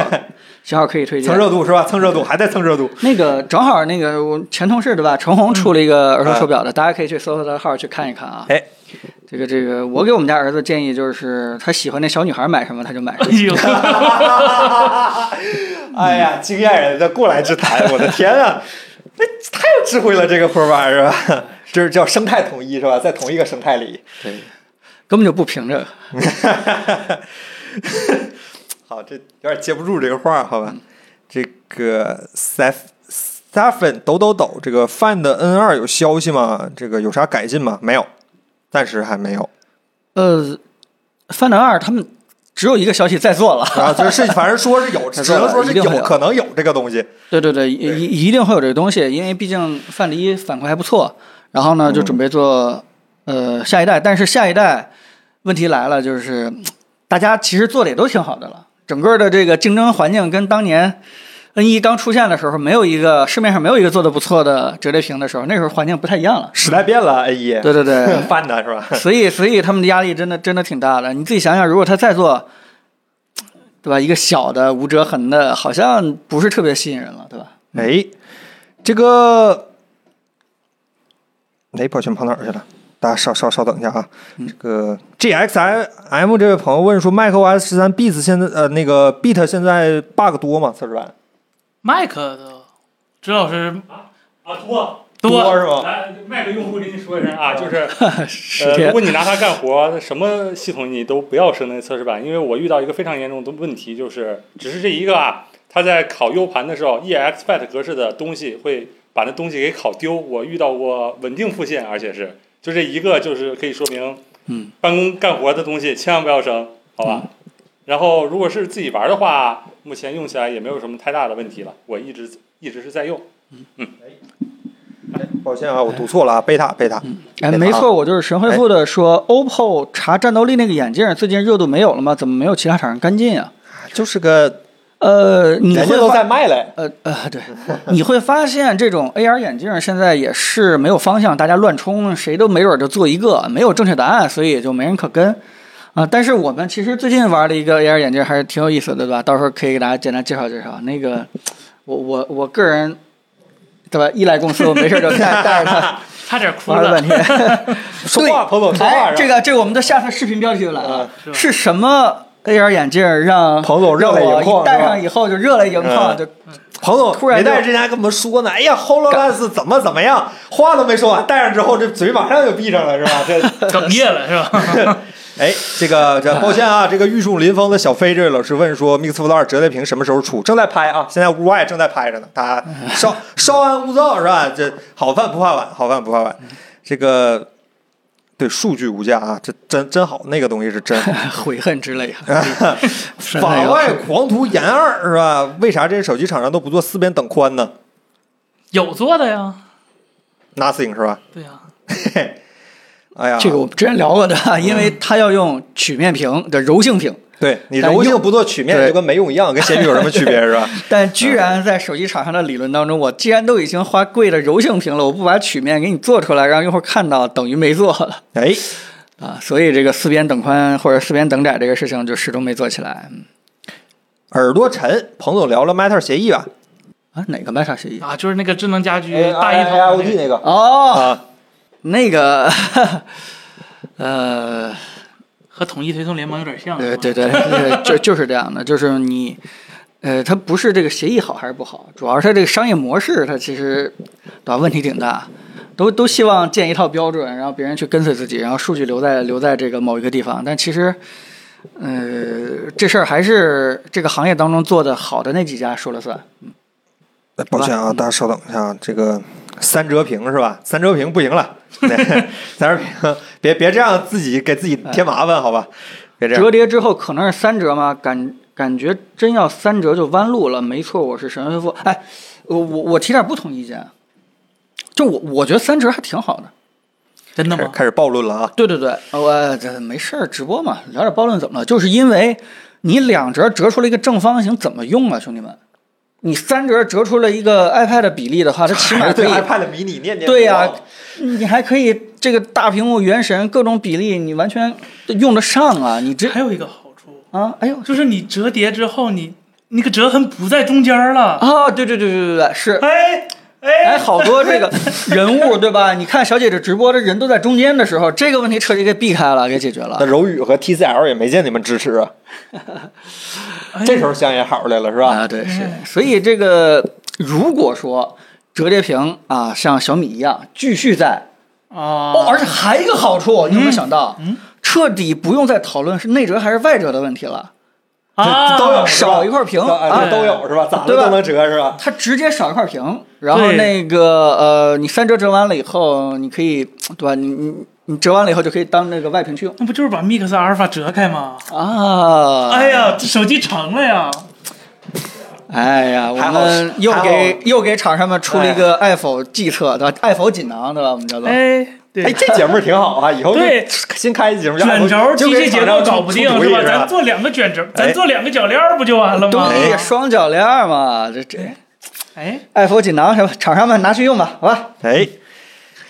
S2: 正好可以推
S1: 蹭
S2: 荐。
S1: 热度是吧？蹭热度还在蹭热度。
S2: 那个正好那个我前同事对吧？程红出了一个儿童手表的，大家可以去搜搜他的号去看一看啊。
S1: 哎，
S2: 这个这个，我给我们家儿子建议就是，他喜欢那小女孩买什么他就买什
S3: 哎 <laughs>
S2: 么。
S3: 呦，
S1: 哎呀，经验人的过来之谈，我的天啊， <laughs> 那太有智慧了，这个破玩意儿是吧？ <laughs> 这是叫生态统一是吧？在同一个生态里。 <laughs>
S2: 根本就不凭着。
S1: 好，这有点接不住这个话，好吧？这个 Seth Stephen 抖抖抖，这个 Find N 二有消息吗？这个有啥改进吗？没有，暂时还没有。
S2: 呃，范南二他们只有一个消息在做了。
S1: 啊，就是反正说 <laughs> 是有，只能说是
S2: 一定会
S1: 有
S2: 有
S1: 可能有这个东西。
S2: 对对对，一一一定会有这个东西，因为毕竟范蠡反馈还不错，然后呢就准备做、呃下一代，但是下一代问题来了，就是嗯大家其实做的也都挺好的了，整个的这个竞争环境跟当年 N 一刚出现的时候，没有一个市面上没有一个做的不错的折叠屏的时候，那时候环境不太一样了。
S1: 时代变了，哎呀，
S2: 对对对，
S1: <laughs> 犯的是吧？
S2: 所以，所以他们的压力真的真的挺大的。你自己想想，如果他再做，对吧？一个小的无折痕的，好像不是特别吸引人了，对吧？
S1: 哎，这个，哎，抱歉，跑哪儿去了？大家稍稍稍等一下啊。
S2: 嗯
S1: 这个 G X M 这位朋友问说，macOS 十三 Beat 现在呃那个 Beat 现在 bug 多吗？测试版
S3: Mac 的，支老师
S5: 啊，多
S3: 多
S1: 是吗？
S5: 来卖给用户跟您说一声啊，就是
S2: 十
S5: 呃，
S2: 天
S5: 如果你拿它干活，什么系统你都不要升那测试版，因为我遇到一个非常严重的问题，就是只是这一个啊，它在考 U 盘的时候，EXFAT 格式的东西会把那东西给考丢。我遇到过稳定复现，而且是就这一个，就是可以说明，
S2: 嗯，
S5: 办公干活的东西千万不要升，好吧？然后如果是自己玩的话，目前用起来也没有什么太大的问题了，我一直一直是在用。
S1: 抱歉啊，我读错了啊，贝塔贝塔。
S2: 哎，
S1: 对吧哎
S2: 没错，我就是神回复的说，OPPO 查战斗力那个眼镜最近热度没有了吗？怎么没有其他厂商干进啊？
S1: 哎就是个
S2: 呃，你
S1: 人家
S2: 会
S1: 都
S2: 发
S1: 在卖嘞，
S2: 呃呃，对， <laughs> 你会发现这种 AR 眼镜现在也是没有方向，大家乱冲，谁都没准儿就做一个，没有正确答案，所以也就没人可跟啊、但是我们其实最近玩的一个 AR 眼镜还是挺有意思的，对吧？到时候可以给大家简单介绍介绍。那个，我我我个人，对吧？依赖公司，我没事儿就 <laughs> 带带着
S1: <laughs>
S2: 它
S3: 差点哭
S2: 玩了
S3: 了
S2: 半。天。
S1: 说话彭总说话嗯
S2: 哎
S1: 啊，
S2: 这个这个，我们的下次视频标题就来了，
S3: 是吧
S2: 是什么 AR 眼镜让
S1: 彭总热
S2: 让
S1: 泪盈
S2: 我
S1: 眶
S2: 一戴
S1: 是吧
S2: 上以后就热泪盈
S1: 嗯
S2: 眶，就
S1: 彭总
S2: 突然
S1: 没
S2: 就
S1: 带之前还跟我们说呢，哎呀，HoloLens 怎么怎么样，话都没说完，戴上之后这嘴马上就闭上了，是吧？这，
S3: <laughs> 哽咽了是吧？
S1: 哎，这个这抱歉啊，这个玉树临风的小飞这位老师问说，Mix Fold 二折叠屏什么时候出？正在拍啊，现在屋外正在拍着呢，大家稍稍安勿躁是吧？这好饭不怕晚，好饭不怕晚。这个对数据无价啊，这真真好，那个东西是真好。
S2: <laughs> 悔恨之泪
S1: 嗯
S2: 啊！真的
S1: 法
S2: 有
S1: 外狂徒研二是吧？为啥这些手机厂商都不做四边等宽呢
S3: 有做的呀，
S1: ？Nothing 是吧？ <laughs>
S3: 对呀，
S1: 哎呀，
S2: 这个我们之前聊过的，啊
S1: 嗯
S2: 因为它要用曲面屏的柔性屏，
S1: 对你
S2: 但
S1: 柔性
S2: 用
S1: 不做曲面
S2: 对
S1: 就跟没用一样，跟咸鱼有什么区别是吧？ <laughs>
S2: 但居然在手机厂商的理论当中，我既然都已经花贵的柔性屏了，我不把曲面给你做出来，让用户看到，等于没
S1: <laughs>
S2: 做了
S1: 哎，
S2: 啊！所以这个四边等宽或者四边等窄这个事情就始终没做起来嗯
S1: 耳朵沉，彭总聊了 Matter 协议吧？
S2: 啊！哪个卖啥协议？
S3: 啊，就是那个智能家居
S1: 哎 A
S3: 大一
S1: I
S3: 统
S1: I O
S3: 的
S1: T
S3: 那个
S1: 那个
S2: 哦，
S1: 啊，
S2: 那个， <laughs> 呃，
S3: 和统一推送联盟有点像，
S2: 对
S3: 是吧
S2: 对对，对 <laughs> 就就是这样的，就是你，呃，它不是这个协议好还是不好，主要是它这个商业模式，它其实对吧问题挺大，都都希望建一套标准，然后别人去跟随自己，然后数据留在留在这个某一个地方，但其实。呃，这事儿还是这个行业当中做的好的那几家说了算。
S1: 哎抱歉啊，大家稍等一下，啊，这个三折屏是吧？三折屏不行 <laughs> 了，对三折屏，别别这样自己给自己添麻烦好吧？别这样
S2: 折叠之后可能是三折吗？感感觉真要三折就弯路了。没错，我是神回复。哎，我我我提点不同意见，就我我觉得三折还挺好的。
S3: 真的
S1: 开始
S3: 吗？
S1: 开始暴论了啊！
S2: 对对对，我这没事儿，直播嘛，聊点暴论怎么了？就是因为你两折折出了一个正方形，怎么用啊，兄弟们？你三折折出了一个 iPad 比例的话，它起
S1: 还
S2: <laughs> 码
S1: 是
S2: 可
S1: 对
S2: 以，
S1: iPad 迷你念念
S2: 对呀、
S1: 不忘
S2: 你还可以这个大屏幕、原神各种比例，你完全用得上啊！你这
S3: 还有一个好处
S2: 啊，哎呦，
S3: 就是你折叠之后，你那个折痕不在中间了，
S2: 啊，对对对对对对，是，
S3: <laughs> 哎
S2: 哎，
S3: 哎，
S2: 好多这个人物对吧？你看小姐姐直播的人都在中间的时候，这个问题彻底给避开了，给解决
S1: 那
S2: 了。
S1: 柔宇和 TCL 也没见你们支持啊，
S3: 哎
S1: 这时候香也好来了是吧？
S2: 啊，对，是，
S3: 嗯
S2: 所以这个如果说折叠屏啊，像小米一样继续在哦，
S3: 啊，嗯
S2: 而且还有一个好处，你有没有想到？彻底不用再讨论是内折还是外折的问题了，
S3: 啊，
S1: 都有是吧
S2: 少一块屏
S1: 啊，
S2: 啊
S1: 这，都有是吧？咋的
S2: 对吧
S1: 都能折是吧？
S2: 它直接少一块屏，然后
S3: 对
S2: 那个呃，你三折折完了以后，你可以对吧？你你你折完了以后就可以当那个外屏去用
S3: 那不就是把 Mix 阿尔法折开吗？
S2: 啊。
S3: 哎呀，这手机长了呀！
S2: 哎呀，我
S1: 还好哎
S2: 们又
S1: 还好
S2: 给又给厂商们出了一个爱否计策，对吧？爱否锦囊，对吧？我们叫做。
S3: 哎，
S1: 哎，
S3: 对，
S1: 这节目挺好啊，以后就
S3: 对
S1: 新开一节目，
S3: 卷轴
S1: 就
S3: 机
S1: 给
S3: 械结
S1: 厂商
S3: 构搞不定
S1: 出主意
S3: 是吧？
S1: 是
S3: 咱做两个卷轴，咱做两个铰链儿不就完了吗？
S2: 哎对，双脚链儿嘛，这这
S3: 哎，
S2: 爱否锦囊什么，厂商们拿去用吧，好吧？
S1: 哎，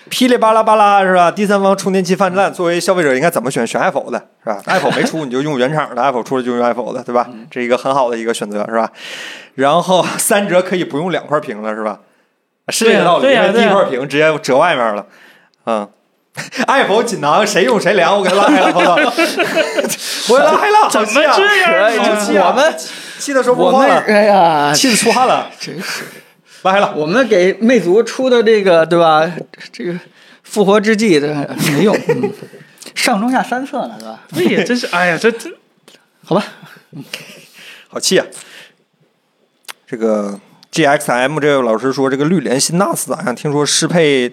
S1: 噼里啪啦吧啦是吧？第三方充电器泛滥，作为消费者应该怎么选？选 Apple 的是吧
S3: 嗯
S1: ？Apple 没出你就用原厂的，Apple 出了就用 Apple 的，对吧？这一个很好的一个选择是吧？然后三折可以不用两块屏了是吧？是这
S3: 对
S1: 个
S3: 呀
S1: 道理，
S3: 嗯对
S1: 因
S3: 呀
S1: 为第一
S3: 对呀
S1: 块屏直接折外面了，嗯。Apple 锦囊谁用谁凉，我给拉黑了，彭
S3: <laughs>
S1: 总，我给拉黑了，好
S3: 怎
S1: 气
S3: 么
S1: 啊
S3: 这
S2: 哎
S3: 样哦
S1: 好气啊
S2: 嗯我
S3: 呢？
S2: 们
S1: 气的说不
S2: 我
S1: 话
S2: 们
S1: 了，
S2: 哎呀，
S1: 气得出汗
S3: <laughs>
S1: 了，
S2: 真是
S1: 拉黑了。
S2: 我们给魅族出的这个对吧？这个复活之际的没用，嗯上中下三策呢，对吧？
S3: 对呀，真是，哎呀，这这
S2: 好吧，
S1: 好气啊！这个 GXM 这位老师说，这个绿联新 NAS 咋啊样？听说适配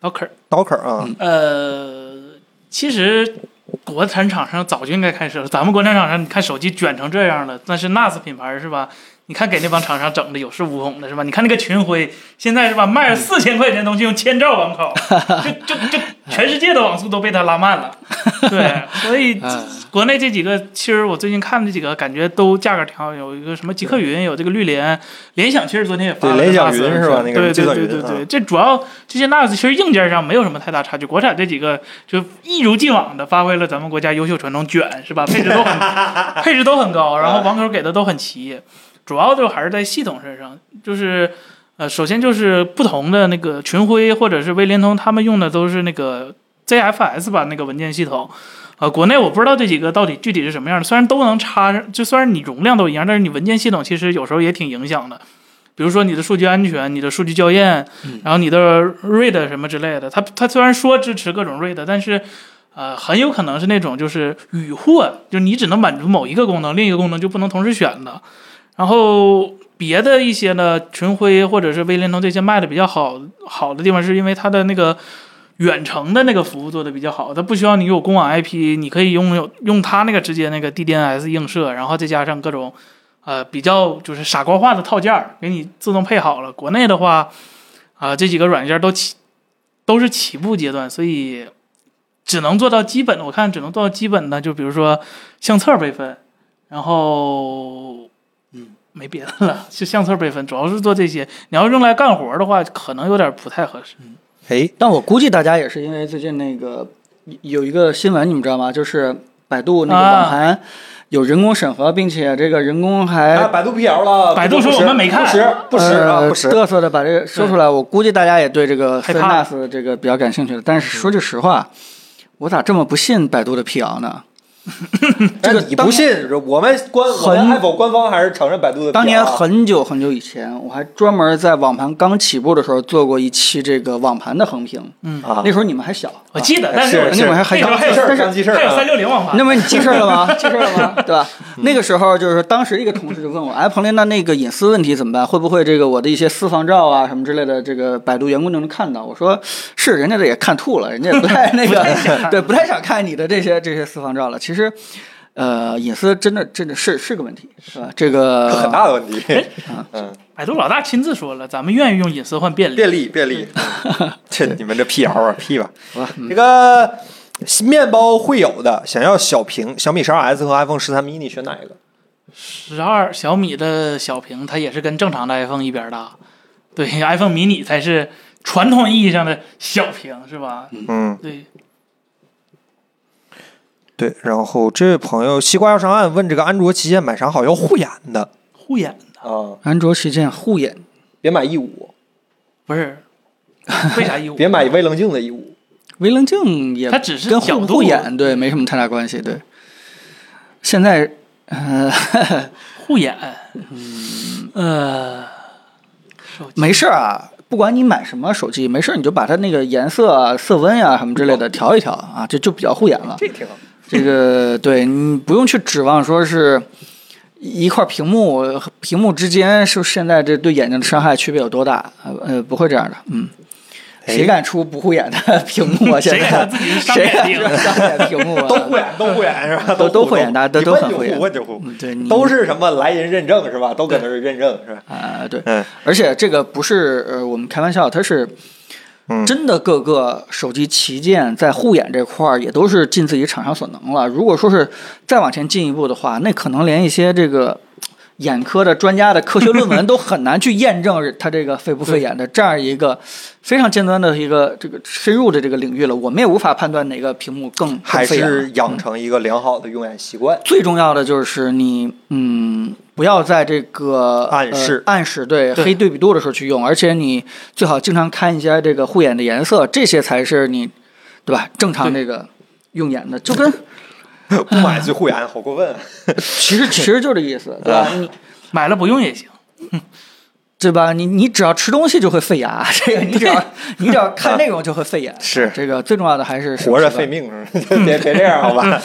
S3: 老可儿，
S1: Docker 啊，
S3: 嗯呃，其实国产厂商早就应该开始了。咱们国产厂商，你看手机卷成这样了，但是 NAS 品牌是吧？你看给那帮厂商整的有恃无恐的是吧？你看那个群晖，现在是吧，
S1: 嗯
S3: 卖了四千块钱东西用千兆
S1: <laughs>
S3: 网口，就就就全世界的网速都被他拉慢了。对，所以这
S1: 嗯
S3: 国内这几个，其实我最近看的这几个，感觉都价格挺好。有一个什么极客云，有这个绿联，联想其实昨天也发了
S1: 对
S3: 个
S1: 联想
S3: NAS
S1: 云是吧那个
S3: 对
S1: 计
S3: 对
S1: 算
S3: 对
S1: 云
S3: 对
S1: 啊
S3: 对，这主要这些 NAS 其实硬件上没有什么太大差距，国产这几个就一如既往的发挥了咱们国家优秀传统，卷是吧？配置都
S1: <laughs>
S3: 很配置都很高，然后网口给的都很齐，主要就还是在系统身上，就是。呃，首先就是不同的那个群晖或者是微联通，他们用的都是那个 ZFS 吧，那个文件系统。呃，国内我不知道这几个到底具体是什么样的，虽然都能插上，就虽然你容量都一样，但是你文件系统其实有时候也挺影响的。比如说你的数据安全、你的数据校验，然后你的 RAID 什么之类的。它它虽然说支持各种 RAID，但是呃，很有可能是那种就是与或，就是你只能满足某一个功能，另一个功能就不能同时选的。然后别的一些呢，群晖或者是微联通这些卖的比较好好的地方，是因为它的那个远程的那个服务做的比较好，它不需要你有公网 IP，你可以拥有用它那个直接那个 DDNS 映射，然后再加上各种呃比较就是傻瓜化的套件儿给你自动配好了。国内的话，啊、这几个软件都起都是起步阶段，所以只能做到基本，我看只能做到基本的，就比如说相册备份，然后没别的了，就相册备份，主要是做这些。你要用来干活的话，可能有点不太合适。
S1: 哎，
S2: 但我估计大家也是因为最近那个有一个新闻，你们知道吗？就是百度那个
S3: 啊
S2: 网盘有人工审核，并且这个人工还
S1: 啊，百度辟谣了，
S3: 哎百度说
S1: 不
S3: 我们没看
S1: 不实，不实啊，
S2: 呃
S1: 不实。
S2: 嘚瑟的把这个说出来，我估计大家也对这个
S3: 害怕
S2: CNAS 这个比较感兴趣了。但是说句实话，我咋这么不信百度的辟
S1: <laughs>
S2: 谣呢？这个
S1: 哎你不信？我们官我们
S2: 很
S1: Apple 官方还是承认百度的辟谣啊。
S2: 当年很久很久以前，我还专门在网盘刚起步的时候做过一期这个网盘的横评。
S1: 啊
S2: 那，时候你们还小，
S3: 我记得，但
S1: 是
S3: 我
S1: 是
S2: 那会儿还
S3: 那时候
S2: 刚
S3: 还有
S1: 事儿，
S2: 但是
S1: 刚记事儿
S3: 还有
S1: 啊
S3: 三。六零网盘
S2: 那，么你记事儿了
S3: <laughs>
S2: 吗？记事儿了吗？嗯对吧？那个时候就是当时一个同事就问我，哎，彭林，那那个隐私问题怎么办？会不会这个我的一些私房照啊什么之类的，这个百度员工就能看到？我说是，人家这也看吐了，人家也不 <laughs> 太那个，对，不太想看你的这些这些私房照了。其实，呃，隐私真的真的是是个问题，是吧？这个
S1: 很大的问题，
S3: 百度老大亲自说了，咱们愿意用隐私换便利。
S1: 便利便利， <laughs> 这你们这辟谣啊，辟吧。这个面包会有的，想要小屏小米十二 S 和 iPhone 十三 mini 选哪一个？
S3: 十二小米的小屏，它也是跟正常的 iPhone 一边儿大，对，iPhone mini 才是传统意义上的小屏，是吧？
S1: 嗯，
S3: 对，
S1: 对。然后这位朋友西瓜要上岸问这个安卓旗舰买啥好，要护眼的
S3: 护眼的
S1: 啊，
S2: 安卓旗舰护眼，
S1: 别买 E 五，
S3: 不是，为啥义务？
S1: 别买微棱镜的 E 五。
S2: 微棱镜也
S3: 它只是
S2: 跟
S3: 角
S2: 护
S3: 度
S2: 护眼对没什么太大关系，对。现在，呃，
S3: 护眼，呃，
S2: 没事儿啊，不管你买什么手机，没事儿你就把它那个颜色啊、色温啊什么之类的调一调啊，这就比较护眼了。
S1: 这挺好。
S2: 这个对你不用去指望说是一块屏幕和屏幕之间是现在这对眼睛的伤害区别有多大，呃呃，不会这样的，嗯。
S1: 哎
S2: 谁敢出不护眼的屏幕啊？现
S3: 谁
S2: 在
S3: 敢自己上
S2: 谁敢
S3: 眼睛
S2: 说上眼屏幕啊？
S1: 都护眼，都护眼是吧？
S2: 都
S1: 都
S2: 都护眼大家都
S1: 你
S2: 都
S1: 问
S2: 很
S1: 就
S2: 护眼
S1: 问就护，
S2: 嗯对，你
S1: 都是什么来人认证是吧？都搁那儿认证是吧？
S2: 啊、对，
S1: 嗯
S2: 而且这个不是呃我们开玩笑，它是
S1: 嗯
S2: 真的各个手机旗舰在护眼这块儿也都是尽自己厂商所能了。如果说是再往前进一步的话，那可能连一些这个。眼科的专家的科学论文都很难去验证它这个费不费眼的这样一个非常尖端的一个这个深入的这个领域了，我们也无法判断哪个屏幕更更
S1: 还
S2: 费眼了
S1: 是养成一个良好的用眼习 <laughs> 惯。
S2: 最重要的就是你，嗯，不要在这个
S1: 暗示
S2: 呃暗示对
S3: 对
S2: 黑对比度的时候去用，而且你最好经常看一下这个护眼的颜色，这些才是你，对吧？正常这个用眼的，就跟
S1: 不买最护眼，好过分啊！
S2: 其实其实就这意思，对吧？你
S3: 买了不用也行。
S2: 对吧？你你只要吃东西就会费牙，这个你只要你只要看内容就会费眼，
S1: 是
S2: 这个最重要的还是
S1: <laughs> 活着费
S2: 费
S1: 命是吧？别别这样好
S2: <laughs>
S1: 吧？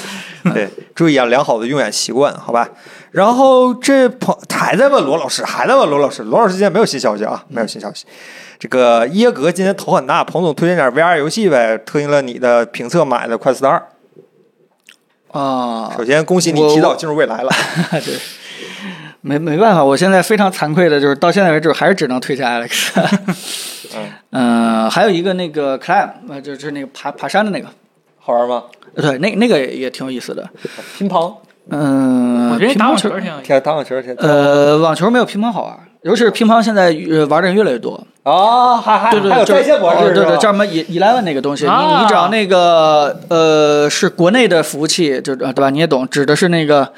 S1: 对，注意啊，良好的用眼习惯好吧？然后这朋还在问罗老师，还在问罗老师，罗老师今天没有新消息啊，没有新消息。这个耶格今天头很大，彭总推荐点 VR 游戏呗，特应了你的评测买的《快四的二》。
S2: 啊。
S1: 首先恭喜你
S2: 我
S1: 提早进入未来了，
S2: 对，没没办法，我现在非常惭愧的就是到现在为止还是只能推荐
S1: <laughs>
S2: Alex。嗯、呃，还有一个那个 climb，呃，就是那个爬爬山的那个，
S1: 好玩吗？
S2: 呃对，那那个也也挺有意思的。
S1: 乒乓，
S2: 嗯、
S3: 我觉得
S2: 乒
S3: 打
S2: 乓
S3: 网
S2: 球
S3: 球，挺有意思
S1: 天，打网球，天
S2: 呃，网球没有乒乓好玩，尤其是乒乓现在呃玩的人越来越多。
S1: 啊，还还
S2: 对对
S1: 还有
S2: 对，就
S1: 在线模
S2: 哦
S1: 式，
S2: 对
S1: 是
S2: 对，
S1: 吧
S2: 叫什么 e eleven 那个东西，
S3: 啊
S2: 你你找那个呃是国内的服务器，就呃对吧？你也懂，指的是那个。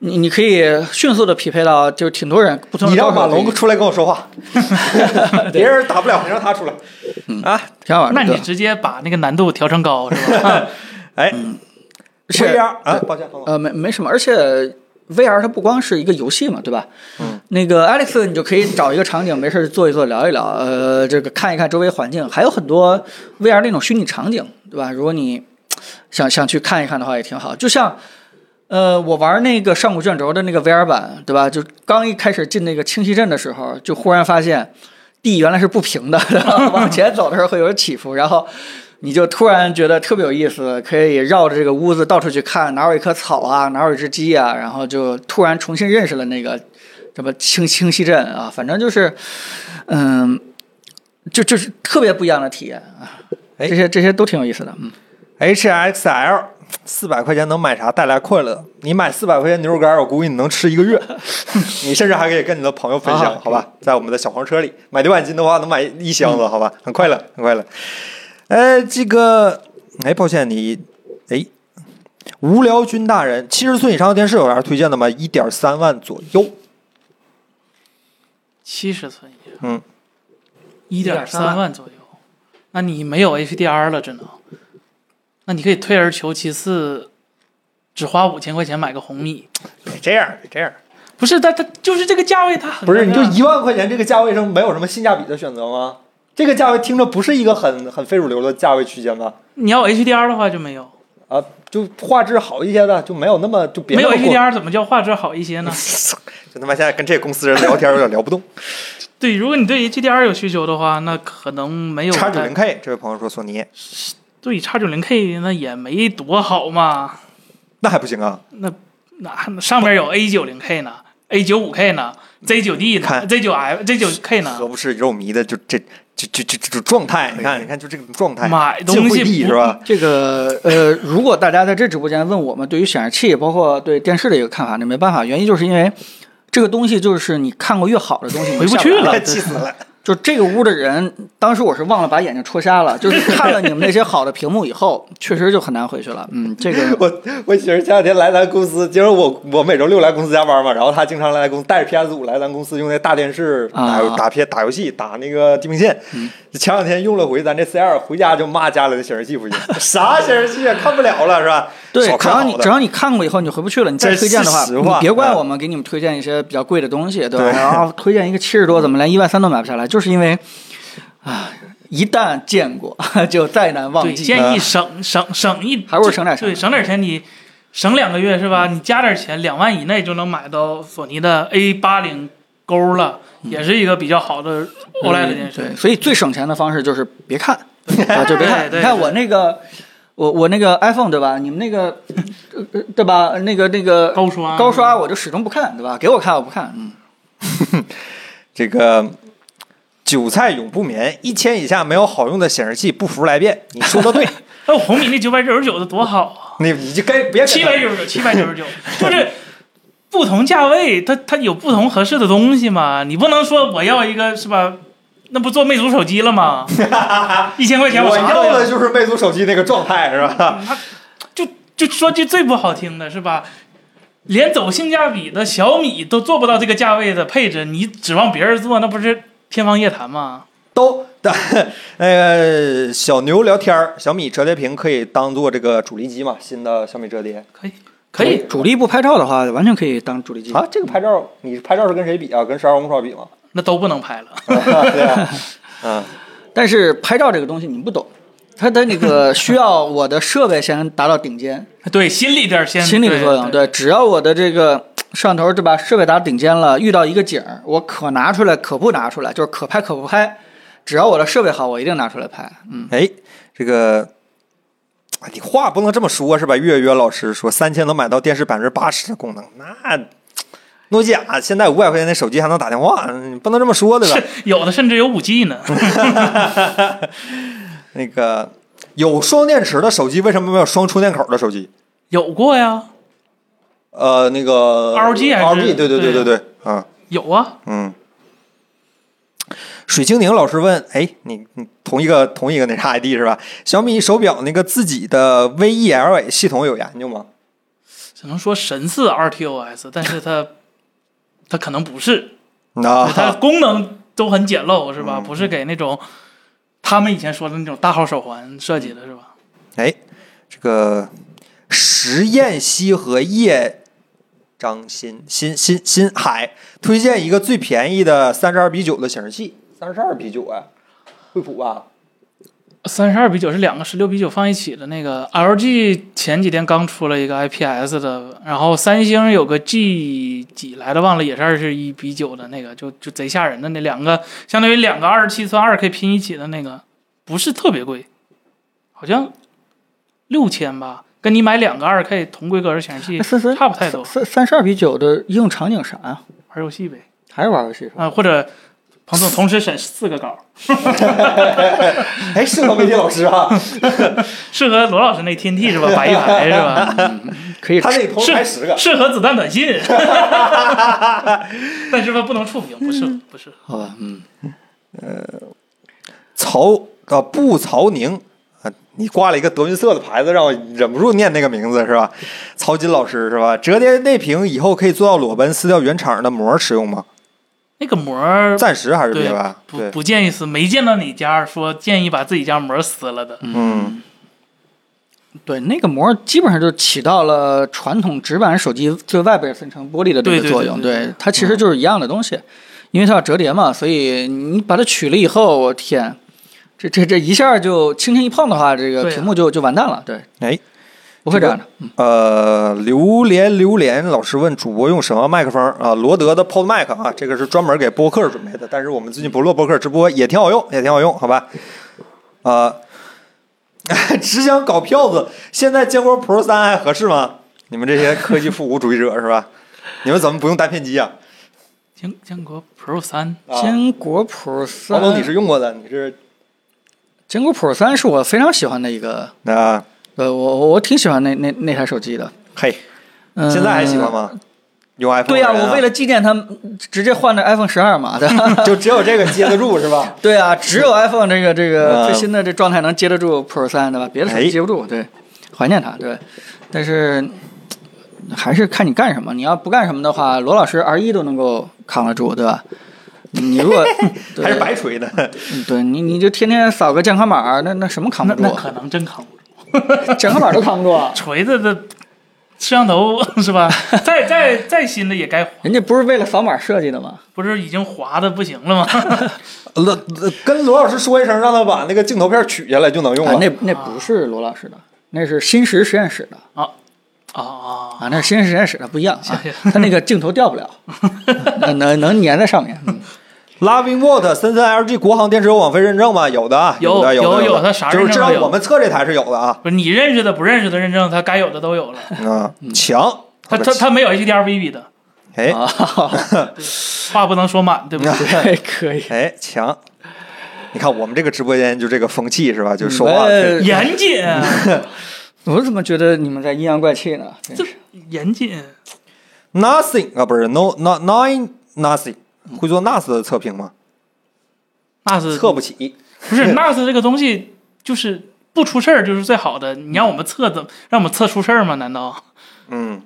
S2: 你你可以迅速的匹配到，就挺多人不同的
S1: 你让
S2: 高手
S1: 马
S2: 可以
S1: 龙出来跟我说
S2: <laughs>
S1: 话， <laughs> 别人打不了，你让他出来
S2: 嗯
S1: 啊！
S2: 挺好玩的。
S3: 那你
S2: 对
S3: 直接把那个难度调成高是吧？
S1: 哎，
S2: 是
S1: VR 啊，抱歉，彭总
S2: 呃没没什么，而且 VR 它不光是一个游戏嘛，对吧？嗯，那个 Alex 你就可以找一个场景，没事儿坐一坐，聊一聊，呃，这个看一看周围环境，还有很多 VR 那种虚拟场景，对吧？如果你想想去看一看的话，也挺好。就像呃，我玩那个上古卷轴的那个 VR 版，对吧？就刚一开始进那个清溪镇的时候，就忽然发现地原来是不平的， <laughs> 然后往前走的时候会有起伏，然后你就突然觉得特别有意思，可以绕着这个屋子到处去看，哪有一棵草啊，哪有一只鸡啊，然后就突然重新认识了那个什么清清溪镇啊，反正就是，嗯，就就是特别不一样的体验啊。
S1: 哎
S2: 这些这些都挺有意思的，嗯。
S1: HXL 四百块钱能买啥带来快乐？你买四百块钱牛肉干，我估计你能吃一个月， <laughs> 你甚至还可以跟你的朋友分享，
S2: 啊
S1: 好吧？在我们的小黄车里买六百斤的话，能买一箱子，好吧？很快乐，很快乐。哎，这个，哎，抱歉，你，哎，无聊君大人，七十寸以上的电视有啥推荐的吗？一点三万左右，
S3: 七十寸以上，
S1: 嗯，
S3: 一点三万左右。那你没有 HDR 了，只能，那你可以退而求其次，只花五千块钱买个红米。
S1: 得这样，得这样。
S3: 不是，它它就是这个价位，它很啊
S1: 不是，你就
S3: 尴尬
S1: 一万块钱这个价位上没有什么性价比的选择吗？这个价位听着不是一个很很非主流的价位区间吧？
S3: 你要 HDR 的话就没有，
S1: 啊，就画质好一些的，就没有那么就别
S3: 没有
S1: 那么过
S3: HDR 怎么叫画质好一些
S1: <laughs>
S3: 呢？
S1: 就他妈现在跟这公司人聊天有点聊不动。
S3: 对，如果你对 HDR 有需求的话，那可能没有
S1: 叉九
S3: 在
S1: 零 K 这位朋友说索尼，
S3: 对叉九零 K 那也没多好嘛，
S1: 那还不行啊？
S3: 那那上面有 A 九零 K 呢，A 九五 K 呢，Z
S2: 嗯
S3: 九 D 呢
S1: 看
S3: ，Z 九 F Z 九 K
S1: 何
S3: 呢，
S1: 不是肉迷的就这就就就这种状态？你看，你看，就这种状态，
S3: 买东西
S1: 晋惠帝
S3: 不
S1: 是吧？
S2: 这个呃，如果大家在这直播间问我们对于显示器，包括对电视的一个看法，那没办法，原因就是因为这个东西就是你看过越好的东西，你
S3: 回不
S2: 下
S3: 去
S1: <laughs>
S2: 来
S3: 了
S1: 气死了！
S2: 就这个屋的人，当时我是忘了把眼睛戳瞎了，就是看了你们那些好的屏幕以后， <laughs> 确实就很难回去了。嗯，
S1: <laughs>
S2: 这个
S1: 我我媳妇儿前两天来咱公司，今儿我我每周六来公司加班嘛，然后她经常来公司带着 PS 五来咱公司用那大电视打游
S2: 啊
S1: 打 P 打游戏打那个地平线，前两天用了回咱这 C 二，回家就骂家里的显示器不行，啥显示器啊，看不了了是吧？
S2: 对，
S1: 少
S2: 只
S1: 看
S2: 要
S1: 好
S2: 你
S1: 的
S2: 只要你看过以后，你就回不去了。你再
S1: 这
S2: 推荐的话，
S1: 是实话
S2: 你别怪
S1: 哎
S2: 我们给你们推荐一些比较贵的东西，对吧？
S1: 对
S2: 然后推荐一个七十多，怎么连一万三都买不下来，就是因为啊，啊一旦见过就再难忘
S3: 对，
S2: 记。
S3: 建议省省省一，
S2: 还不如省点钱嗯
S3: 对，省点钱你省两个月是吧？你加点钱，两万以内就能买到索尼的 A 八零勾了，也是一个比较好的 OLED 电视
S2: 嗯对，。所以最省钱的方式就是别看，啊，就别看。
S3: 对对
S2: 你看我那个，我我那个 iPhone 对吧？你们那个，呃对吧？那个那个
S3: 高刷
S2: 高刷，我就始终不看，对吧？给我看我不看，嗯，
S1: 这个韭菜永不眠，一千以下没有好用的显示器，不服来辩。你说的对，
S3: 哎，我红米那九百九十九的多好啊！
S1: 你你就该别
S3: <laughs> 七百九十九，七百九十九，就是不同价位，它它有不同合适的东西嘛。你不能说我要一个是吧？那不做魅族手机了吗？一千块钱
S1: 我
S3: 啥都
S1: 要的就是魅族手机那个状态，是吧？
S3: 那就就说句最不好听的是吧？连走性价比的小米都做不到这个价位的配置，你指望别人做，那不是天方夜谭吗？
S1: 都 <laughs> 的，呃，小牛聊天儿，小米折叠屏可以当做这个主力机嘛？新的小米折叠
S3: 可以，可以，
S2: 主力不拍照的话，完全可以当主力机
S1: 啊，这个拍照你拍照是跟谁比啊？跟十二 Ultra 比吗？
S3: 那都不能拍了。 <laughs>
S1: 对啊，嗯，
S2: 但是拍照这个东西你不懂，它的那个需要我的设备先达到顶尖，
S3: <laughs> 对，心理点儿先，
S2: 心理的作用。对，
S3: 对，
S2: 只要我的这个摄像头对吧，设备达到顶尖了，遇到一个景儿，我可拿出来可不拿出来，就是可拍可不拍。只要我的设备好，我一定拿出来拍。嗯，
S1: 哎，这个。哎你话不能这么说，是吧？月月老师说三千能买到电视百分之八十的功能，那诺基亚现在五百块钱的手机还能打电话，你不能这么说，对吧 <laughs>
S3: 是？有的甚至有五 G 呢。 <laughs>
S1: 那个有双电池的手机，为什么没有双充电口的手机？
S3: 有过呀，
S1: 呃，那个
S3: RG 还是
S1: RG，对对对对对，啊，
S3: 有啊，
S1: 嗯。水精灵老师问：“哎，你你同一个同一个那啥 ID 是吧？小米手表那个自己的 VELA 系统有研究吗？
S3: 只能说神似 RTOS，但是它它可能不是，
S1: 那
S3: 它功能都很简陋，是吧？不是给那种他们以前说的那种大号手环设计的，是吧？
S1: 哎，这个石燕西和叶张新新新新海推荐一个最便宜的三十二比九的显示器，三十二比九哎，惠普吧？
S3: 三十二比九是两个十六比九放一起的那个 LG 前几天刚出了一个 IPS 的，然后三星有个 G 几来的忘了，也是二十一比九的那个，就就贼吓人的那两个，相当于两个二十七寸二 K 拼一起的那个，不是特别贵，好像六千吧，跟你买两个二 K 同规格的显示器
S2: 三三
S3: 差不太多，
S2: 三三十二比九的应用场景啥呀？
S3: 玩游戏呗，
S2: 还是玩游戏是吧？
S3: 啊、或者彭总同时审四个稿，
S1: 哎，适合媒体老师 <laughs> 啊，
S3: 适合罗老师那天 T 是吧？摆一排是吧？
S2: 可以
S1: 他那同时排十个，
S3: 适合子弹短信， <laughs> 但是吧，不能触屏，不适合，不适合。
S2: 好吧？嗯，
S1: 曹啊布曹宁啊，你挂了一个德云社的牌子，让我忍不住念那个名字是
S3: <laughs>
S1: 吧？曹金老师是吧？折叠内屏以后可以做到裸奔，撕掉原厂的膜使用吗？
S3: 那个膜儿
S1: 暂时还是别
S3: 对
S1: 吧。
S3: 不
S1: 对，
S3: 不建议撕，没见到你家说建议把自己家膜撕了的。
S1: 嗯，
S2: 对，那个膜基本上就起到了传统直板手机最外边分层玻璃的这
S3: 对
S2: 个
S3: 对
S2: 作
S3: 对
S2: 用，
S3: 对嗯对
S2: 它其实就是一样的东西，因为它要折叠嘛，所以你把它取了以后，我天，这这这一下就轻轻一碰的话，这个
S3: 对啊
S2: 屏幕就就完蛋了，对，
S1: 哎，
S2: 不会这样的。
S1: 呃，榴莲榴莲老师问主播用什么麦克风啊？罗德的 Pod Mic 啊，这个是专门给播客准备的，但是我们最近不录播客直播也挺好用，也挺好用，好吧？呃，只想搞票子，现在坚果 Pro 三还合适吗？你们这些科技复古主义者是吧？你们怎么不用单片机啊？
S3: 坚坚果 Pro 三，
S1: 啊
S2: 坚果 Pro
S1: 王
S2: 三，
S1: 总，你是用过的，你是
S2: 坚果 Pro 三是我非常喜欢的一个，
S1: 啊、
S2: 呃，我我挺喜欢那那那台手机的，
S1: 嘿，
S2: 嗯、
S1: 现在还喜欢？吗？用 iPhone
S2: 对呀、
S1: 的人啊，
S2: 我为了纪念他们，直接换的 iPhone 十二嘛，对吧？
S1: 就只有这个接得住是吧？
S2: <laughs> 对啊，只有 iPhone 这个这
S1: 嗯
S2: 个最新的这状态能接得住 Pro 三，对吧？别的手
S1: 哎
S2: 机接不住，对，怀念它，对。但是嘖还是看你干什么，你要不干什么的话，罗老师 R 一都能够扛得住，对吧？你如果对
S1: 还是白锤的。
S2: 对你你就天天扫个健康码，那那什么扛
S3: 那
S2: 不
S3: 那
S2: 住？啊
S3: 可能真扛不住，
S2: 健康码都扛不
S3: <laughs>
S2: 住。
S3: 锤子的摄像头是吧？再再再新的也该
S2: 人家不是为了扫码设计的吗？
S3: 不是已经滑的不行了吗？ <laughs>
S1: 罗呃跟罗老师说一声，让他把那个镜头片取下来就能用
S2: 啊
S1: 了。，
S2: 那那不是罗老师的，那是新石实验室的
S3: 啊啊，
S2: 啊，那是新石实验室的不一样啊
S3: 行，
S2: 他那个镜头掉不了，能能能粘在上面。嗯
S1: Loving Watt 森森 LG 国行电池有网飞认证吗？有的啊，
S3: 有
S1: 的，有的，
S3: 有
S1: 有的
S3: 它啥
S1: 就是
S3: 认
S1: 至
S3: 证
S1: 少
S3: 都有
S1: 我们测这台是有的啊。
S3: 不是你认识的不认识的认证，它该有的都有了。
S1: 啊，强，
S3: 它它它没有 HDRVB 的，
S1: 哎
S2: 啊，
S3: 话不能说满，对不对？
S1: <laughs>
S2: 对，可以。
S1: 哎强。你看我们这个直播间就这个风气是吧？就说话
S2: 嗯
S3: 严谨， <laughs>
S2: 我怎么觉得你们在阴阳怪气呢？真
S3: 这
S2: 是
S3: 严谨。
S1: nothing 啊，不是 no no nine nothing，会做 NAS 的测评吗？
S3: 那是
S1: 测不起，
S3: 不是 NAS 这个东西，就是不出事儿就是最好的。你让我们测怎，让我们测出事儿吗？难道？
S1: 嗯，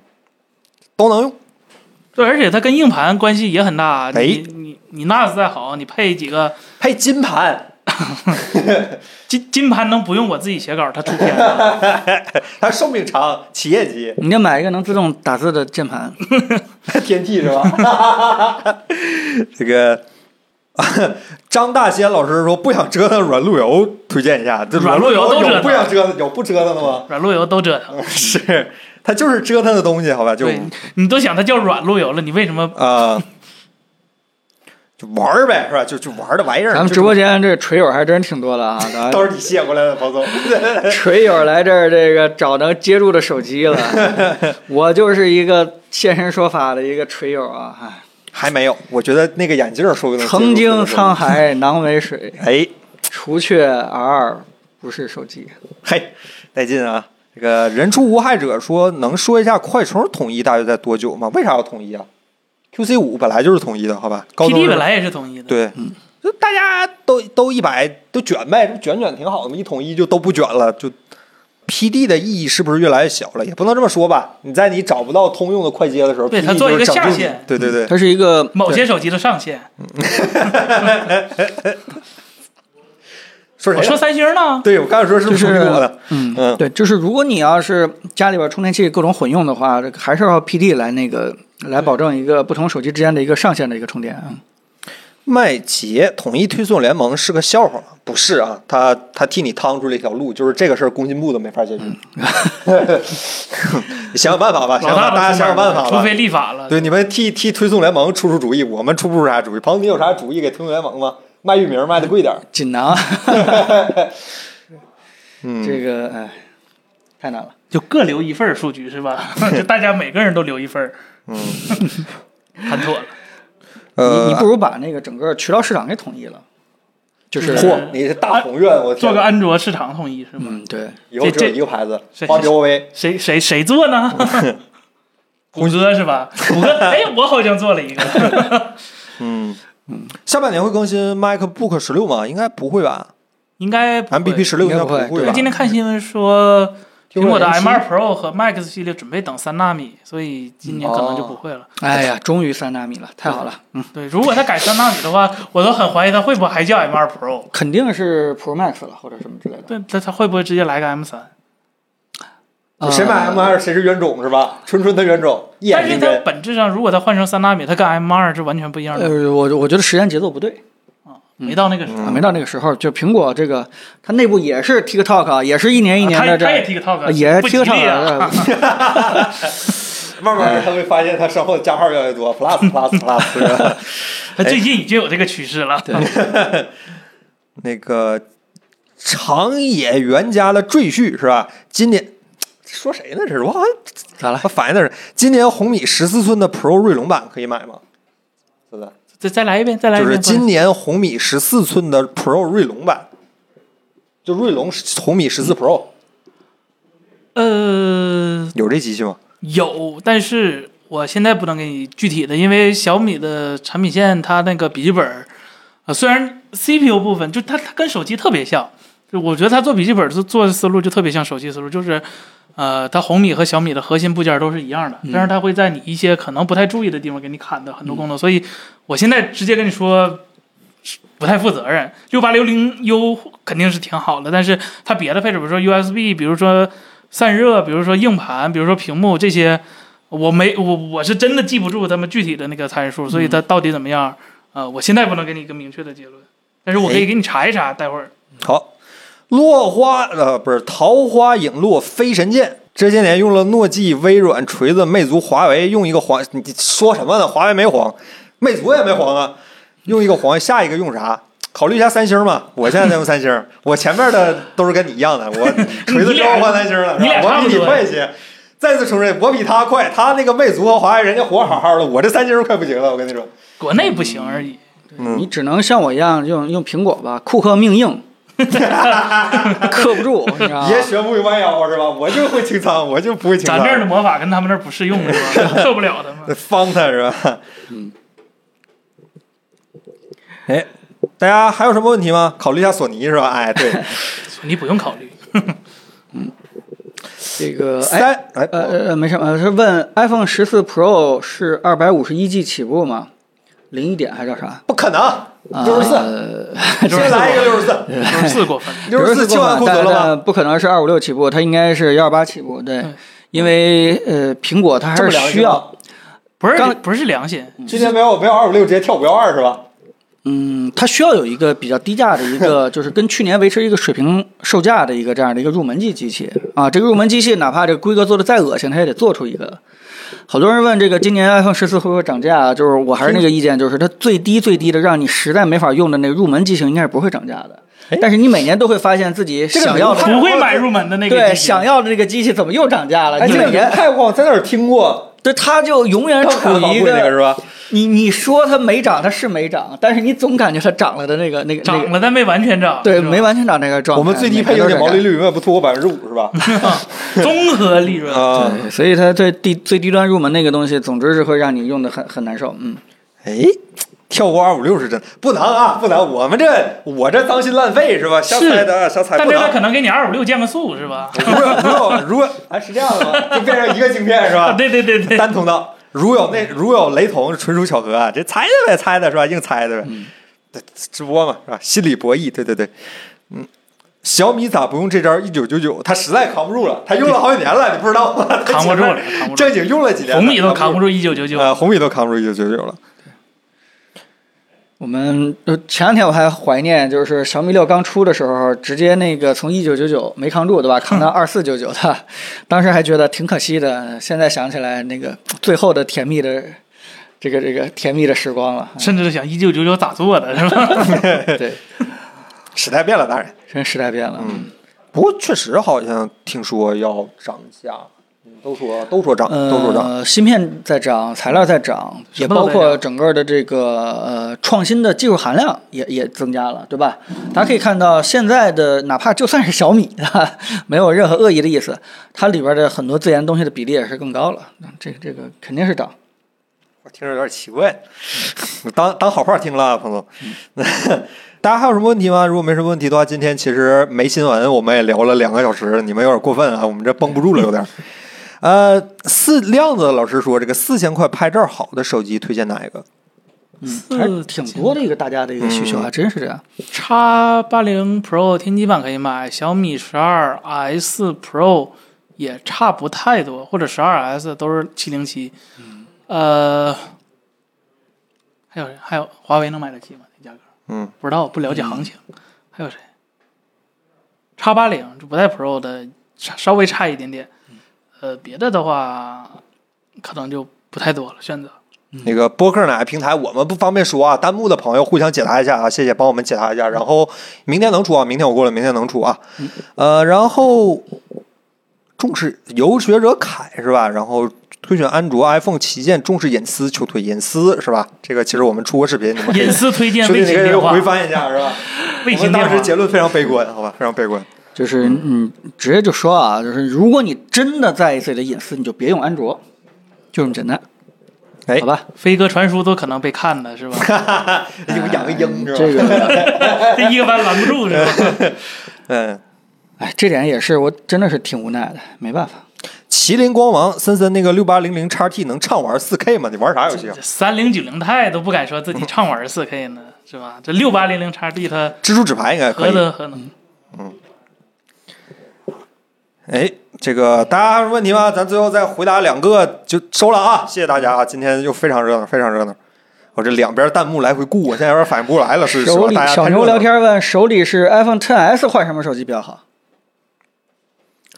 S1: 都能用。
S3: 对，而且它跟硬盘关系也很大。你、
S1: 哎
S3: 你你 NAS 再好，你配几个
S1: 配金盘，
S3: 金金盘能不用我自己写稿，它出片了。
S1: 它寿命长，企业级
S2: 你要买一个能自动打字的键盘，
S1: <laughs> 天 T 是吧？ <laughs> 这个。 <laughs> 张大仙老师说不想折腾软路由，推荐一下。这
S3: 软路由都折腾
S1: 有不想折腾，有不折腾的
S2: <laughs>
S1: 吗？
S3: 软路由都折腾，
S1: 是，它就是折腾的东西，好吧？就
S3: 对你都想它叫软路由了，你为什么？
S1: 啊、就玩儿呗，是吧？就就玩儿的玩意儿。
S2: 咱们
S1: 就
S2: 直播间这锤友还真挺多
S1: <laughs>
S2: 的啊！咱
S1: 都是你卸过来的，彭总。 <laughs>
S2: 锤友来这儿这个找能接住的手机了，
S1: <laughs>
S2: 我就是一个现身说法的一个锤友啊！唉
S1: 还没有，我觉得那个眼镜儿说不定接触
S2: 曾经
S1: 不是
S2: 沧海难为水，
S1: 哎，
S2: 除却 R 不是手机。
S1: 嘿，带劲啊！这个人畜无害者说，能说一下快充统一大约在多久吗？为啥要统一啊？QC 五本来就是统一的，好吧？高
S3: P
S1: 通
S3: D
S1: 是
S3: 本来嗯也是统一的，
S1: 对，就大家都都一百都卷呗，这不卷卷挺好的嘛，一统一就都不卷了，就 PD 的意义是不是越来越小了？也不能这么说吧。你在你找不到通用的快接的时候，
S3: 对
S1: PD
S3: 它做一
S1: 就
S3: 个
S1: 是拯救
S3: 下
S1: 你
S3: 线
S1: 对对对，
S2: 它是一个
S3: 某些手机的上限。
S1: 说
S3: 我
S1: 谁哎
S3: 说
S1: 呀？
S3: 三星呢，
S1: 对我刚才说是不是
S2: 就是
S1: 苹果的？
S2: 嗯
S1: 嗯
S2: 对，就是如果你要是家里边充电器各种混用的话，这个还是要 PD 来那个来保证一个不同手机之间的一个上限的一个充电。嗯
S1: 麦杰统一推送联盟是个笑话吗？不是啊，他他替你趟出了一条路，就是这个事儿，工信部都没法解决。你 <laughs> 想想办法吧，想
S3: 嗯老
S1: 想办
S3: 大
S1: 法
S3: 的
S1: 大家想想办法
S3: 除
S1: 吧
S3: 非。立法了。
S1: 对，你们替替推送联盟出出主意，我们出不出啥主意？庞子，你有啥主意给推送联盟吗？卖域名卖的贵点儿。
S2: 锦囊
S1: <laughs> 嗯，
S2: 这个哎，太难了。
S3: 就各留一份儿数据是吧？ <laughs> 就大家每个人都留一份儿。 <laughs> 嗯，谈妥了。
S1: 呃，
S2: 你你不如把那个整个渠道市场给统一了，就是
S1: 嚯，你是大宏愿，我
S3: 啊做
S1: 天
S3: 个，安卓市场统一是吗？
S2: 嗯对，
S1: 以后只有
S3: 这
S1: 一个牌子，
S3: 这
S1: 华为、OV。
S3: 谁谁谁做呢？谷歌是吧？谷歌，哎，我好像做了一个。
S1: 嗯下半年会更新 MacBook 十六吗？应该不会吧
S3: 应该不会
S1: ？MBP 十六应该
S2: 应该
S1: 不
S2: 不会
S1: 会
S3: 我
S1: 吧
S2: 对？
S3: 今天看新闻说，苹果的
S1: 听说
S3: M2
S1: 延期
S3: Pro 和 Max 系列准备等三纳米，所以今年可能就不会了。
S2: 哎呀，终于三纳米了，太好了，嗯，
S3: 对，如果它改三纳米的话，我都很怀疑它会不会还叫 M2 Pro。
S2: 肯定是 Pro Max 了或者什么之类的。
S3: 对，它它会不会直接来个 M3？
S2: 呃
S1: 谁买啊 M 二谁是冤种是吧？纯纯的冤种，一眼
S3: 但是
S1: 定
S3: 它
S1: 真。
S3: 本质上，如果它换成三纳米，它跟 M2 是完全不一样的，
S2: 呃，我我觉得时间节奏不对
S3: 没到那个时候。
S2: 啊，没到那个时候。就苹果这个，它内部也是 TikTok，啊也是一年一年
S3: 啊
S2: 的
S3: 它
S2: 这，
S3: 它也 TikTok，
S2: 啊也是
S3: 不吉利
S2: TikTok
S3: 啊。
S2: 啊。
S1: 慢
S3: 哎
S1: 慢他会发现他身后的加号越来越多，plus
S3: <laughs>
S1: plus plus 是吧。
S3: 它最近已经有这个趋势了。
S1: 那个长野原家的赘婿是吧？今年说谁呢？这是我好像
S2: 咋了？
S1: 我反应的是，今年红米十四寸的 Pro 锐龙版可以买吗？是的，
S3: 再再来一遍，再来一
S1: 就
S3: 遍。
S1: 是今年红米十四寸的 Pro 锐龙版，就锐龙红米十四 Pro
S3: 呃，
S1: 有这机器吗？
S3: 有，但是我现在不能给你具体的，因为小米的产品线它那个笔记本儿，呃，虽然 CPU 部分就它它跟手机特别像，就我觉得它做笔记本儿做做的思路就特别像手机思路，就是呃，它红米和小米的核心部件都是一样的，但是它会在你一些可能不太注意的地方给你砍的很多功能，所以我现在直接跟你说。不太负责任，六八六零 U 肯定是挺好的，但是它别的配置，比如说 USB，比如说散热，比如说硬盘，比如说屏幕这些，我没我我是真的记不住他们具体的那个参数，所以它到底怎么样？呃，我现在不能给你一个明确的结论，但是我可以给你查一查，待会儿
S1: 好，落花呃不是桃花影落飞神剑，这些年用了诺基、微软、锤子、魅族、华为，用一个黄，你说什么呢？华为没黄，魅族也没黄啊，用一个黄，下一个用啥？考虑一下三星吧，我现在在用三星，我前面的都是跟你一样的，我锤子之后换三星了，
S3: 你俩
S1: 是吧
S3: 差
S1: 我
S3: 不
S1: 比你
S3: 多
S1: 快一些。再次承认，我比他快，他那个魅族和华为人家活好好的，我这三星快不行了，我跟你说。
S3: 国内不行
S2: 嗯
S3: 而已。
S1: 嗯
S2: 你只能像我一样用用苹果吧，库克命硬，克不住，你知道吗？
S1: 也学不会弯腰是吧？我就会清仓，我就不会清
S3: 咱
S1: 仓。
S3: 这儿的魔法跟他们那儿不适用是吧？受不了他
S2: <laughs>
S3: 们。
S1: 方他是吧？嗯。 <laughs> 哎，大家还有什么问题吗？考虑一下索尼是吧？哎，对，
S3: 你不用考虑，
S2: 这个哎。
S1: 三哎
S2: 呃呃呃，没什么，呃是问 iPhone 十四 Pro 是二百五十一 G 起步吗？零一点还叫啥？
S1: 不可能，
S2: 啊
S1: 六十四，
S2: 呃
S1: 先来一个六十四，
S2: 嗯
S3: 不是过分。
S1: 六十四清完库存了吗？
S2: 但不可能是二五六起步，它应该是幺二八起步。对，
S3: 嗯
S2: 因为呃，苹果它还
S1: 这么
S2: 是
S1: 良心
S2: 需
S1: 吗
S2: 要，
S3: 不是
S2: 刚
S3: 不是良心，
S1: 今天没有没有二五六，直接跳五幺二是吧？
S2: 嗯，它需要有一个比较低价的一个，就是跟去年维持一个水平售价的一个这样的一个入门级机器啊。这个入门机器哪怕这个规格做的再恶心，它也得做出一个。好多人问这个今年 iPhone 十四会不会涨价？啊就是我还是那个意见，就是它最低最低的，让你实在没法用的那个入门机型应该是不会涨价的。但是你每年都会发现自己
S1: 个
S2: 想要的
S1: 流派
S3: 不会买入门的那个
S2: 哦对
S3: 机型
S2: 想要的那个机器怎么又涨价了？
S1: 哎，
S2: 你
S1: 这个
S2: 每
S1: 名
S2: 年
S1: 太我好像在哪儿听过，
S2: 对它就永远
S1: 刚
S2: 处
S1: 看
S2: 于
S1: 好
S2: 一
S1: 贵那个是吧？
S2: 你你说它没涨，它是没涨，但是你总感觉它涨了的那个那个那个
S3: 涨了但没完全涨。
S2: 对，
S3: 是吧
S2: 没完全涨这个状态。
S1: 我们最低配
S2: 每
S1: 硬
S2: 个
S1: 件
S2: 都是
S1: 毛利率永远不突破百分之五是吧？
S3: 嗯综合利润。
S2: 这
S1: 啊
S2: 样。，对，所以它最低最低端入门那个东西，总之是会让你用的很很难受。嗯，
S1: 哎，跳过二五六是真不能啊，不能，我们这我这脏心烂肺是吧？瞎
S3: 是
S1: 猜的，啊瞎猜
S3: 但
S1: 不
S3: 是
S1: 能
S3: 它。可能给你二五六降个速是吧？
S1: 如有如有如果 <laughs> 啊是这样的吗？就变成一个晶片是
S2: 哦
S3: 啊，
S1: 吧？
S3: 对对对对，
S1: 单通道。如有那如有雷同，纯属巧合啊！嗯这猜的呗，猜的是吧？硬猜的呗。这直播嘛是吧？心理博弈，对对对。嗯小米咋不用这招一九九九？他实在扛不住了，他用了好几年了，你不知
S3: <laughs>
S1: 道吗？
S3: 扛不住了，扛不住
S1: 正
S3: 了，
S1: 经用了几年了，
S3: 红米都扛不
S1: 住，
S3: 住一九九九。
S2: 哦
S1: 呃，红米都扛不住一九九九了。
S2: 我们呃前两天我还怀念，就是小米六刚出的时候，直接那个从一九九九没
S1: <laughs>
S2: 扛住，对吧？扛到二四九九的，当时还觉得挺可惜的。现在想起来，那个最后的甜蜜的这个这个甜蜜的时光了。
S3: 甚至想一九九九咋做的，是吧？
S2: 对，
S1: 时代变了，当然。
S2: 真时代变了。
S1: 不过确实好像听说要涨价，嗯都说都说涨，都说涨。
S2: 呃，芯片在涨，材料在涨，也
S3: 什么都
S2: 包
S3: 在
S2: 括
S3: 涨
S2: 整个的这个呃创新的技术含量也也增加了，对吧？大家可以看到，现在的哪怕就算是小米，哈哈没有任何恶意的意思，它里边的很多自研东西的比例也是更高了，这个这个肯定是涨。
S1: 我听着有点奇怪，当当好话听了啊，彭总。 <laughs> 大家还有什么问题吗？如果没什么问题的话，今天其实没新闻，我们也聊了两个小时，你们有点过分啊，我们这绷不住了，有点。呃，四亮子老师说，这个四千块拍照好的手机推荐哪一个？
S2: 嗯，还是挺多的一个大家的一个需求，
S1: 嗯
S2: 还真是这样。
S3: x 八零 Pro 天玑版可以买，小米十二 S Pro 也差不太多，或者十二 S 都是七零七。呃，还有谁？还有华为能买得起吗？那价格？
S1: 嗯，
S3: 不知道，不了解行情。还有谁？x 八零这不带 Pro 的，差稍微差一点点。
S1: 嗯
S3: 呃，别的的话，可能就不太多了选择。
S1: 那个播客哪个平台我们不方便说啊，弹幕的朋友互相解答一下啊，谢谢帮我们解答一下。然后明天能出啊，明天我过来，明天能出啊。呃，然后重视游学者凯是吧？然后推选安卓、iPhone 旗舰，重视隐私，求推隐私是吧？这个其实我们出过视频，你们可以
S3: 隐私推
S1: <laughs>
S3: 荐
S1: 兄弟
S3: 卫
S1: 你可
S3: 星
S1: 以
S3: 电话
S1: 回，翻一下是吧？
S3: 卫
S1: 我们
S3: 星电
S1: 当
S3: 话
S1: 时。结论非常悲观，好吧，非常悲观。
S2: 就是嗯，直接就说啊，就是如果你真的在意自己的隐私，你就别用安卓，就这么简单。
S1: 哎 <laughs>
S2: 好吧，
S3: 飞鸽传书都可能被看了，是吧？
S1: 有养个鹰是吧？
S2: 这个。
S3: <laughs> 这一个班拦不住是吧？
S1: 嗯。
S2: 哎，这点也是我真的是挺无奈的，没办法。
S1: 麒麟光王森森那个六八零零 x T 能畅玩四 K 吗？你玩啥游戏啊？
S3: 三零九零钛都不敢说自己畅玩四 K 呢，是吧？这六八零零叉 D 它
S1: 蜘蛛纸牌应该可
S3: 何
S1: 以。嗯
S3: 德何能？
S1: 哎，这个大家还有问题吗？咱最后再回答两个就收了啊！谢谢大家啊，今天又非常热闹，非常热闹。我这两边弹幕来回顾，我现在有点反应不过来了，是是
S2: 手
S1: 吧？
S2: 里
S1: 大家
S2: 小
S1: 太热
S2: 牛
S1: 闹
S2: 聊天问，手里是 iPhone 10s 换什么手机比较好？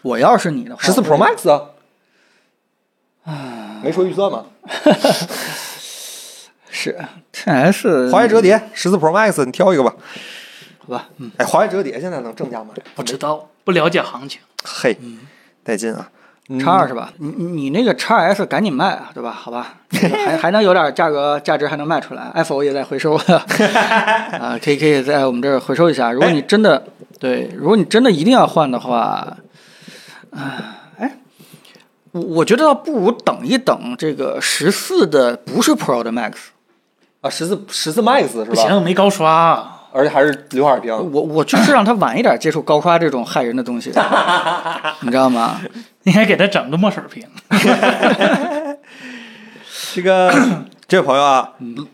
S2: 我要是你的话，
S1: 十四 Pro Max 啊，没说预算吗？
S2: 是 10s，
S1: 华为折叠十四 Pro Max，你挑一个吧。
S2: 好吧，嗯，
S1: 哎，华为折叠现在能正价买？
S3: 不知道，不了解行情。
S1: 嘿，带劲啊！嗯
S2: 叉二是吧？你你你那个叉 S 赶紧卖啊，对吧？好吧，这个还还能有点价格价值，还能卖出来。iPhone 也在回收 <laughs> 啊，可以可以在我们这儿回收一下。如果你真的对，如果你真的一定要换的话，啊，哎，我我觉得倒不如等一等这个十四的不是 Pro 的 Max。
S1: 啊，十四十四 Max 是
S3: 不
S1: 吧？
S3: 行，没高刷，啊
S1: 而且还是刘海屏。
S2: 我我就是让他晚一点接触高刷这种害人的东 <laughs> 西，你知道吗？
S3: 应该给他整个墨水屏。
S1: 哦这
S3: <coughs>
S1: 个这位朋友啊，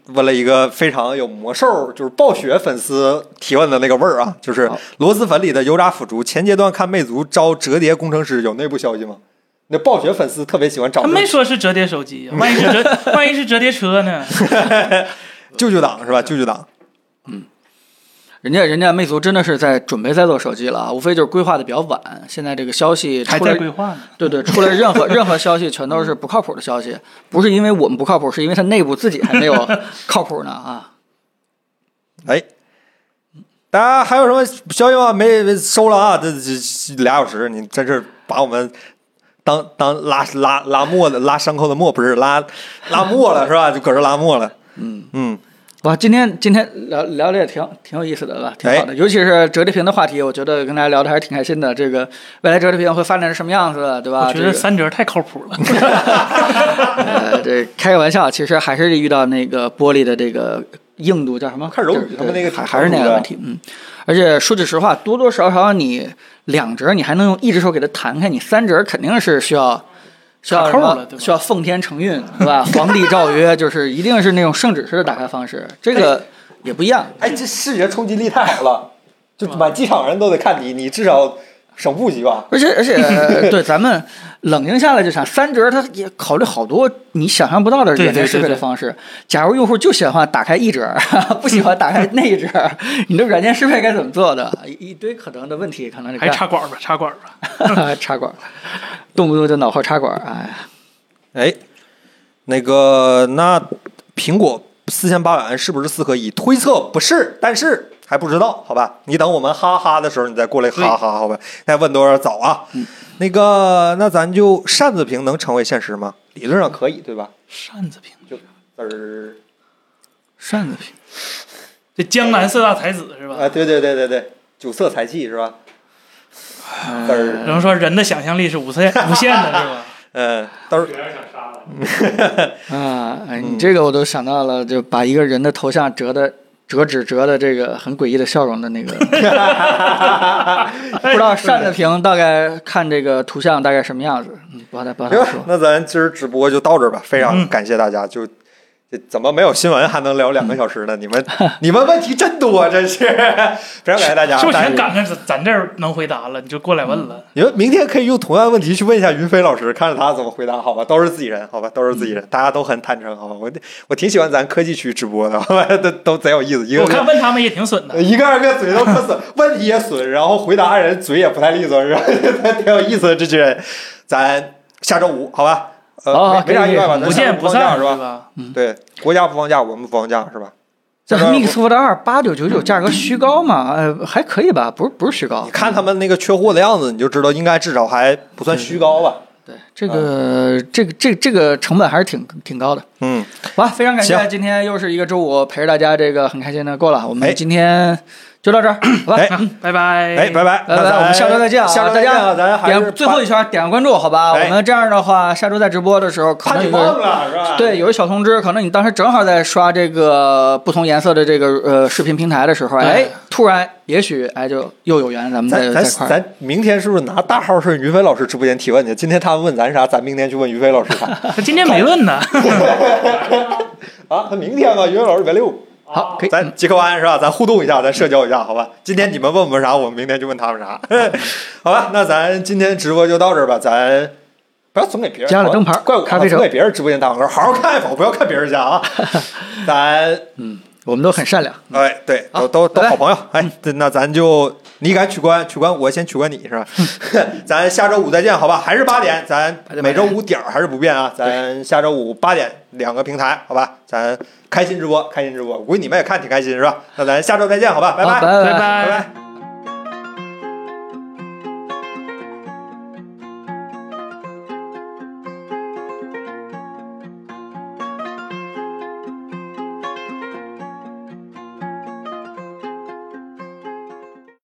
S1: 问了一个非常有魔兽，就是暴雪粉丝提问的那个味儿啊，就是
S2: 好
S1: 螺蛳粉里的油炸腐竹。前阶段看魅族招折叠工程师，有内部消息吗？那暴雪粉丝特别喜欢找
S3: 他
S1: 这
S3: 没
S1: 种
S3: 说是折叠手机
S1: 嗯
S3: 啊，万一是折，
S1: <laughs>
S3: 万一是折叠车呢？
S1: 舅舅党是吧？舅舅党，
S2: 人家人家魅族真的是在准备在做手机了啊，无非就是规划的比较晚。现在这个消息
S3: 还
S2: 出
S3: 在
S2: 来，
S3: 规划呢。
S2: 对对，出来任何任何消息全都是不靠谱的消息，不是因为我们不靠谱，是因为它内部自己还没
S3: <laughs>
S2: 有靠谱呢啊。
S1: 哎。大家还有什么消息吗？没没收了啊！这这这俩小时，你真是把我们当当拉拉拉磨的拉伤口的磨，不是拉拉磨了是吧？就搁这拉磨了。嗯嗯，
S2: 哇，今天今天聊聊的也挺挺有意思的吧，挺
S3: 哎
S2: 好的，尤其是折叠屏的话题，我觉得跟大家聊的还是挺开心的。这个未来折叠屏会发展成什么样子，对吧？
S1: 啊
S3: 我觉
S2: 这
S3: 得
S2: 个
S3: 三折太靠谱了。
S2: <laughs> 呃，这开个玩笑，其实还是遇到那个玻璃的这个硬度叫什么？
S1: 看柔
S2: 就
S1: 乳
S2: 是
S1: 他们那个
S2: 还还是那个问题，嗯。而且说句实话，多多少少你两折你还能用一只手给它弹开，你三折肯定是需要需要什
S3: 卡扣了
S2: 么
S3: 对吧
S2: 需要奉天承运，对吧？ <laughs> 皇帝诏曰，就是一
S3: 哎
S2: 定是那种圣旨式的打开方式，这个也不一样。
S1: 哎，这视觉冲击力太好了。就满机场人都得看你，你至少省部级吧。
S2: 而且
S3: <laughs>
S2: 而且，呃对咱们冷静下来就想，三折它也考虑好多你想象不到的
S3: 对
S2: 远程
S3: 对对
S2: 适配的
S3: 对
S2: 方式。假如用户就喜欢打开一折， <laughs> 不喜欢打开那一折， <laughs> 你的软件适配该怎么做的？一一堆可能的问题，可能得
S3: 还
S2: 干
S3: 插管儿吧，插管儿
S1: <laughs>
S3: 吧。
S2: <laughs> 插管儿，动不动就脑后插管儿，哎呀，
S1: 哎，那个那苹果四千八百万是不是四合一？推测不是，但是还不知道，好吧？你等我们哈哈的时候，你再过来哈哈，好吧？再问多少早啊？那个，那咱就扇子屏能成为现实吗？理论上可以，对吧？
S3: 扇子屏，
S1: 嘚儿，
S2: 扇子屏，
S3: 这江南四大才子是吧？
S1: 啊，对对对对对，九色财气是吧？嘚儿，
S3: 只能说人的想象力是无限
S1: <laughs>
S3: 无限的，是吧？
S1: 嗯，嘚儿
S5: 有，点想杀了。
S2: 啊，哎，
S1: 嗯
S2: 你这个我都想到了，就把一个人的头像折的折纸折的这个很诡异的笑容的那
S1: <laughs>
S2: 个， <laughs> 不知道扇子屏大概看这个图像大概什么样子，嗯，不好再不
S3: <laughs>
S2: 好再
S1: 行吧
S2: 说，。
S1: <laughs> 那咱今儿直播就到这儿吧，非
S3: 嗯
S1: 常感谢大家。就这怎么没有新闻还能聊两个小时呢？你
S3: <laughs>
S1: 们你们问题真多，啊真是 <laughs> 非常感谢大家
S3: 是。不是
S1: 大家嗯
S3: 全赶上咱咱这儿能回答了，你就过来问了。
S1: 你们明天可以用同样问题去问一下云飞老师，看看他怎么回答，好吧？都是自己人，好吧？都是自己
S3: 嗯
S1: 人，大家都很坦诚，好吧？我我挺喜欢咱科技区直播的，好吧？ <laughs> 都都贼有意思，一个
S3: 我
S1: 个
S3: 看问他们也挺损的，
S1: 一个二个嘴都可损，问题也损，然后回答人嘴也不太利索，是吧？ <laughs> 挺有意思的这群人，咱下周五好吧？
S2: 好
S1: 呃，
S2: 好
S1: 没没啥
S2: 哦可以
S1: 意外吧？
S3: 不
S1: 咱下周
S3: 见
S1: 五
S3: 不
S1: 放假
S3: 散
S1: 是
S3: 是
S1: 吧？
S3: 吧？
S2: 嗯
S1: 对，国家不放假，我们不放假是吧？
S2: 这
S1: 下周
S2: Mix Fold 二八九九九价格虚高嘛？呃，还可以吧，不是不是虚高
S1: 你。看他们那个缺货的样子，你就知道应该至少还不算虚高吧？
S2: 对，这个这个这个这个成本还是挺挺高的。
S1: 嗯，
S2: 好吧，非常感谢，
S1: 行
S2: 今天又是一个周五，陪着大家这个很开心的过了。我
S1: 哎
S2: 们今天就到这儿，好吧？
S1: 哎
S3: 啊拜拜，
S1: 哎，拜拜，
S2: 拜
S1: 那
S2: 拜，
S1: 咱
S2: 我们下周再见啊！
S1: 下周
S2: 大
S1: 再见啊！
S2: 家
S1: 咱还是
S2: 点最后一圈点个关注，好吧？
S1: 哎
S2: 我们这样的话，下周在直播的时候可
S1: 怕你
S2: 能有个
S1: 忘了是吧？
S2: 对，有一小通知，可能你当时正好在刷这个不同颜色的这个呃视频平台的时候，哎，突然也许哎就又有缘，咱们
S1: 咱
S2: 再
S1: 咱
S2: 再块儿。
S1: 咱明天是不是拿大号上于飞老师直播间提问去？今天他们问咱啥，咱明天去问于飞老师啥？
S3: 他今天没问呢，
S1: <laughs> 啊，他明天吧，于飞老师礼拜六。
S2: 好，可以，
S1: 咱杰克湾是吧？咱互动一下，咱社交一下，好吧？今天你们问我们啥，我们明天就问他们啥， <laughs> 好吧？那咱今天直播就到这儿吧，咱不要总给别人
S2: 加了灯牌
S1: 怪我啊
S2: 咖啡
S1: 总
S2: 城
S1: 给别人直播间打广告，好好看一否，不要看别人家
S2: <laughs>
S1: 啊。咱
S2: 我们都很善良。
S1: 哎，对，都
S2: 好
S1: 都都
S2: 拜拜
S1: 好朋友，哎，对那咱就你敢取关，取关我先取关你是吧？ <laughs> 咱下周五再见，好吧？还是嗯八点，咱每周五点儿还是不变啊，咱下周五八点两个平台，好吧？咱开心直播，开心直播，我估计你们也看挺开心是吧？那咱下周再见，好吧？拜
S2: 好
S1: 呃拜，
S2: 拜
S3: 拜
S1: 拜拜。